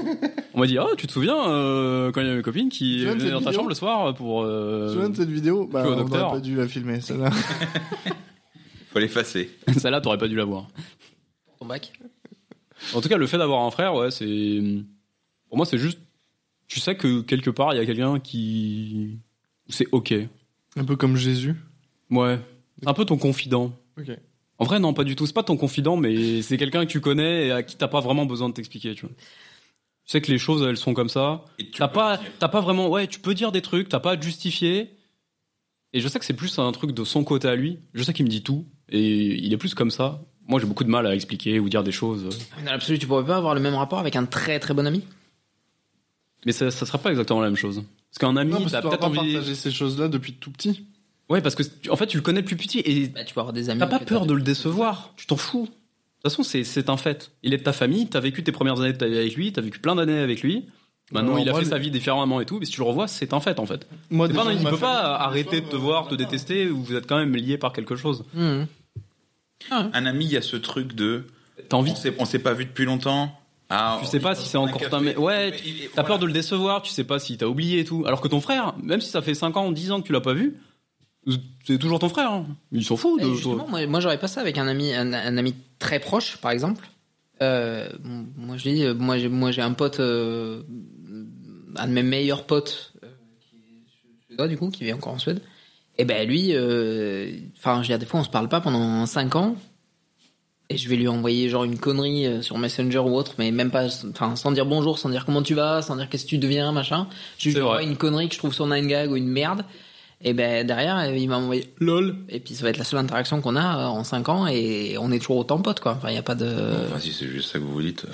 D: On m'a dit, oh, tu te souviens euh, quand il y avait une copine
A: Tu te
D: qui
A: souviens de
D: venait
A: cette
D: dans ta
A: vidéo
D: chambre le soir pour.
A: Tu te
D: Euh...
A: souviens de cette vidéo Bah,
D: au
A: on
D: docteur.
A: aurait pas dû la filmer, celle-là.
C: Faut l'effacer.
D: Celle-là, t'aurais pas dû la voir.
B: Ton bac
D: En tout cas, le fait d'avoir un frère, ouais, c'est. Pour moi, c'est juste. Tu sais que quelque part, il y a quelqu'un qui. C'est ok.
A: Un peu comme Jésus.
D: Ouais. C'est un peu ton confident.
A: Ok.
D: En vrai, non, pas du tout. C'est pas ton confident, mais c'est quelqu'un que tu connais et à qui t'as pas vraiment besoin de t'expliquer, tu vois. Tu sais que les choses, elles sont comme ça.
C: Et tu
D: T'as
C: peux
D: pas,
C: le dire.
D: t'as pas vraiment. Ouais, tu peux dire des trucs, t'as pas à te justifier. Et je sais que c'est plus un truc de son côté à lui. Je sais qu'il me dit tout. Et il est plus comme ça. Moi, j'ai beaucoup de mal à expliquer ou dire des choses.
B: Dans l'absolu, tu pourrais pas avoir le même rapport avec un très très bon ami
D: Mais ça, ça sera pas exactement la même chose. Parce qu'un ami,
A: Non, parce
D: t'as
A: que t'auras
D: peut-être
A: pas
D: envie.
A: partagé ces choses-là depuis tout petit.
D: Ouais, parce que tu- en fait, tu le connais depuis petit et
B: Bah, tu peux avoir des amis.
D: T'as pas
B: que
D: peur de le décevoir, tu t'en fous. De toute façon, c'est- c'est un fait. Il est de ta famille, t'as vécu tes premières années de ta vie avec lui, t'as vécu plein d'années avec lui. Maintenant,
A: Alors,
D: il a
A: moi,
D: fait
A: le-
D: sa vie différemment et tout, mais si tu le revois, c'est un fait en fait.
A: Moi,
D: C'est
A: déjà,
D: pas- il
A: ma
D: peut
A: famille,
D: pas
A: tous les
D: arrêter
A: soirs,
D: de te
A: euh,
D: voir, te
A: voilà.
D: détester, ou vous êtes quand même lié par quelque chose.
B: Mmh.
C: Un ami, il y a ce truc de.
D: T'as envie,
C: On s'est, on s'est pas vu depuis longtemps. Ah,
D: tu sais pas si c'est encore ta. mais- Ouais, tu-
C: tu
D: t'as peur de le décevoir, tu sais pas si t'as oublié et tout. Alors que ton frère, même si ça fait 5 ans, 10 ans que tu l'as pas vu, c'est toujours ton frère. hein. Il s'en fout
C: Eh,
B: Et
D: de
B: justement,
D: toi.
B: moi, moi, j'aurais pas ça avec un ami, un, un ami très proche, par exemple. Euh, bon, moi je dis, euh, moi j'ai, moi j'ai un pote, euh, un de mes meilleurs potes, euh, qui est suédois du coup, qui vit encore en Suède. Et ben lui, euh, enfin, je veux dire, des fois on se parle pas pendant 5 ans. Et je vais lui envoyer genre une connerie euh, sur Messenger ou autre, mais même pas, enfin, sans dire bonjour, sans dire comment tu vas, sans dire qu'est-ce que tu deviens, machin. Je lui
D: C'est
B: envoie
D: vrai.
B: une connerie que je trouve sur Nine Gag ou une merde. Et ben derrière, euh, il m'a envoyé lol. Et puis ça va être la seule interaction qu'on a euh, en 5 ans et on est toujours autant potes quoi. Enfin, il y a pas de.
C: Enfin, si Euh, c'est juste ça que vous vous dites.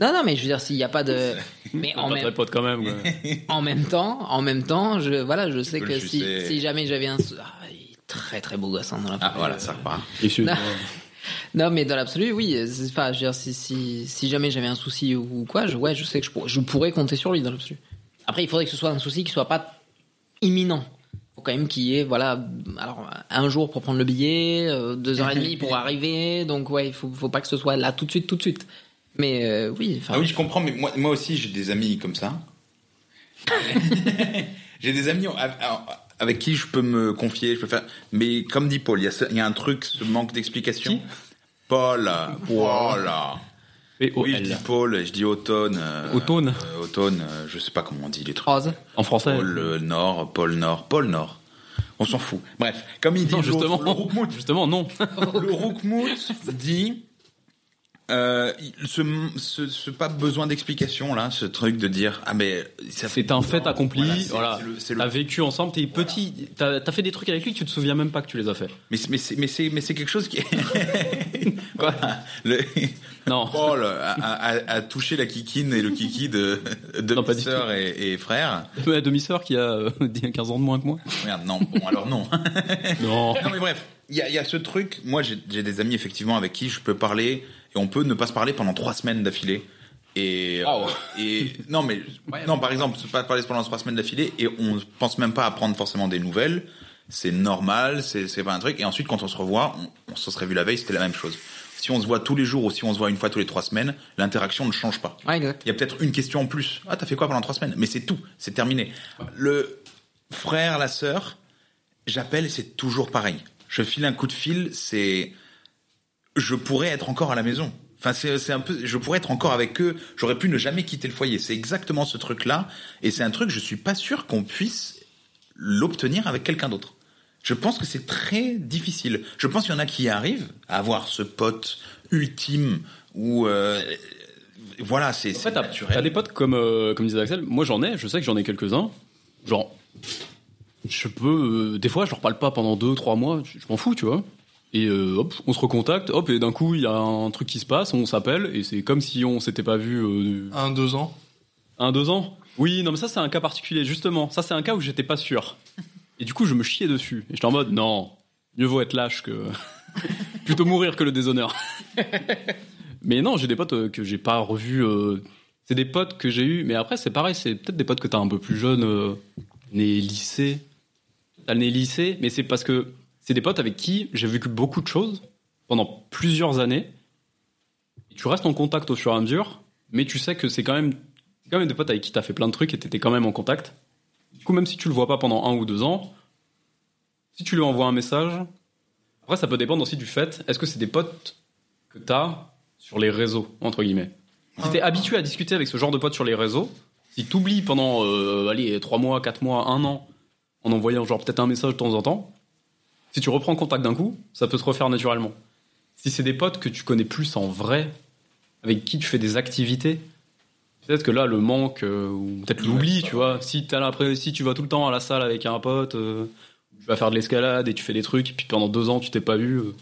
B: Non, non, mais je veux dire, s'il n'y a pas de. Mais
C: Oh,
B: en
D: Pas très
B: même,
D: pote quand même. quoi.
B: en même temps, en même temps, je, voilà, je sais
C: peux
B: que
C: le
B: si,
C: sucer.
B: si jamais j'avais un. sou- Ah, il est très très beau gosse hein, dans la
C: Ah, voilà, ça repart.
D: Et c'est-
B: Non. Non, mais dans l'absolu, oui. C'est- Enfin, je veux dire, si, si, si jamais j'avais un souci ou ou quoi, je, ouais, je sais que je pourrais, je pourrais compter sur lui dans l'absolu. Après, il faudrait que ce soit un souci qui soit pas imminent. Faut quand même qu'il y ait, voilà, alors un jour pour prendre le billet, euh, deux heures et demie pour arriver. Donc ouais, il faut, faut pas que ce soit là tout de suite, tout de suite. Mais euh, oui, enfin,
C: Ah oui, je comprends, mais moi, moi aussi, j'ai des amis comme ça. j'ai des amis av- avec qui je peux me confier, je peux faire. Mais comme dit Paul, il y, a ce- il y a un truc, ce manque d'explication. Paul, Paul. Oui, je
D: P.O.L..
C: dis Paul, je dis automne. euh,
D: Oh, Automne.
C: euh, automne, euh, je sais pas comment on dit les trucs.
B: Rose.
D: En français.
C: Paul euh, Nord, Paul Nord, Paul Nord. On s'en fout. Bref, comme il dit
D: Non,
C: l'autre,
D: justement,
C: le Roukmout,
D: justement, non.
C: le Roukmout dit euh, il- ce, ce, ce pas besoin d'explication là, ce truc de dire ah mais ça fait
D: C'est un fait accompli.
C: Voilà, c'est-
D: Voilà.
C: c'est le- c'est le-
D: T'as vécu ensemble, t'es petit. T'as t'as fait des trucs avec lui, que tu te souviens même pas que tu les as fait.
C: mais c'est- mais c'est mais c'est mais c'est quelque chose qui voilà le
D: Non.
C: Paul a, a- a touché la kikine et le kiki de de
D: Non, pas du
C: sœur et, et frère.
D: Ma demi-sœur qui a euh, 15 ans de moins que moi.
C: Merde non bon alors non.
D: Non.
C: Non mais bref, il y, a- il y a ce truc. Moi, j'ai j'ai des amis effectivement avec qui je peux parler et on peut ne pas se parler pendant trois semaines d'affilée. Et,
D: Ah ouais.
C: et non mais non par exemple se pas parler pendant trois semaines d'affilée et on pense même pas à prendre forcément des nouvelles. C'est normal, c'est c'est pas un truc. Et ensuite quand on se revoit, on, on se serait vu la veille, c'était la même chose. Si on se voit tous les jours ou si on se voit une fois tous les trois semaines, l'interaction ne change pas.
B: Ouais, exact.
C: Il y a peut-être une question en plus. Ah, t'as fait quoi pendant trois semaines Mais c'est tout, c'est terminé. Le,
E: frère, la sœur, j'appelle et c'est toujours pareil. Je file un coup de fil, c'est, je pourrais être encore à la maison. Enfin, c'est c'est un peu, je pourrais être encore avec eux. J'aurais pu ne jamais quitter le foyer. C'est exactement ce truc-là, et c'est un truc. Je suis pas sûr qu'on puisse l'obtenir avec quelqu'un d'autre. Je pense que c'est très difficile. Je pense qu'il y en a qui y arrivent à avoir ce pote ultime où, euh, voilà, c'est
D: En
E: c'est
D: fait, t'as-
E: naturel.
D: t'as des potes comme, euh, comme disait Axel. Moi, j'en ai. Je sais que j'en ai quelques-uns. Genre, je peux. euh, des fois, je leur parle pas pendant 2-3 mois. Je, je m'en fous, tu vois. Et euh, hop, on se recontacte. Hop, et d'un coup, il y a un truc qui se passe. On s'appelle. Et c'est comme si on s'était pas vu euh,
A: Un, deux ans.
D: un, deux ans. Oui, non, mais ça, c'est un cas particulier, justement. Ça, c'est un cas où j'étais pas sûr. Et du coup, je me chiais dessus. Et j'étais en mode, non, mieux vaut être lâche que. plutôt mourir que le déshonneur. mais non, j'ai des potes euh, que j'ai pas revus. euh, C'est des potes que j'ai eu. Mais après, c'est pareil, c'est peut-être des potes que t'as un peu plus jeune, euh, né lycée. T'as le nez lycée, mais c'est parce que c'est des potes avec qui j'ai vécu beaucoup de choses pendant plusieurs années. Et tu restes en contact au fur et à mesure, mais tu sais que c'est quand même c'est quand même des potes avec qui t'as fait plein de trucs et t'étais quand même en contact. Du coup, même si tu le vois pas pendant un ou deux ans, si tu lui envoies un message, après ça peut dépendre aussi du fait, est-ce que c'est des potes que t'as sur les réseaux, entre guillemets Si t'es habitué à discuter avec ce genre de potes sur les réseaux, si t'oublies pendant, euh, allez, trois mois, quatre mois, un an, en envoyant genre peut-être un message de temps en temps, si tu reprends contact d'un coup, ça peut se refaire naturellement. Si c'est des potes que tu connais plus en vrai, avec qui tu fais des activités, Peut-être que là, le manque, euh, ou peut-être l'oubli, tu vois. Si, t'as l'impression- si tu vas tout le temps à la salle avec un pote, euh, tu vas faire de l'escalade et tu fais des trucs, et puis pendant deux ans, tu t'es pas vu, euh,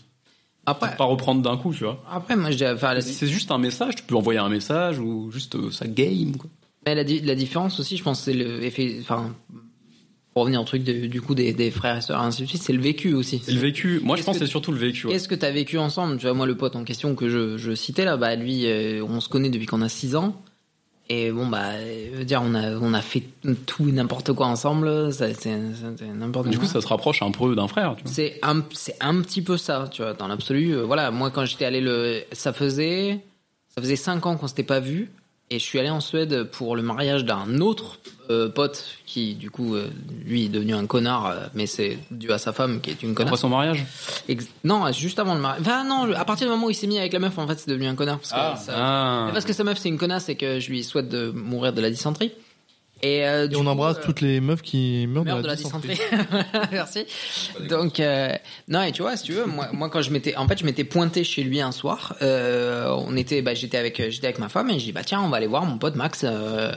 B: Après,
D: peut-être pas reprendre d'un coup, tu vois.
B: après moi, je dirais, enfin, la-
D: Ah, Si c'est juste un message, tu peux envoyer un message ou juste euh, ça game, quoi.
B: Mais la, di- la différence aussi, je pense, c'est le effet. Enfin, pour revenir au truc de- du coup des, des frères et sœurs, ainsi de suite, c'est le vécu aussi.
D: C'est le vécu. Moi, je
B: Est-ce
D: pense que
B: que-
D: c'est surtout le vécu. ouais.
B: Qu'est-ce que t'as vécu ensemble Tu vois, moi, le pote en question que je, je citais là, bah lui, euh, on se connaît depuis qu'on a 6 ans. Et bon, bah, je veux dire, on a, on a fait tout et n'importe quoi ensemble. ça- C'est c'est n'importe quoi.
D: Du coup, ça se rapproche un peu d'un frère, tu vois.
B: C'est un, c'est un petit peu ça, tu vois, dans l'absolu. Euh, voilà, moi, quand j'étais allé le. Ça faisait. Ça faisait 5 ans qu'on s'était pas vu. Et je suis allé en Suède pour le mariage d'un autre euh, pote qui, du coup, euh, lui est devenu un connard, euh, mais c'est dû à sa femme qui est une
D: Après
B: connasse.
D: son mariage
B: Ex- non, juste avant le mariage. Enfin, non, à partir du moment où il s'est mis avec la meuf, en fait, c'est devenu un connard. Parce que ça-
D: Ah.
B: mais Parce que sa meuf, c'est une connasse et que je lui souhaite de mourir de la dysenterie. Et, euh,
A: Et
B: du
A: on
B: coup,
A: embrasse
B: euh,
A: toutes les meufs qui meurent
B: meurt
A: de la dysenterie.
B: Merci. Donc, euh, non, et tu vois, si tu veux, moi, moi quand je m'étais, en fait, je m'étais pointé chez lui un soir, euh, on était, bah, j'étais avec, j'étais avec ma femme et je dis, bah, tiens, on va aller voir mon pote Max, euh,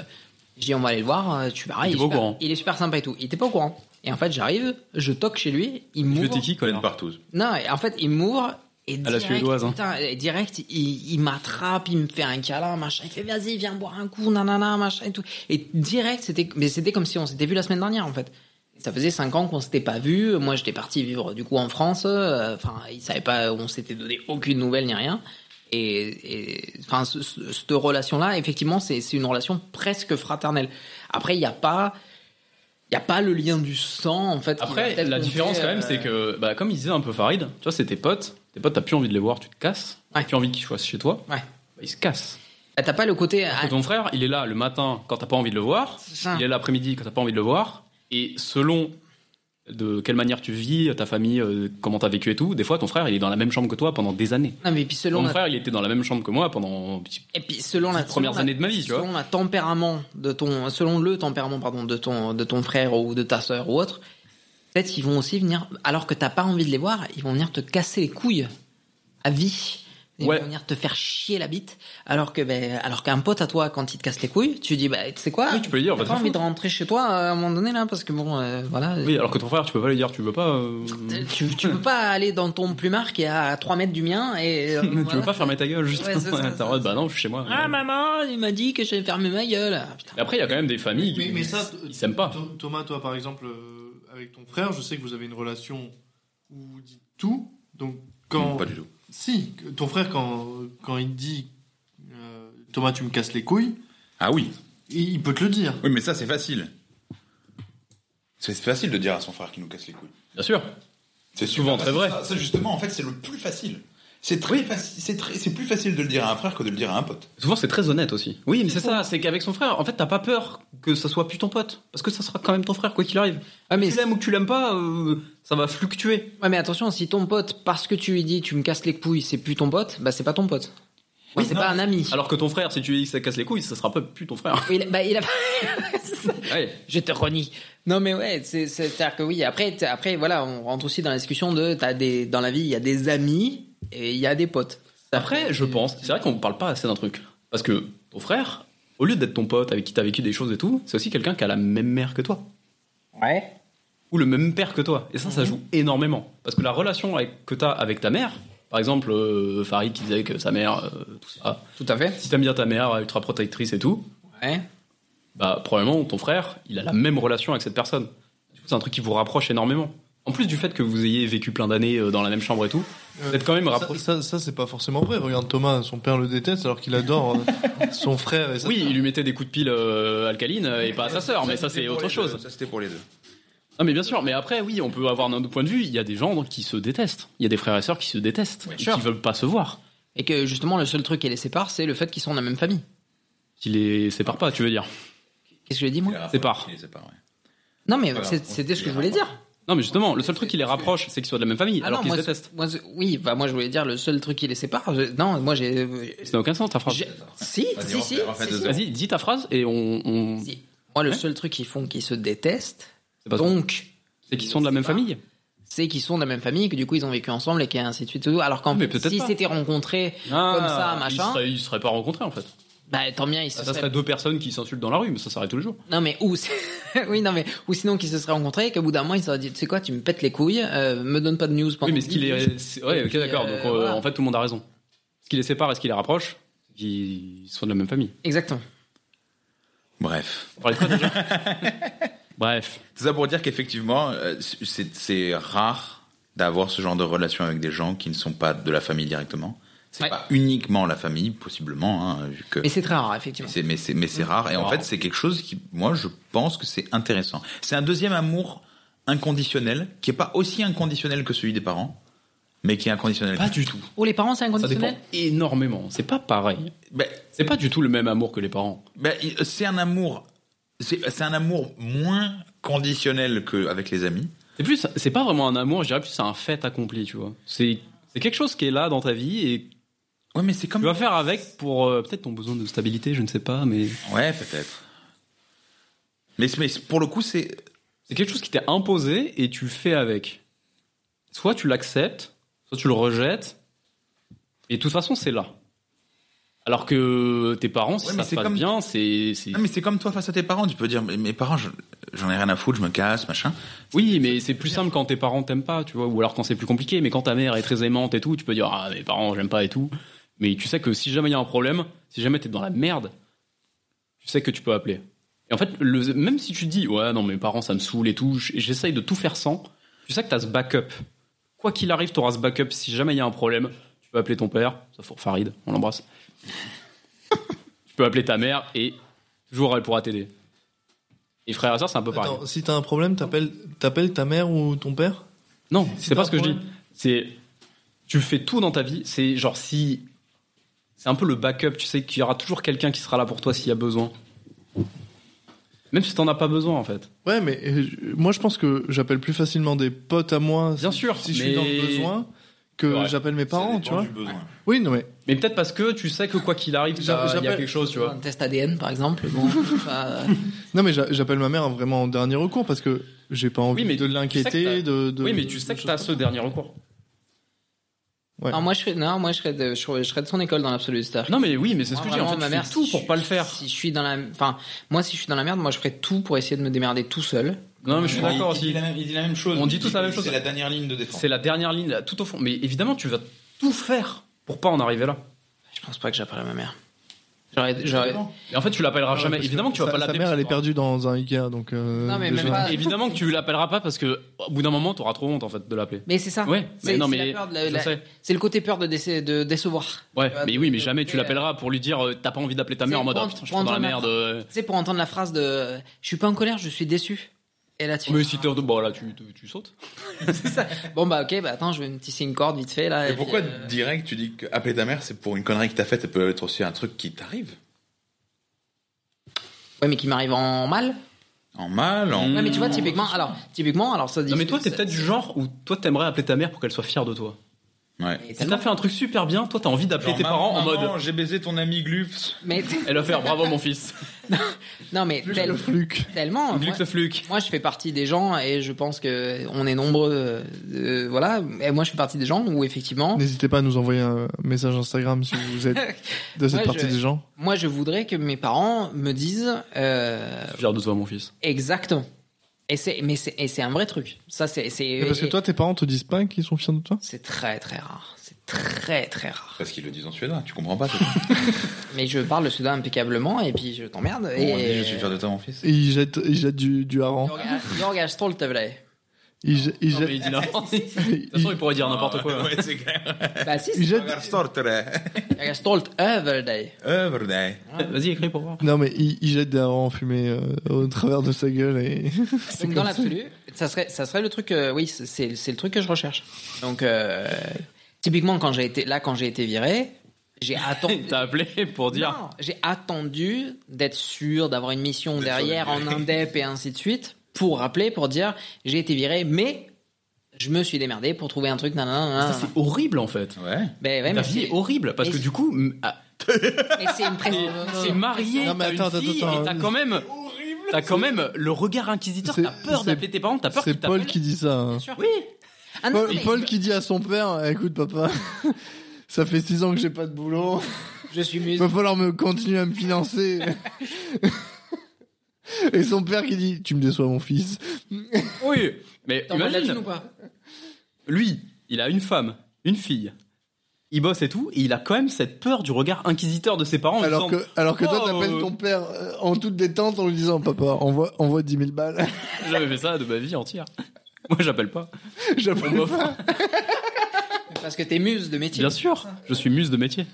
B: je dis, on va aller le voir, euh, tu verras.
D: Il était
B: est
D: pas au
B: super,
D: courant.
B: il est super sympa et tout. Il était pas au courant. Et en fait, j'arrive, je toque chez lui, il
D: Tu
B: m'ouvre.
D: étais qui,
E: Plein de
D: connard
E: partout.
B: Non, et en fait, il m'ouvre. Et
D: À la
B: direct,
D: suédoise, hein.
B: putain, et direct, il, il m'attrape, il me fait un câlin, machin. Il fait vas-y, viens boire un coup, nanana, machin et tout. Et direct, c'était, mais c'était comme si on s'était vu la semaine dernière en fait. Ça faisait cinq ans qu'on s'était pas vu. Moi, j'étais parti vivre du coup en France. euh, Enfin, il savait pas, on s'était donné aucune nouvelle ni rien. Et, et- enfin, ce- ce- cette relation-là, effectivement, c'est c'est une relation presque fraternelle. Après, il n'y a pas, il y a pas le lien du sang en fait. qui va
D: Après,
B: peut-être
D: la
B: compter,
D: différence quand
B: euh,
D: même, c'est que, bah, comme il disait un peu Farid, tu vois, c'est tes potes. Tes potes, t'as plus envie de les voir, tu te casses. T'as
B: Ouais.
D: plus envie qu'ils soient chez toi.
B: Ouais.
D: Bah, ils se cassent.
B: Ah, T'as pas le côté.
D: Parce que ton frère, il est là le matin quand t'as pas envie de le voir,
B: Ça.
D: il est là l'après-midi quand t'as pas envie de le voir, et selon de quelle manière tu vis, ta famille, euh, comment t'as vécu et tout, des fois ton frère il est dans la même chambre que toi pendant des années.
B: ah, Non, mais puis selon
D: Mon
B: la,
D: frère il était dans la même chambre que moi pendant.
B: et puis selon la
D: petites premières
B: selon la-
D: années de ma vie, tu vois.
B: selon la tempérament de ton, selon le tempérament pardon de ton de ton frère ou de ta sœur ou autre, peut-être qu'ils vont aussi venir alors que t'as pas envie de les voir, ils vont venir te casser les couilles à vie. Ils
D: Ouais.
B: vont venir te faire chier la bite, alors que ben, alors qu'un pote à toi quand il te casse les couilles, tu dis bah tu sais quoi,
D: Oui, tu peux lui dire,
B: t'as
D: va te
B: pas
D: faire
B: envie de
D: foutre.
B: rentrer chez toi euh, à un moment donné là parce que bon euh, voilà.
D: Oui, alors que ton frère tu peux pas lui dire, tu veux pas. euh,
B: Tu, tu peux pas aller dans ton plumard qui est à 3 mètres du mien et. euh,
D: tu
B: voilà.
D: veux pas fermer ta gueule juste.
B: Ouais, c'est ça,
D: T'as le
B: ça,
D: droit de- bah non, je suis chez moi.
B: Ah maman, il m'a dit que j'allais fermer ma gueule. Ah, putain.
D: Et après il y a quand même des familles qui ils s'aiment pas.
A: Tho- Thomas, toi, par exemple, euh, avec ton frère, je sais que vous avez une relation où vous dites tout. Donc, quand.
E: Pas du tout.
A: Si, que- ton frère, quand, quand il dit euh, Thomas, tu me casses les couilles,
E: Ah oui.
A: il, il peut te le dire.
E: Oui, mais ça, c'est facile. C'est facile de dire à son frère qu'il nous casse les couilles.
D: Bien sûr.
E: C'est
D: souvent
E: super
D: très
E: facile.
D: vrai.
E: Ça, ça, justement, en fait, c'est le plus facile. C'est très faci- c'est très- c'est plus facile de le dire à un frère que de le dire à un pote.
D: Souvent, c'est très honnête aussi. Oui, mais c'est ça, c'est qu'avec son frère, en fait, t'as pas peur que ça soit plus ton pote. Parce que ça sera quand même ton frère, quoi qu'il arrive.
B: Ah, mais
D: Tu l'aimes ou que tu l'aimes pas, euh, ça va fluctuer.
B: Ouais, mais attention, si ton pote, parce que tu lui dis tu me casses les couilles, c'est plus ton pote, bah c'est pas ton pote. Oui, c'est pas un ami.
D: Alors que ton frère, si tu lui dis que ça casse les couilles, ça sera pas plus ton frère.
B: Il, bah, il a...
D: Ouais.
B: Je te renie. Non, mais ouais, c'est- c'est- c'est-à-dire que oui, après, t'as- après, voilà, on rentre aussi dans la discussion de, t'as des, dans la vie, il y a des amis et il y a des potes.
D: Après, je pense, c'est vrai qu'on parle pas assez d'un truc. Parce que ton frère, au lieu d'être ton pote avec qui t'as vécu des choses et tout, c'est aussi quelqu'un qui a la même mère que toi.
B: Ouais.
D: Ou le même père que toi. Et ça, ça joue énormément. Parce que la relation avec- que t'as avec ta mère, par exemple, euh, Farid qui disait que sa mère, euh, tout ça.
B: Tout à fait.
D: Si t'aimes bien ta mère, ultra protectrice et tout,
B: Ouais.
D: bah probablement ton frère, il a la même relation avec cette personne. Du coup, c'est un truc qui vous rapproche énormément. En plus du fait que vous ayez vécu plein d'années euh, dans la même chambre et tout, vous êtes quand même
A: Euh, Ça,
D: rapprochés.
A: ça, ça, c'est pas forcément vrai. Regarde Thomas, son père le déteste alors qu'il adore euh, son frère et sa
D: Oui, il lui mettait des coups de pile euh, alcalines euh, et pas à sa sœur, mais ça c'est autre chose.
E: Ça c'était pour les deux.
D: Non mais bien sûr, mais après oui, on peut avoir un autre point de vue, il y a des gens donc, qui se détestent. Il y a des frères et sœurs qui se détestent, et qui veulent pas se voir.
B: Et que justement, le seul truc qui les sépare, c'est le fait qu'ils sont dans la même famille.
D: Qui les séparent pas, tu veux dire.
B: Qu'est-ce que je dis, moi
D: Sépare.
E: Il les sépare, ouais.
B: Non, mais
E: Voilà,
B: c'est-
E: on-
B: c'était ce que
E: on
B: je voulais
E: verra.
B: dire.
D: Non mais justement, le seul truc qui les rapproche, c'est qu'ils soient de la même famille,
B: Ah
D: alors
B: non,
D: qu'ils se
B: moi,
D: détestent.
B: moi, je- oui, bah moi je voulais dire le seul truc qui les sépare. je- non, moi j'ai.
D: Ça n'a aucun sens ta phrase.
B: j'ai- Si,
E: Vas-y,
B: si, si,
E: refais- refais
B: si,
E: deux
B: si. Hein
E: secondes.
D: Vas-y, dis ta phrase et on... on-
B: Si. Moi, le seul truc qu'ils font, qu'ils se détestent,
D: C'est pas
B: donc,
D: C'est qu'ils sont de la même famille.
B: c'est qu'ils sont de la même famille, que du coup ils ont vécu ensemble et qu'ainsi de suite. tout. Alors qu'en
D: Mais
B: fait,
D: peut-être
B: s'ils
D: pas.
B: s'étaient rencontrés, Comme ça, machin.
D: Ah, Ils seraient, ils seraient pas rencontrés en fait.
B: bah tant bien, ils se
D: Ah, Ça, serait
B: seraient.
D: deux personnes qui s'insultent dans la rue, mais ça s'arrête tous les jours.
B: Non mais ou c'est- oui non mais ou sinon qu'ils se seraient rencontrés et qu'au bout d'un moment ils se seraient dit tu sais quoi tu me pètes les couilles euh, me donne pas de news pendant
D: Oui, mais ce qui
B: dix
D: les.
B: minutes.
D: c'est- Ouais,
B: Et
D: ok,
B: puis,
D: d'accord.
B: euh,
D: Donc euh,
B: voilà.
D: en fait, tout le monde a raison. Ce qui les sépare et ce qui les rapproche, c'est qu'ils sont de la même famille.
B: exactement
E: Bref.
D: On parlait de quoi déjà Bref.
E: Tout ça pour dire qu'effectivement, euh, c'est c'est rare d'avoir ce genre de relation avec des gens qui ne sont pas de la famille directement. C'est
B: Ouais.
E: pas uniquement la famille, possiblement, hein, vu que.
B: mais c'est très rare effectivement
E: C'est- mais c'est mais c'est rare et en
D: Wow.
E: fait c'est quelque chose qui moi je pense que c'est intéressant. C'est un deuxième amour inconditionnel qui est pas aussi inconditionnel que celui des parents, mais qui est inconditionnel.
D: Pas du tout.
B: ou les parents c'est
D: Ça dépend
B: inconditionnel
D: énormément. C'est pas pareil.
E: Ben,
D: C'est pas du tout le même amour que les parents.
E: ben, il- c'est un amour c'est c'est un amour moins conditionnel qu'avec les amis.
D: C'est plus. C'est pas vraiment un amour. Je dirais plus c'est un fait accompli. Tu vois. C'est c'est quelque chose qui est là dans ta vie et
E: Ouais mais c'est comme
D: tu vas faire avec pour euh, peut-être ton besoin de stabilité. Je ne sais pas, mais
E: ouais peut-être. Mais, mais pour le coup c'est
D: c'est quelque chose qui t'est imposé et tu fais avec. Soit tu l'acceptes, soit tu le rejettes. Et de toute façon, c'est là. Alors que tes parents, si
E: Ouais, mais
D: ça se
E: c'est
D: passe
E: comme- Ah,
D: bien, c'est. c'est-
E: non, mais c'est comme toi face à tes parents tu peux dire mais mes parents je- j'en ai rien à foutre je me casse machin.
D: Oui, mais c'est plus simple quand tes parents t'aiment pas, tu vois, ou alors quand c'est plus compliqué. Mais quand ta mère est très aimante et tout, tu peux dire ah mes parents j'aime pas et tout. Mais tu sais que si jamais il y a un problème, si jamais t'es dans la merde, tu sais que tu peux appeler. Et en fait, le, même si tu dis ouais non mes parents ça me saoule et tout, j- j'essaye de tout faire sans. Tu sais que t'as ce backup. Quoi qu'il arrive, t'auras ce backup. Si jamais il y a un problème, tu peux appeler ton père, sauf pour Farid, on l'embrasse. tu peux appeler ta mère et toujours elle pourra t'aider. Et frère et soeur, c'est un peu pareil.
A: Attends, si t'as un problème, t'appelles, t'appelles ta mère ou ton père
D: Non,
A: Si
D: c'est pas
A: t'as
D: ce que
A: un
D: je dis.
A: problème.
D: C'est tu fais tout dans ta vie. C'est genre si c'est un peu le backup. Tu sais qu'il y aura toujours quelqu'un qui sera là pour toi s'il y a besoin. Même si t'en as pas besoin en fait.
A: Ouais, mais euh, moi je pense que j'appelle plus facilement des potes à moi
D: Bien
A: si,
D: sûr,
A: si je
D: mais-
A: suis dans le besoin que
D: Ouais.
A: j'appelle mes parents, tu vois. Oui, non mais
D: Mais peut-être parce que tu sais que quoi qu'il arrive,
A: J'a-
D: t'as- il y a
A: j'appelle-
D: quelque chose, tu vois.
B: un test ADN par exemple bon enfin,
A: non mais j'a- j'appelle ma mère vraiment en dernier recours parce que j'ai pas envie
D: Oui, mais
A: de
D: tu sais que t'as-
A: l'inquiéter, de, de-
D: Oui, mais tu sais
A: de
D: que
A: choses
D: t'as ce dernier recours.
A: Ouais.
B: non, moi je serais non moi je serais de, je serais- je serais de son école dans l'absolu c'est
D: Non, mais oui, mais c'est ce que je dis. En fait,
B: ma
D: tu
B: mère
D: fais tout
B: si je-
D: pour pas le faire.
B: si je suis dans la enfin moi si je suis dans la merde moi je ferais tout pour essayer de me démerder tout seul
D: Non, mais je suis d'accord
E: Il,
D: aussi.
E: dit la même- il dit la même chose.
D: On dit tous
E: Il-
D: la même chose.
E: C'est la dernière ligne de défense.
D: C'est la dernière ligne là, tout au fond. Mais évidemment, tu vas tout faire pour pas en arriver là.
B: je pense pas que j'appellerais ma mère j'aurais j'aurais
D: Et en fait, tu l'appelleras
A: Ouais,
D: jamais.
A: parce
D: Évidemment que tu vas
A: sa-
D: pas
A: Sa
D: l'appeler.
A: mère, elle est
D: parce que-
A: perdue dans un Ikea, donc. euh,
B: Non, mais même
A: déjà.
B: pas.
D: Évidemment que tu l'appelleras pas parce que au bout d'un moment, t'auras trop honte en fait de l'appeler.
B: mais c'est ça
D: Ouais, mais
B: C'est-
D: non,
B: c'est
D: mais
B: la peur de la-
D: je
B: Euh, la-
D: sais.
B: c'est le côté peur de, déce- de décevoir
D: Ouais,
B: Tu vois,
D: mais
B: de-
D: oui, mais
B: de-
D: jamais tu
B: de-
D: l'appelleras pour lui dire euh, t'as pas envie d'appeler ta mère en
B: C'est
D: mode
B: pour-
D: ah, putain, je
B: pour
D: suis dans la
B: entendre
D: merde. euh.
B: Tu sais, pour entendre la phrase de je suis pas en colère, je suis déçu. Et Et là, tu fais-
D: Mais si t'es en- bon là tu, tu, tu sautes.
B: C'est ça. Bon, bah, ok, bah, attends, je vais me tisser une corde vite fait, là.
E: Et
B: puis,
E: pourquoi
B: euh,
E: direct tu dis que appeler ta mère c'est pour une connerie que t'as faite, ça peut être aussi un truc qui t'arrive
B: Ouais, mais qui m'arrive en mal.
E: en mal, en
B: Ouais, mais tu vois, typiquement, alors, typiquement, alors, ça dit.
D: Mmh. Non mais toi t'es peut-être du genre où toi t'aimerais appeler ta mère pour qu'elle soit fière de toi.
E: ouais.
B: Mais
D: Si t'as
B: tellement-
D: fait un truc super bien, toi t'as envie d'appeler
E: Genre,
D: tes
E: maman,
D: parents en
E: maman,
D: mode
E: j'ai baisé ton ami Gluf.
B: Mais,
D: elle va faire bravo mon fils.
B: non, mais tel- tellement.
D: Luc
B: moi-
D: le fluc.
B: Moi, je fais partie des gens, et je pense que on est nombreux, euh, euh, voilà. Et moi, je fais partie des gens où effectivement,
A: N'hésitez pas à nous envoyer un message Instagram si vous êtes de cette
B: Ouais,
A: partie
B: je-
A: des gens.
B: moi, je voudrais que mes parents me disent euh,
D: Fier de toi mon fils.
B: exactement. Et c'est, mais c'est, et c'est un vrai truc. Ça, c'est, c'est.
A: Et parce que toi, tes parents te disent pas qu'ils sont fiers de toi
B: c'est très très rare. C'est très très rare.
E: Parce qu'ils le disent en suédois, tu comprends pas. toi.
B: Mais je parle le soudain impeccablement, et puis je t'emmerde.
E: On dit
B: et...
E: je suis fier de toi mon fils.
A: Et ils jettent, ils jettent du, du hareng.
B: Jorga- Jorga Stoltevlei.
A: Ils, je- ils
D: Non,
A: jettent-
D: mais il dit là. De toute
A: ils-
D: façon il
E: Ah,
D: pourrait dire n'importe quoi.
E: Ouais, c'est clair.
B: Bah si,
A: ils
B: c'est
A: jettent-
B: Jorga Stoltevlei.
E: Överdej.
D: Vas-y écris pour voir.
A: non, mais ils, ils jettent des harengs fumés euh, au travers de sa gueule. Et...
B: Donc dans l'absolu, ça serait, ça serait le truc. euh, oui, c'est- c'est c'est le truc que je recherche. Donc euh, typiquement quand j'ai été là, quand j'ai été viré, j'ai attendu.
D: T'as hein. appelé pour dire
B: Non, j'ai attendu d'être sûr d'avoir une mission derrière en indep et ainsi de suite pour rappeler pour dire j'ai été viré, mais je me suis démerdé pour trouver un truc. Nan, nan, nan,
D: ça
B: nan.
D: c'est horrible en fait.
E: Ouais.
B: Ben ouais,
D: Ta
B: mais
D: vie est
B: c'est
D: horrible parce
B: Et
D: que
B: c'est-
D: du coup m- ah,
B: mais c'est une pression.
D: t'es marié,
A: Non, mais
D: t'as une
A: attends, attends,
D: fille,
A: attends.
D: et t'as quand même, t'as quand même le regard inquisiteur.
A: C'est-
D: T'as peur
A: c'est-
D: d'appeler tes parents, t'as peur qu'ils
A: C'est Paul
D: t'appellent.
A: qui dit ça. hein.
D: Oui.
B: Ah non,
A: Paul,
B: non, mais
A: Paul qui dit à son père Écoute, papa, ça fait six ans que j'ai pas de boulot.
B: je suis
A: Il
B: musulman.
A: va falloir me continuer à me financer. Et son père qui dit Tu me déçois, mon fils.
D: Oui. Mais
B: T'en veux de la thune ou
D: imagine,
B: pas
D: lui, il a une femme, une fille. Il bosse et tout, et il a quand même cette peur du regard inquisiteur de ses parents. en
A: Alors
D: disant,
A: que, alors que toi,
D: Oh,
A: t'appelles
D: euh.
A: ton père euh, en toute détente en lui disant Papa, envoie, envoie 10 000 balles.
D: J'ai jamais fait ça de ma vie entière. Moi, j'appelle pas. On
A: J'appelle
D: m'offre.
B: Parce que t'es muse de métier.
D: Bien sûr, je suis muse de métier.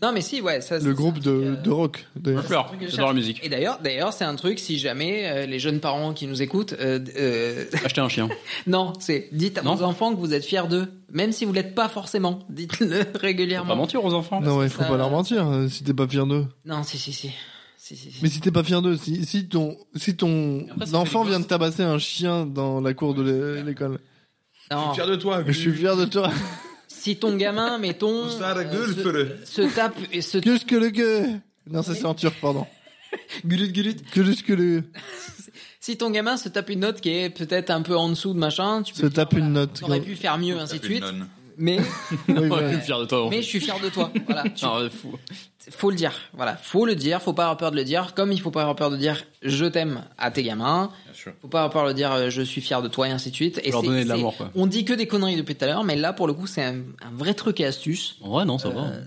B: Non mais si, ouais, ça. Euh,
A: le
B: c'est-
A: groupe de, de rock.
D: Je
A: d'ailleurs.
D: pleure.
B: truc que je
D: J'adore la
B: cherche.
D: musique.
B: Et d'ailleurs, d'ailleurs, c'est un truc si jamais euh, les jeunes parents qui nous écoutent, euh, d- euh,
D: Acheter un chien.
B: non, c'est dites à
D: Non.
B: vos enfants que vous êtes fiers d'eux, même si vous l'êtes pas forcément. Dites-le
D: Faut pas
B: régulièrement.
D: mentir aux enfants.
A: Non, il faut
B: ça-
A: pas leur mentir euh, si t'es pas fier d'eux.
B: Non, si, si, si, si, si. si.
A: Mais si t'es pas fier d'eux, si, si ton, si ton
D: Après, ça fait
A: enfant
D: des
A: vient de tabasser un chien dans la cour de l'é- l'école,
B: non.
E: Fier de toi.
A: je suis fier de toi.
B: Si ton gamin, mettons,
E: Vous avez la
B: euh,
E: gueule, feu-le.
B: se, se tape et se
A: Qu'est-ce que le gueux Non, ça c'est en turc, pardon.
B: gulut gulut.
A: Qu'est-ce que le.
B: Si ton gamin se tape une note qui est peut-être un peu en dessous de machin, tu
A: Se
B: peux.
A: tape une note.
B: T'aurais pu faire mieux, ainsi de suite.
E: Nonne.
B: Mais,
A: Oui,
D: Ouais,
A: voilà.
D: Je suis fier de toi. mon
B: mais
D: fils.
B: je suis fier de toi. Voilà. Tu-
D: Ah, ouais, fou.
B: faut le dire. Voilà, faut le dire, faut pas avoir peur de le dire, comme il faut pas avoir peur de dire je t'aime à tes gamins.
E: Bien sûr.
B: Faut pas avoir peur de dire euh, je suis fier de toi et ainsi de suite. Et
D: Leur
B: c'est-
D: donner de
B: c'est-
D: l'amour, quoi.
B: On dit que des conneries depuis tout à l'heure, mais là pour le coup c'est un, un vrai truc et astuce.
D: En vrai, non, ça va.
B: Euh,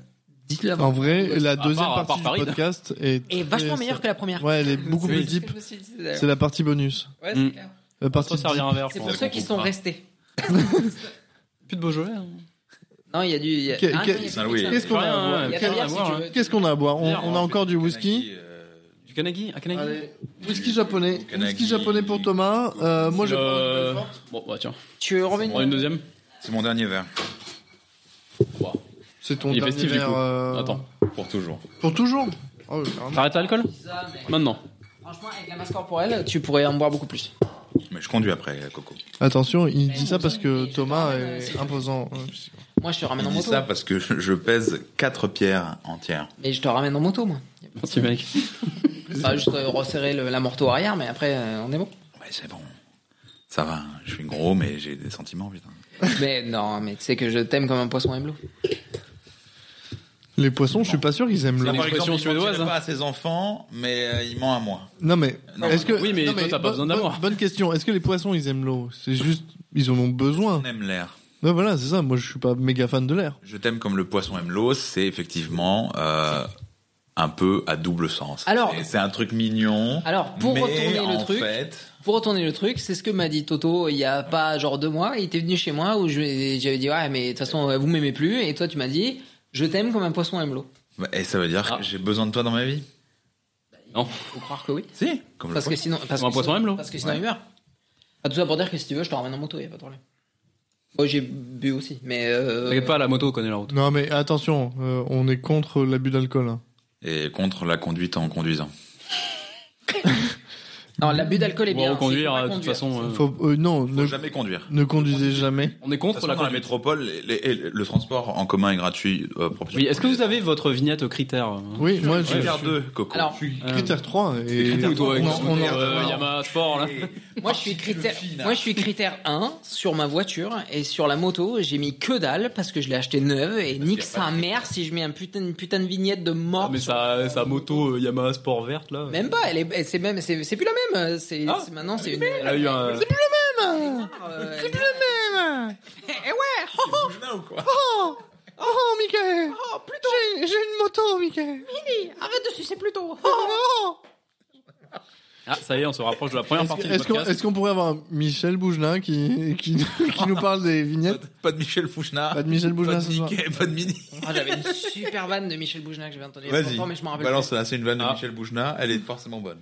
B: Dites-le avant.
A: En vrai, la
D: À part-
A: deuxième
D: à part
A: partie du
D: Farid.
A: podcast est. très-
B: Et vachement meilleur que la première.
A: Ouais, elle est beaucoup
D: Oui.
A: plus
B: C'est ce
A: deep.
B: que je me suis dit, d'ailleurs.
A: C'est la partie bonus.
B: Ouais,
D: Mm.
B: c'est clair.
A: La
D: On se
A: partie.
D: servir un verre. je
B: C'est pour
D: pense.
B: ceux qui sont restés.
D: Plus de Beaujolais. hein.
B: Non, il y a du. il y a-
A: Que-
B: Ah, non,
A: que-
B: il y a plus que
E: Saint-Louis.
B: ça.
A: Qu'est-ce qu'on a à
D: Rien,
A: boire
D: ouais.
B: Il y a de
D: Qu'est-ce
B: la
D: qu'on a à
B: bière si
D: boire,
B: tu
D: hein.
B: veux.
A: Qu'est-ce qu'on a à boire on,
D: Bière,
A: on a
D: on
A: encore du whisky.
E: Kanaki, euh,
D: Du Kanagi, un Kanagi.
A: Allez, whisky japonais.
E: Kanaki.
A: Whisky japonais pour Thomas. Euh, moi, je.
D: Euh, Bon, bah tiens.
B: Tu veux revenir
D: On a une deuxième
E: C'est mon dernier verre.
D: Bah,
A: C'est ton
D: Il est
A: dernier
D: festif, du
A: verre,
D: coup.
A: euh,
D: Attends.
E: Pour toujours.
A: Pour toujours. Oh, carrément.
D: T'arrêtes l'alcool
B: Ça, mais
D: Maintenant.
B: Franchement, avec la masse corporelle, tu pourrais en boire beaucoup plus.
E: Mais je conduis après, Coco.
A: Attention, il
B: Mais
A: dit ça
B: non,
A: parce que
B: mais je
A: Thomas
B: parle,
A: est
B: euh,
A: imposant. Ouais,
B: Moi, je te ramène
E: Il
B: en
E: dit
B: moto.
E: ça parce que je je pèse 4 pierres entières.
B: Mais je te ramène en moto, moi.
D: Merci, mec.
B: Pas juste euh, resserrer le- la morteau arrière, mais après, euh, on est bon.
E: Ouais, c'est bon. Ça va, hein. je suis gros, mais j'ai des sentiments, putain.
B: Mais non, mais tu sais que je t'aime comme un poisson éblou.
A: Les poissons, je suis pas sûr qu'ils aiment l'eau.
D: par expression
E: il
D: suédoise,
E: mentirait
D: hein.
E: pas à ses enfants, mais euh, il ment à moi.
A: Non mais,
E: Non,
A: est-ce que
D: oui, mais
A: non,
D: toi, t'as pas
A: bo-
D: besoin
A: bo-
D: d'amour.
A: Bonne question. Est-ce que les poissons, ils aiment l'eau C'est juste, ils en ont besoin.
E: On aime l'air.
A: Ben voilà, c'est ça. Moi, je suis pas méga fan de l'air.
E: Je t'aime comme le poisson aime l'eau, c'est effectivement euh, un peu à double sens.
B: Alors-
E: Et c'est un truc mignon.
B: Alors, pour
E: mais
B: retourner le
E: en
B: truc-
E: fait,
B: Pour retourner le truc, c'est ce que m'a dit Toto il y a pas genre deux mois. Il était venu chez moi où je- j'avais dit ouais, mais de toute façon euh, vous m'aimez plus. Et toi tu m'as dit je t'aime comme un poisson aime l'eau.
E: bah, et ça veut dire
D: Ah.
E: que j'ai besoin de toi dans ma vie.
D: Non.
B: Faut croire que oui.
D: Si.
E: Comme
B: Parce
E: le
B: que sinon, parce
D: Comme un
B: que
D: poisson
B: sinon-
D: emelot.
B: Parce que sinon il meurt. Ah, tout ça pour dire que si tu veux, je te ramène en moto, y a pas de problème. Moi j'ai bu aussi, mais. Euh...
D: T'inquiète pas, la moto connaît la route.
A: Non, mais attention, euh, on est contre l'abus d'alcool. hein.
E: Et contre la conduite en conduisant.
B: Non, l'abus d'alcool est
D: On va
B: bien.
D: reconduire,
B: c'est
D: euh,
B: faut
D: de
B: pas
D: toute façon. euh,
A: Faut, euh, non,
E: Faut
A: ne,
E: jamais conduire.
A: ne conduisez jamais.
D: On
E: De
D: est
E: toute
D: contre
E: façon,
D: la
E: dans la
D: conduite.
E: métropole, les- les- le transport en commun est gratuit. euh, proportionnel.
D: Oui, est-ce que vous avez votre vignette critère euh,
A: Oui, moi, je,
E: Critère
A: je
E: 2, Coco.
B: Alors,
A: suis
D: Euh,
A: critère 3. Et
D: Critère toi, avec
A: on,
D: ton
A: en- on en-
D: scooter, euh, Yamaha Sport là.
B: Moi, je suis critère.
D: hein.
B: Moi, je suis critère 1 sur ma voiture et sur la moto, j'ai mis que dalle parce que je l'ai acheté neuve et nique sa mère si je mets un putain, une putain de vignette de mort.
D: Ah, mais sa, sa moto euh, Yamaha Sport verte là.
B: Même pas, elle est, elle- c'est même, c'est, c'est plus la même. C'est,
D: Ah.
B: c'est- maintenant, c'est une.
D: Elle a eu un.
A: Ah,
B: euh, elle-
A: Oh, Michael J'ai une moto, Michael
B: Arrête de sucer plutôt.
D: Oh. Ah, ça y est, on se rapproche de la première
A: Est-ce
D: partie
A: que-
D: du
A: est-ce qu'on
D: podcast.
A: est-ce qu'on pourrait avoir un Michel Bougelin qui, qui, qui nous parle des vignettes
E: Pas de Michel Fouchenard.
A: Pas de Michel
E: Pas
A: Bougelin
E: de
A: ce soir.
E: Mickey, pas de Mini.
B: Ah, j'avais une super vanne de Michel Bougelin que j'avais entendue il y a
E: Vas-y.
B: longtemps, mais je m'en rappelle.
E: Balance là, c'est une vanne de
D: Ah.
E: Michel Bouchenard. Elle est forcément bonne.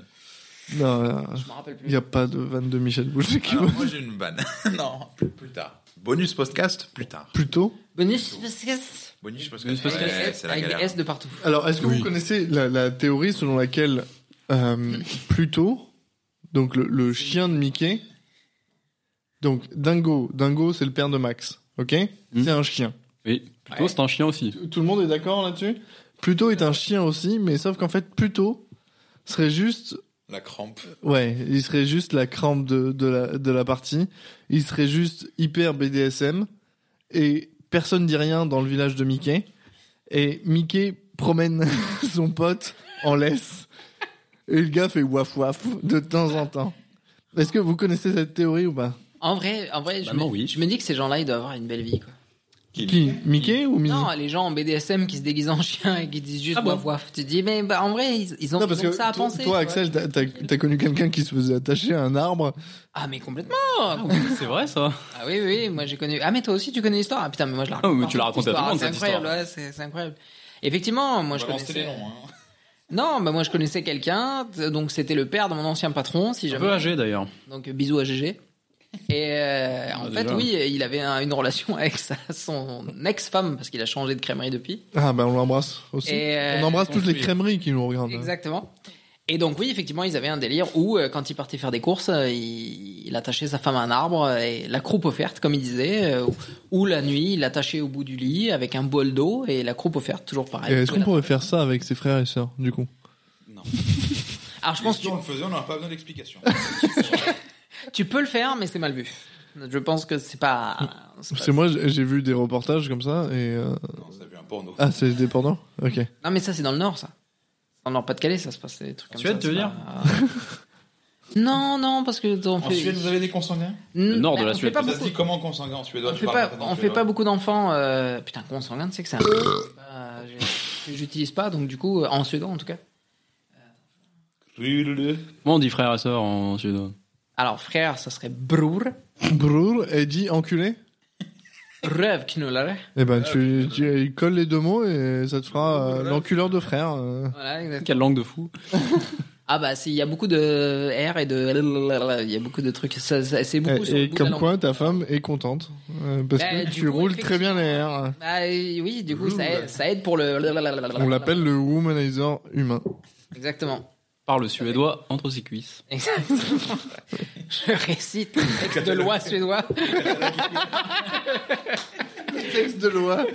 A: Non, non,
B: plus. Je m'en rappelle
A: il
B: plus.
A: n'y a pas de vanne de Michel Bougelin
D: Ah.
A: qui
E: Alors, moi, j'ai une vanne. non, plus tard. Bonus podcast, plus tard.
A: plutôt.
B: Bonus podcast.
E: Bonus podcast,
D: Bonus podcast.
E: ouais, c'est la
B: avec des
E: galère.
B: S de partout.
A: Alors, est-ce que vous connaissez la, la théorie selon laquelle euh, Pluto, donc le, le chien de Mickey, donc Dingo, Dingo c'est le père de Max, ok
D: Mhm.
A: C'est un chien.
D: Oui, plutôt
B: Ouais.
D: c'est un chien aussi.
A: Tout- Tout le monde est d'accord là-dessus Pluto est un chien aussi, mais sauf qu'en fait Pluto serait juste,
E: La crampe.
A: ouais, il serait juste la crampe de, de, la, de la partie, il serait juste hyper BDSM, et personne dit rien dans le village de Mickey, et Mickey promène son pote en laisse, et le gars fait waf waf de temps en temps. Est-ce que vous connaissez cette théorie ou pas
B: En vrai, en vrai, je,
D: Bah
B: me,
D: non, oui.
B: je me dis que ces gens-là, ils doivent avoir une belle vie, quoi.
A: Qui Mickey ou Minnie
B: Non, les gens en BDSM qui se déguisent en chien et qui disent juste
D: Ah bon
B: waf waf. Tu te dis, mais bah, en vrai, ils, ils ont,
A: Non, parce
B: ils ont
A: que
B: que ça à
A: toi,
B: penser.
A: toi,
B: tu vois.
A: Axel, t'as- t'as t'as connu quelqu'un qui se faisait attacher à un arbre.
B: Ah, mais complètement.
D: C'est vrai ça
B: Ah oui, oui, moi j'ai connu. Ah, mais toi aussi tu connais l'histoire. Ah putain, mais moi je la
D: Ah,
B: raconte.
D: mais
B: pas.
D: tu l'as raconté à tout le monde,
B: C'est
D: cette
B: incroyable, ouais, c'est c'est incroyable. Effectivement, moi je connaissais.
D: hein.
E: hein.
B: Non, bah moi je connaissais quelqu'un, t- donc c'était le père de mon ancien patron, si
D: Un peu
B: jamais.
D: âgé d'ailleurs.
B: Donc bisous à GG. Et euh, en
D: Ah,
B: fait,
D: déjà.
B: oui, il avait un- une relation avec sa- son ex-femme parce qu'il a changé de crèmerie depuis.
A: Ah, ben on l'embrasse aussi.
B: Et, euh,
A: on embrasse
B: on
A: toutes les crèmeries qui nous regardent.
B: Exactement. Et donc oui, effectivement, ils avaient un délire où euh, quand il partait faire des courses, euh, il, il attachait sa femme à un arbre euh, et la croupe offerte, comme il disait, euh, ou la nuit, il l'attachait au bout du lit avec un bol d'eau et la croupe offerte, toujours
A: Et
B: pareil.
A: Est-ce qu'on
B: Voilà.
A: pourrait faire ça avec ses frères et sœurs, du coup
B: Alors je
E: Je pense
B: pense que
E: si on le faisait, on n'aurait pas besoin d'explication.
B: tu, tu peux le faire, mais c'est mal vu. Je pense que c'est pas. c'est pas-
A: Parce que Mm. moi, j'ai j'ai vu des reportages comme ça, et... euh,
E: non, ça a vu un porno.
A: Ah, c'est des pornos Ok.
B: Non, mais ça c'est dans le Nord, ça. Dans le Nord Pas-de-Calais, ça se passe des trucs comme
D: Suède,
B: ça.
D: tu
B: c'est
D: veux dire
B: pas- non, non, parce que on
E: En
B: fait-
E: Suède, vous avez des consanguins
B: N-
D: Le Nord de
B: bah,
D: la
B: on fait
D: Suède,
B: pas
E: Ça se
B: beaucoup.
E: dit comment consanguin en suédois
B: On
E: tu
B: fait
E: parles
B: pas,
E: dans
B: on
E: le
B: fait pas
E: suédois.
B: beaucoup d'enfants. Euh... Putain, consanguin, tu sais que c'est un.
A: Euh.
B: c'est pas- j'ai- Bah, J'utilise pas, donc du coup, euh, en suédois en tout cas.
D: Moi on dit frère et sœur en suédois.
B: Alors, frère, ça serait bror,
A: Brrr, et dit enculé
B: rövknullare.
A: Eh ben,
B: Ah,
A: tu, tu il colle les deux mots et ça te fera euh, l'enculeur de frère. euh.
B: Voilà, exact.
D: Quelle langue de fou
B: Ah bah, si, il y a beaucoup de R et de. Il y a beaucoup de trucs. ça- ça- C'est beaucoup sur
A: Et,
B: le
A: Eh, et
B: bout de la
A: comme
B: langue.
A: quoi, ta femme est contente. euh, parce
B: Bah,
A: que
B: du
A: tu
B: coup,
A: roules très bien les airs.
B: Bah euh, oui, du coup, ça aide, ça aide pour le.
A: On l'appelle le womanizer humain.
B: Exactement.
D: Parle suédois entre ses cuisses.
B: Exactement. Je récite le texte de loi suédois.
A: Texte de loi.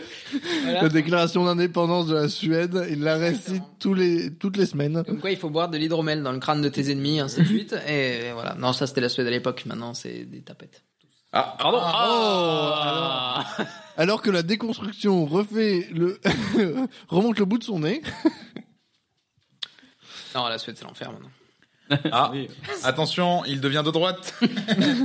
B: Voilà.
A: La déclaration d'indépendance de la Suède, il la récite
B: Exactement.
A: tous les, toutes les semaines.
B: Comme quoi, il faut boire de l'hydromel dans le crâne de tes ennemis, ainsi de suite. Et voilà. Non, ça, c'était la Suède à l'époque. Maintenant, c'est des tapettes.
E: Ah,
D: Pardon
B: Oh,
A: Ah,
D: Ah
A: Alors que la déconstruction refait le remonte le bout de son nez.
B: Non, la Suède, c'est l'enfer maintenant.
E: ah,
D: Oui.
E: attention, il devient de droite.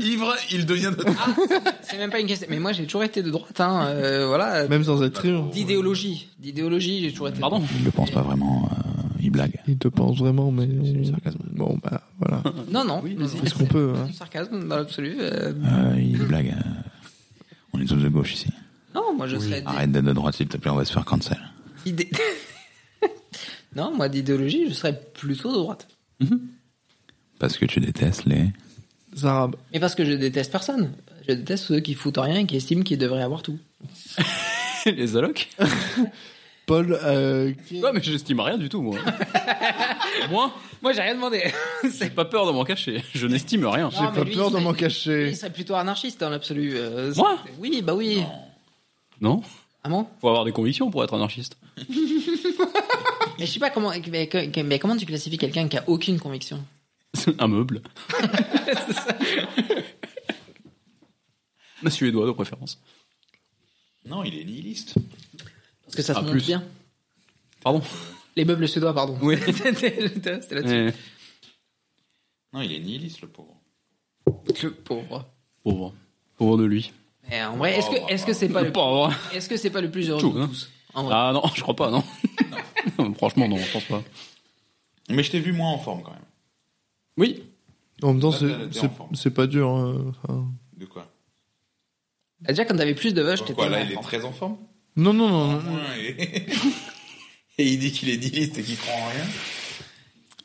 E: Ivre, il devient de droite.
B: C'est même pas une question. Mais moi, j'ai toujours été de droite, hein. euh, voilà.
A: Même sans être rire.
B: D'idéologie. D'idéologie, j'ai toujours été.
D: Pardon
E: Il le pense pas vraiment, euh, il blague.
A: Il te pense vraiment, mais
E: du sarcasme.
A: bon bah voilà,
B: Non, non. non, non.
A: c'est ce qu'on peut.
B: C'est
A: hein.
B: du sarcasme dans l'absolu. euh,
E: il blague. euh, On est tous de gauche ici.
B: Non, moi, je serais. des-
E: d'être de droite, s'il te plaît, on va se faire cancel.
B: idée- Non, moi d'idéologie, je serais plutôt de droite.
G: Parce que tu détestes les.
A: Les Arabes.
B: Mais parce que je déteste personne. Je déteste ceux qui foutent rien et qui estiment qu'ils devraient avoir tout.
D: Les allocs
A: Paul, euh, qui-
D: Ouais, mais j'estime rien du tout, moi. moi,
B: Moi, j'ai rien demandé.
D: j'ai pas peur de m'en cacher. Je n'estime rien.
A: j'ai
B: Non, mais
A: pas
B: lui,
A: peur
B: il
A: de
B: serait-
A: m'en
B: Il
A: cacher.
B: serait plutôt anarchiste dans l'absolu. euh,
D: Moi
B: c'est- Oui, bah oui.
D: Non
B: Ah bon
D: Faut avoir des convictions pour être anarchiste.
B: Mais je sais pas comment. Mais, que- mais comment tu classifies quelqu'un qui a aucune conviction
D: Un meuble. Un suédois de préférence.
C: Non, il est nihiliste.
B: Parce que ça se
D: Ah,
B: montre
D: plus.
B: bien.
D: Pardon.
B: Les meubles suédois, pardon.
D: Oui.
B: C'était c'était là-dessus.
D: Eh,
C: Non, il est nihiliste, le pauvre.
B: Le pauvre.
D: pauvre. Pauvre de lui.
B: Mais en vrai,
C: Oh,
B: est-ce que est-ce que c'est pas le
D: Pauvre.
B: est-ce que c'est pas le plus heureux
D: Tout,
B: de
D: hein.
B: tous En vrai.
D: Ah non, je crois pas, non. Non, Franchement, non, je pense pas.
C: Mais je t'ai vu moins en forme quand même.
D: Oui.
A: En même temps,
C: Là,
A: c'est-
C: t'as- t'es en
A: c'est-
C: forme.
A: c'est pas dur. hein, enfin.
C: De quoi
B: Déjà, quand t'avais plus de vaches, t'étais.
C: Quoi, là,
B: moins
C: Ah. il est
B: fort.
C: très en forme
A: Non, non, non, non.
C: Et et il dit qu'il est nihiliste et qu'il croit en rien.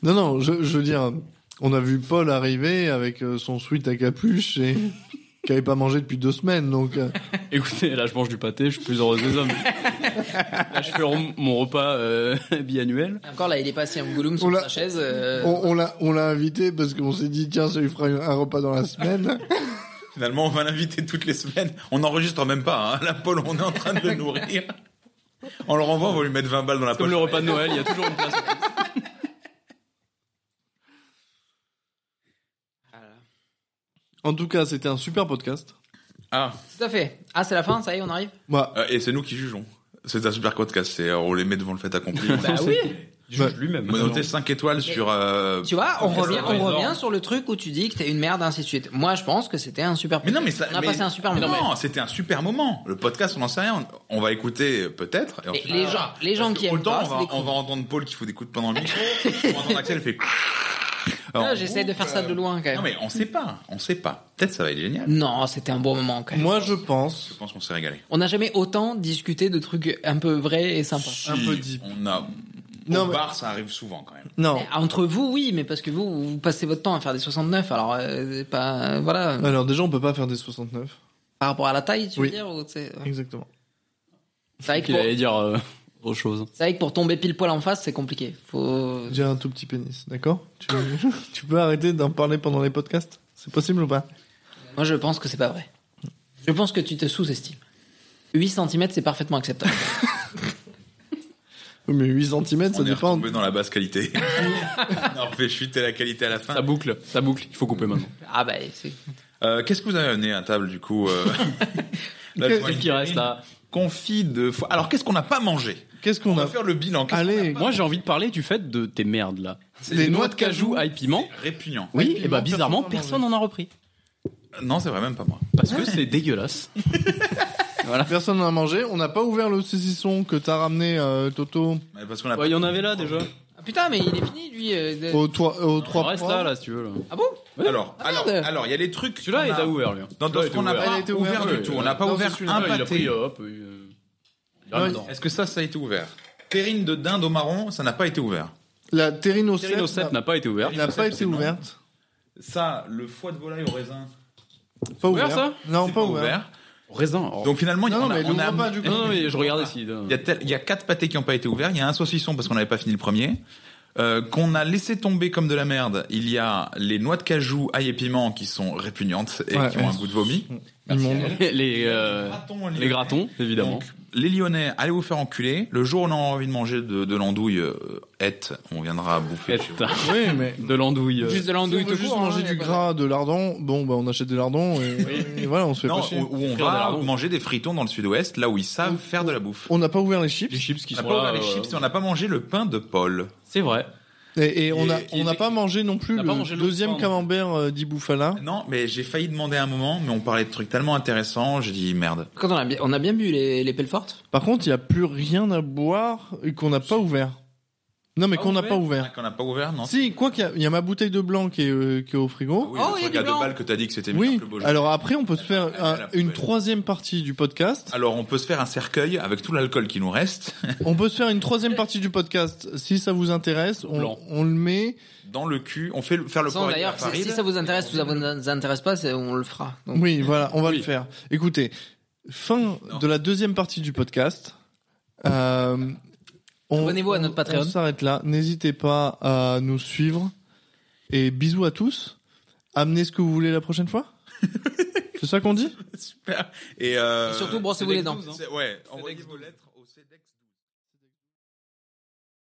A: Non, non, je, je veux dire, on a vu Paul arriver avec euh, son sweat à capuche et qui avait pas mangé depuis deux semaines, donc euh,
D: Écoutez, là, je mange du pâté, je suis plus heureuse des hommes. Là, je fais rem- mon repas euh, biannuel.
B: Et Encore là, il est passé en gouloum
A: On
B: sur
A: l'a-
B: sa chaise. euh,
A: on, on l'a on l'a invité parce qu'on s'est dit tiens, ça lui fera un repas dans la semaine.
C: Finalement, on va l'inviter toutes les semaines. On n'enregistre même pas. Hein. Là, Paul, on est en train de le nourrir. On le renvoie, on va lui mettre 20 balles dans la
D: Comme
C: poche.
D: le repas de Noël, il y a toujours une place.
A: En tout cas, c'était un super podcast.
C: Ah,
B: Tout à fait. Ah, c'est la fin, ça y est, on arrive.
A: Bah,
C: euh, et c'est nous qui jugeons. C'est un super podcast. c'est- euh, On les met devant le fait accompli.
D: Bah
B: oui.
D: Je juge lui-même.
C: On a noté 5 étoiles sur... euh,
B: Tu vois, on
C: Mais
B: revient,
C: c'est
B: on
D: énorme.
B: revient sur le truc où tu dis que t'es une merde, ainsi de suite. Moi, je pense que c'était un super.
C: Mais non, mais ça.
B: On a
C: mais-
B: passé un super
C: mais
B: moment.
C: Non, c'était un super moment. Le podcast, on n'en sait rien. On, on va écouter euh, peut-être. et
B: Et
C: ensuite-
B: les gens, les gens
C: Parce
B: qui
C: que
B: aiment
C: autant
B: pas,
C: on
B: c'est
C: va,
B: des
C: on va
B: cons.
C: entendre Paul qui fout des coups de poing dans le micro. on va entendre Axel fait.
B: Ah,
C: Alors,
B: J'essaie de faire
C: euh,
B: ça de loin quand
C: Non,
B: même.
C: mais on sait pas. On sait pas. Peut-être ça va être génial.
B: Non, c'était un bon moment quand même.
A: moi je
C: Je
A: pense.
C: pense qu'on s'est régalé.
B: On n'a jamais autant discuté de trucs un peu vrais et sympas.
A: Un peu
C: Si,
A: deep.
C: On a.
A: Non,
C: au
A: mais-
C: bar, ça arrive souvent quand même.
A: Non.
B: Eh, Entre vous, oui, mais parce que vous, vous passez votre temps à faire des 69, alors euh, pas. Voilà.
A: Alors déjà, on peut pas faire des 69.
B: Par rapport à la taille, tu veux
A: Oui.
B: dire ou tu sais, ouais.
A: Exactement.
B: C'est vrai, que
D: Qu'il
B: pour-
D: allait dire euh, autre chose.
B: c'est vrai que pour tomber pile poil en face, c'est compliqué. Faut.
A: J'ai un tout petit pénis, d'accord tu, tu peux arrêter d'en parler pendant les podcasts C'est possible ou pas
B: Moi, je pense que c'est pas vrai. Je pense que tu te sous-estimes. 8 cm, c'est parfaitement acceptable.
A: Oui, mais 8 cm, ça
C: on est
A: dépend.
C: retombé dans la basse qualité. on a fait chuter la qualité à la
D: Ça
C: fin.
D: boucle, ça boucle. Il faut couper maintenant.
B: ah bah, c'est.
C: Euh, Qu'est-ce que vous avez amené à table du coup euh, là, je vois
D: Qu'est-ce
C: une
D: qui reste là
C: Confit de. fo- Alors qu'est-ce qu'on n'a pas mangé
A: Qu'est-ce
C: On
A: qu'on
C: va
A: a
C: faire le bilan. Qu'est-ce
A: Euh, Allez,
D: Moi, j'ai envie de parler du fait de tes merdes là.
A: les
D: Des noix de cajou à piment.
C: Répugnant.
A: Oui,
D: Oui,
A: piment,
D: et bah
A: personne
D: bizarrement,
A: n'en a mangé.
D: personne n'en a repris.
C: Non, c'est vrai, même pas moi.
D: Parce que c'est dégueulasse. voilà.
A: Personne n'en a mangé. On n'a pas ouvert le saucisson que t'as ramené, euh, Toto,
C: Mais Parce qu'on a
D: Ouais, il y en avait là déjà.
B: Ah, putain, mais il est fini, lui. euh, de-
A: au, toi, au trois
D: Eh. reste
A: pois.
D: là, là, si tu veux. Là.
B: Ah bon
D: Ouais.
C: Alors,
B: Ah,
C: alors,
B: merde.
C: alors, il y a les trucs.
D: Celui-là,
C: qu'on
D: il
C: a-
D: t'a ouvert, lui.
C: Dans, dans
D: euh Celui-là,
C: ce qu'on n'a
D: il était
C: pas
A: Ah, il était
C: ouvert,
A: ouvert,
C: du
A: oui.
C: tout. On n'a pas
A: Non,
C: ouvert
A: c'est celui-là.
C: un
D: Ouais, Il a pris,
C: pâté.
D: euh, hop. et, euh, il a
A: Ouais.
D: rien dedans.
C: Est-ce que ça, ça a été ouvert Terrine de dinde au marron, ça n'a pas été ouvert.
A: La terrine au
D: Terrine au
A: cèpe
D: cèpe n'a pas été ouvert.
A: n'a pas été
C: non.
A: ouverte.
C: Ça, le foie de volaille au raisin,
A: Pas
D: ouvert,
A: ouvert.
D: ça
A: Non,
C: c'est
A: pas ouvert.
D: Raisin. oh.
C: Donc finalement, il y
A: Non,
C: en
A: non,
C: a-
A: mais
C: on a.
A: l'ouvre pas du coup.
D: non, non, mais je regardais si. euh,
C: Il y, a tel- il y a quatre pâtés qui n'ont pas été ouverts. Il y a un saucisson parce qu'on n'avait pas fini le premier. Euh, qu'on a laissé tomber comme de la merde. Il y a les noix de cajou, ail et piment qui sont répugnantes et
A: Ouais,
C: qui ont un
A: elles
C: goût de vomi.
A: Immonde.
D: Les, euh,
C: Graton,
D: les gratons, évidemment.
C: Donc, les Lyonnais, allez vous faire enculer. Le jour où on a envie de manger de, de l'andouille, euh, hête, on viendra bouffer. chez vous.
D: Putain,
A: Oui, mais.
D: de l'andouille. euh,
B: Juste
A: Si
B: de
A: on
B: l'andouille
A: veut
B: tout
A: juste
B: court, hein,
A: manger
B: y a
A: du
B: pas-
A: gras, de lardon, bon, bah on achète des lardons et, et voilà, on se fait
C: Non,
A: pas chier.
C: où, où on
D: Frire de
C: va
D: lardons.
C: manger des fritons dans le sud-ouest, là où ils savent faire de la bouffe.
A: On n'a pas ouvert les chips
D: Les chips qui
C: On n'a
D: sont
C: pas
D: là.
C: ouvert les
D: euh,
C: chips et on n'a pas mangé le pain de Paul.
D: C'est vrai.
A: et, et on n'a
D: Et-
A: on n'a pas mangé non plus
D: On n'a pas
A: le
D: mangé le
A: deuxième
D: pain.
A: camembert euh, d'Iboufala.
C: Non, mais j'ai failli demander un moment, mais on parlait de trucs tellement intéressants, j'ai dit merde.
B: Quand on a bien, on a bien bu les, les pelles fortes.
A: Par contre, il n'y a plus rien à boire et qu'on n'a pas ouvert. Non, mais
D: Pas
A: qu'on n'a
D: ouvert
A: pas ouvert.
C: Ah, Qu'on n'a pas ouvert, non Ah
A: Si, quoi qu'il y a- il y, a ma bouteille de blanc qui est, euh, qui est au frigo.
C: Oui,
B: Oh,
C: le
B: il y a
C: truc
B: du
C: à deux
B: blanc.
C: balles que t'as dit que c'était le
A: Oui,
C: plus beau jeu.
A: alors après, on peut se faire
C: elle est à la
A: un- une
C: poubelle.
A: troisième partie du podcast.
C: Alors, on peut se faire un cercueil avec tout l'alcool qui nous reste
A: On peut se faire une troisième partie du podcast. Si ça vous intéresse, on,
D: Blanc.
A: on le met.
C: dans le cul. On fait le- faire le
B: Sans,
C: corps avec
B: D'ailleurs,
C: la
B: si,
C: farine.
B: si ça vous intéresse, si ça vous intéresse pas, c'est- on le fera. Donc,
A: Oui, voilà, on va le faire. Écoutez, fin
C: Non.
A: de la deuxième partie du podcast. Euh, on-
B: Abonnez-vous à
A: on-
B: notre Patreon.
A: On s'arrête là. N'hésitez pas à nous suivre. Et bisous à tous. Amenez ce que vous voulez la prochaine fois. C'est ça qu'on dit
C: Super. euh, Et, euh,
B: Et surtout, brossez-vous les dents.
C: c'est- hein. Ouais, envoyez vos lettres.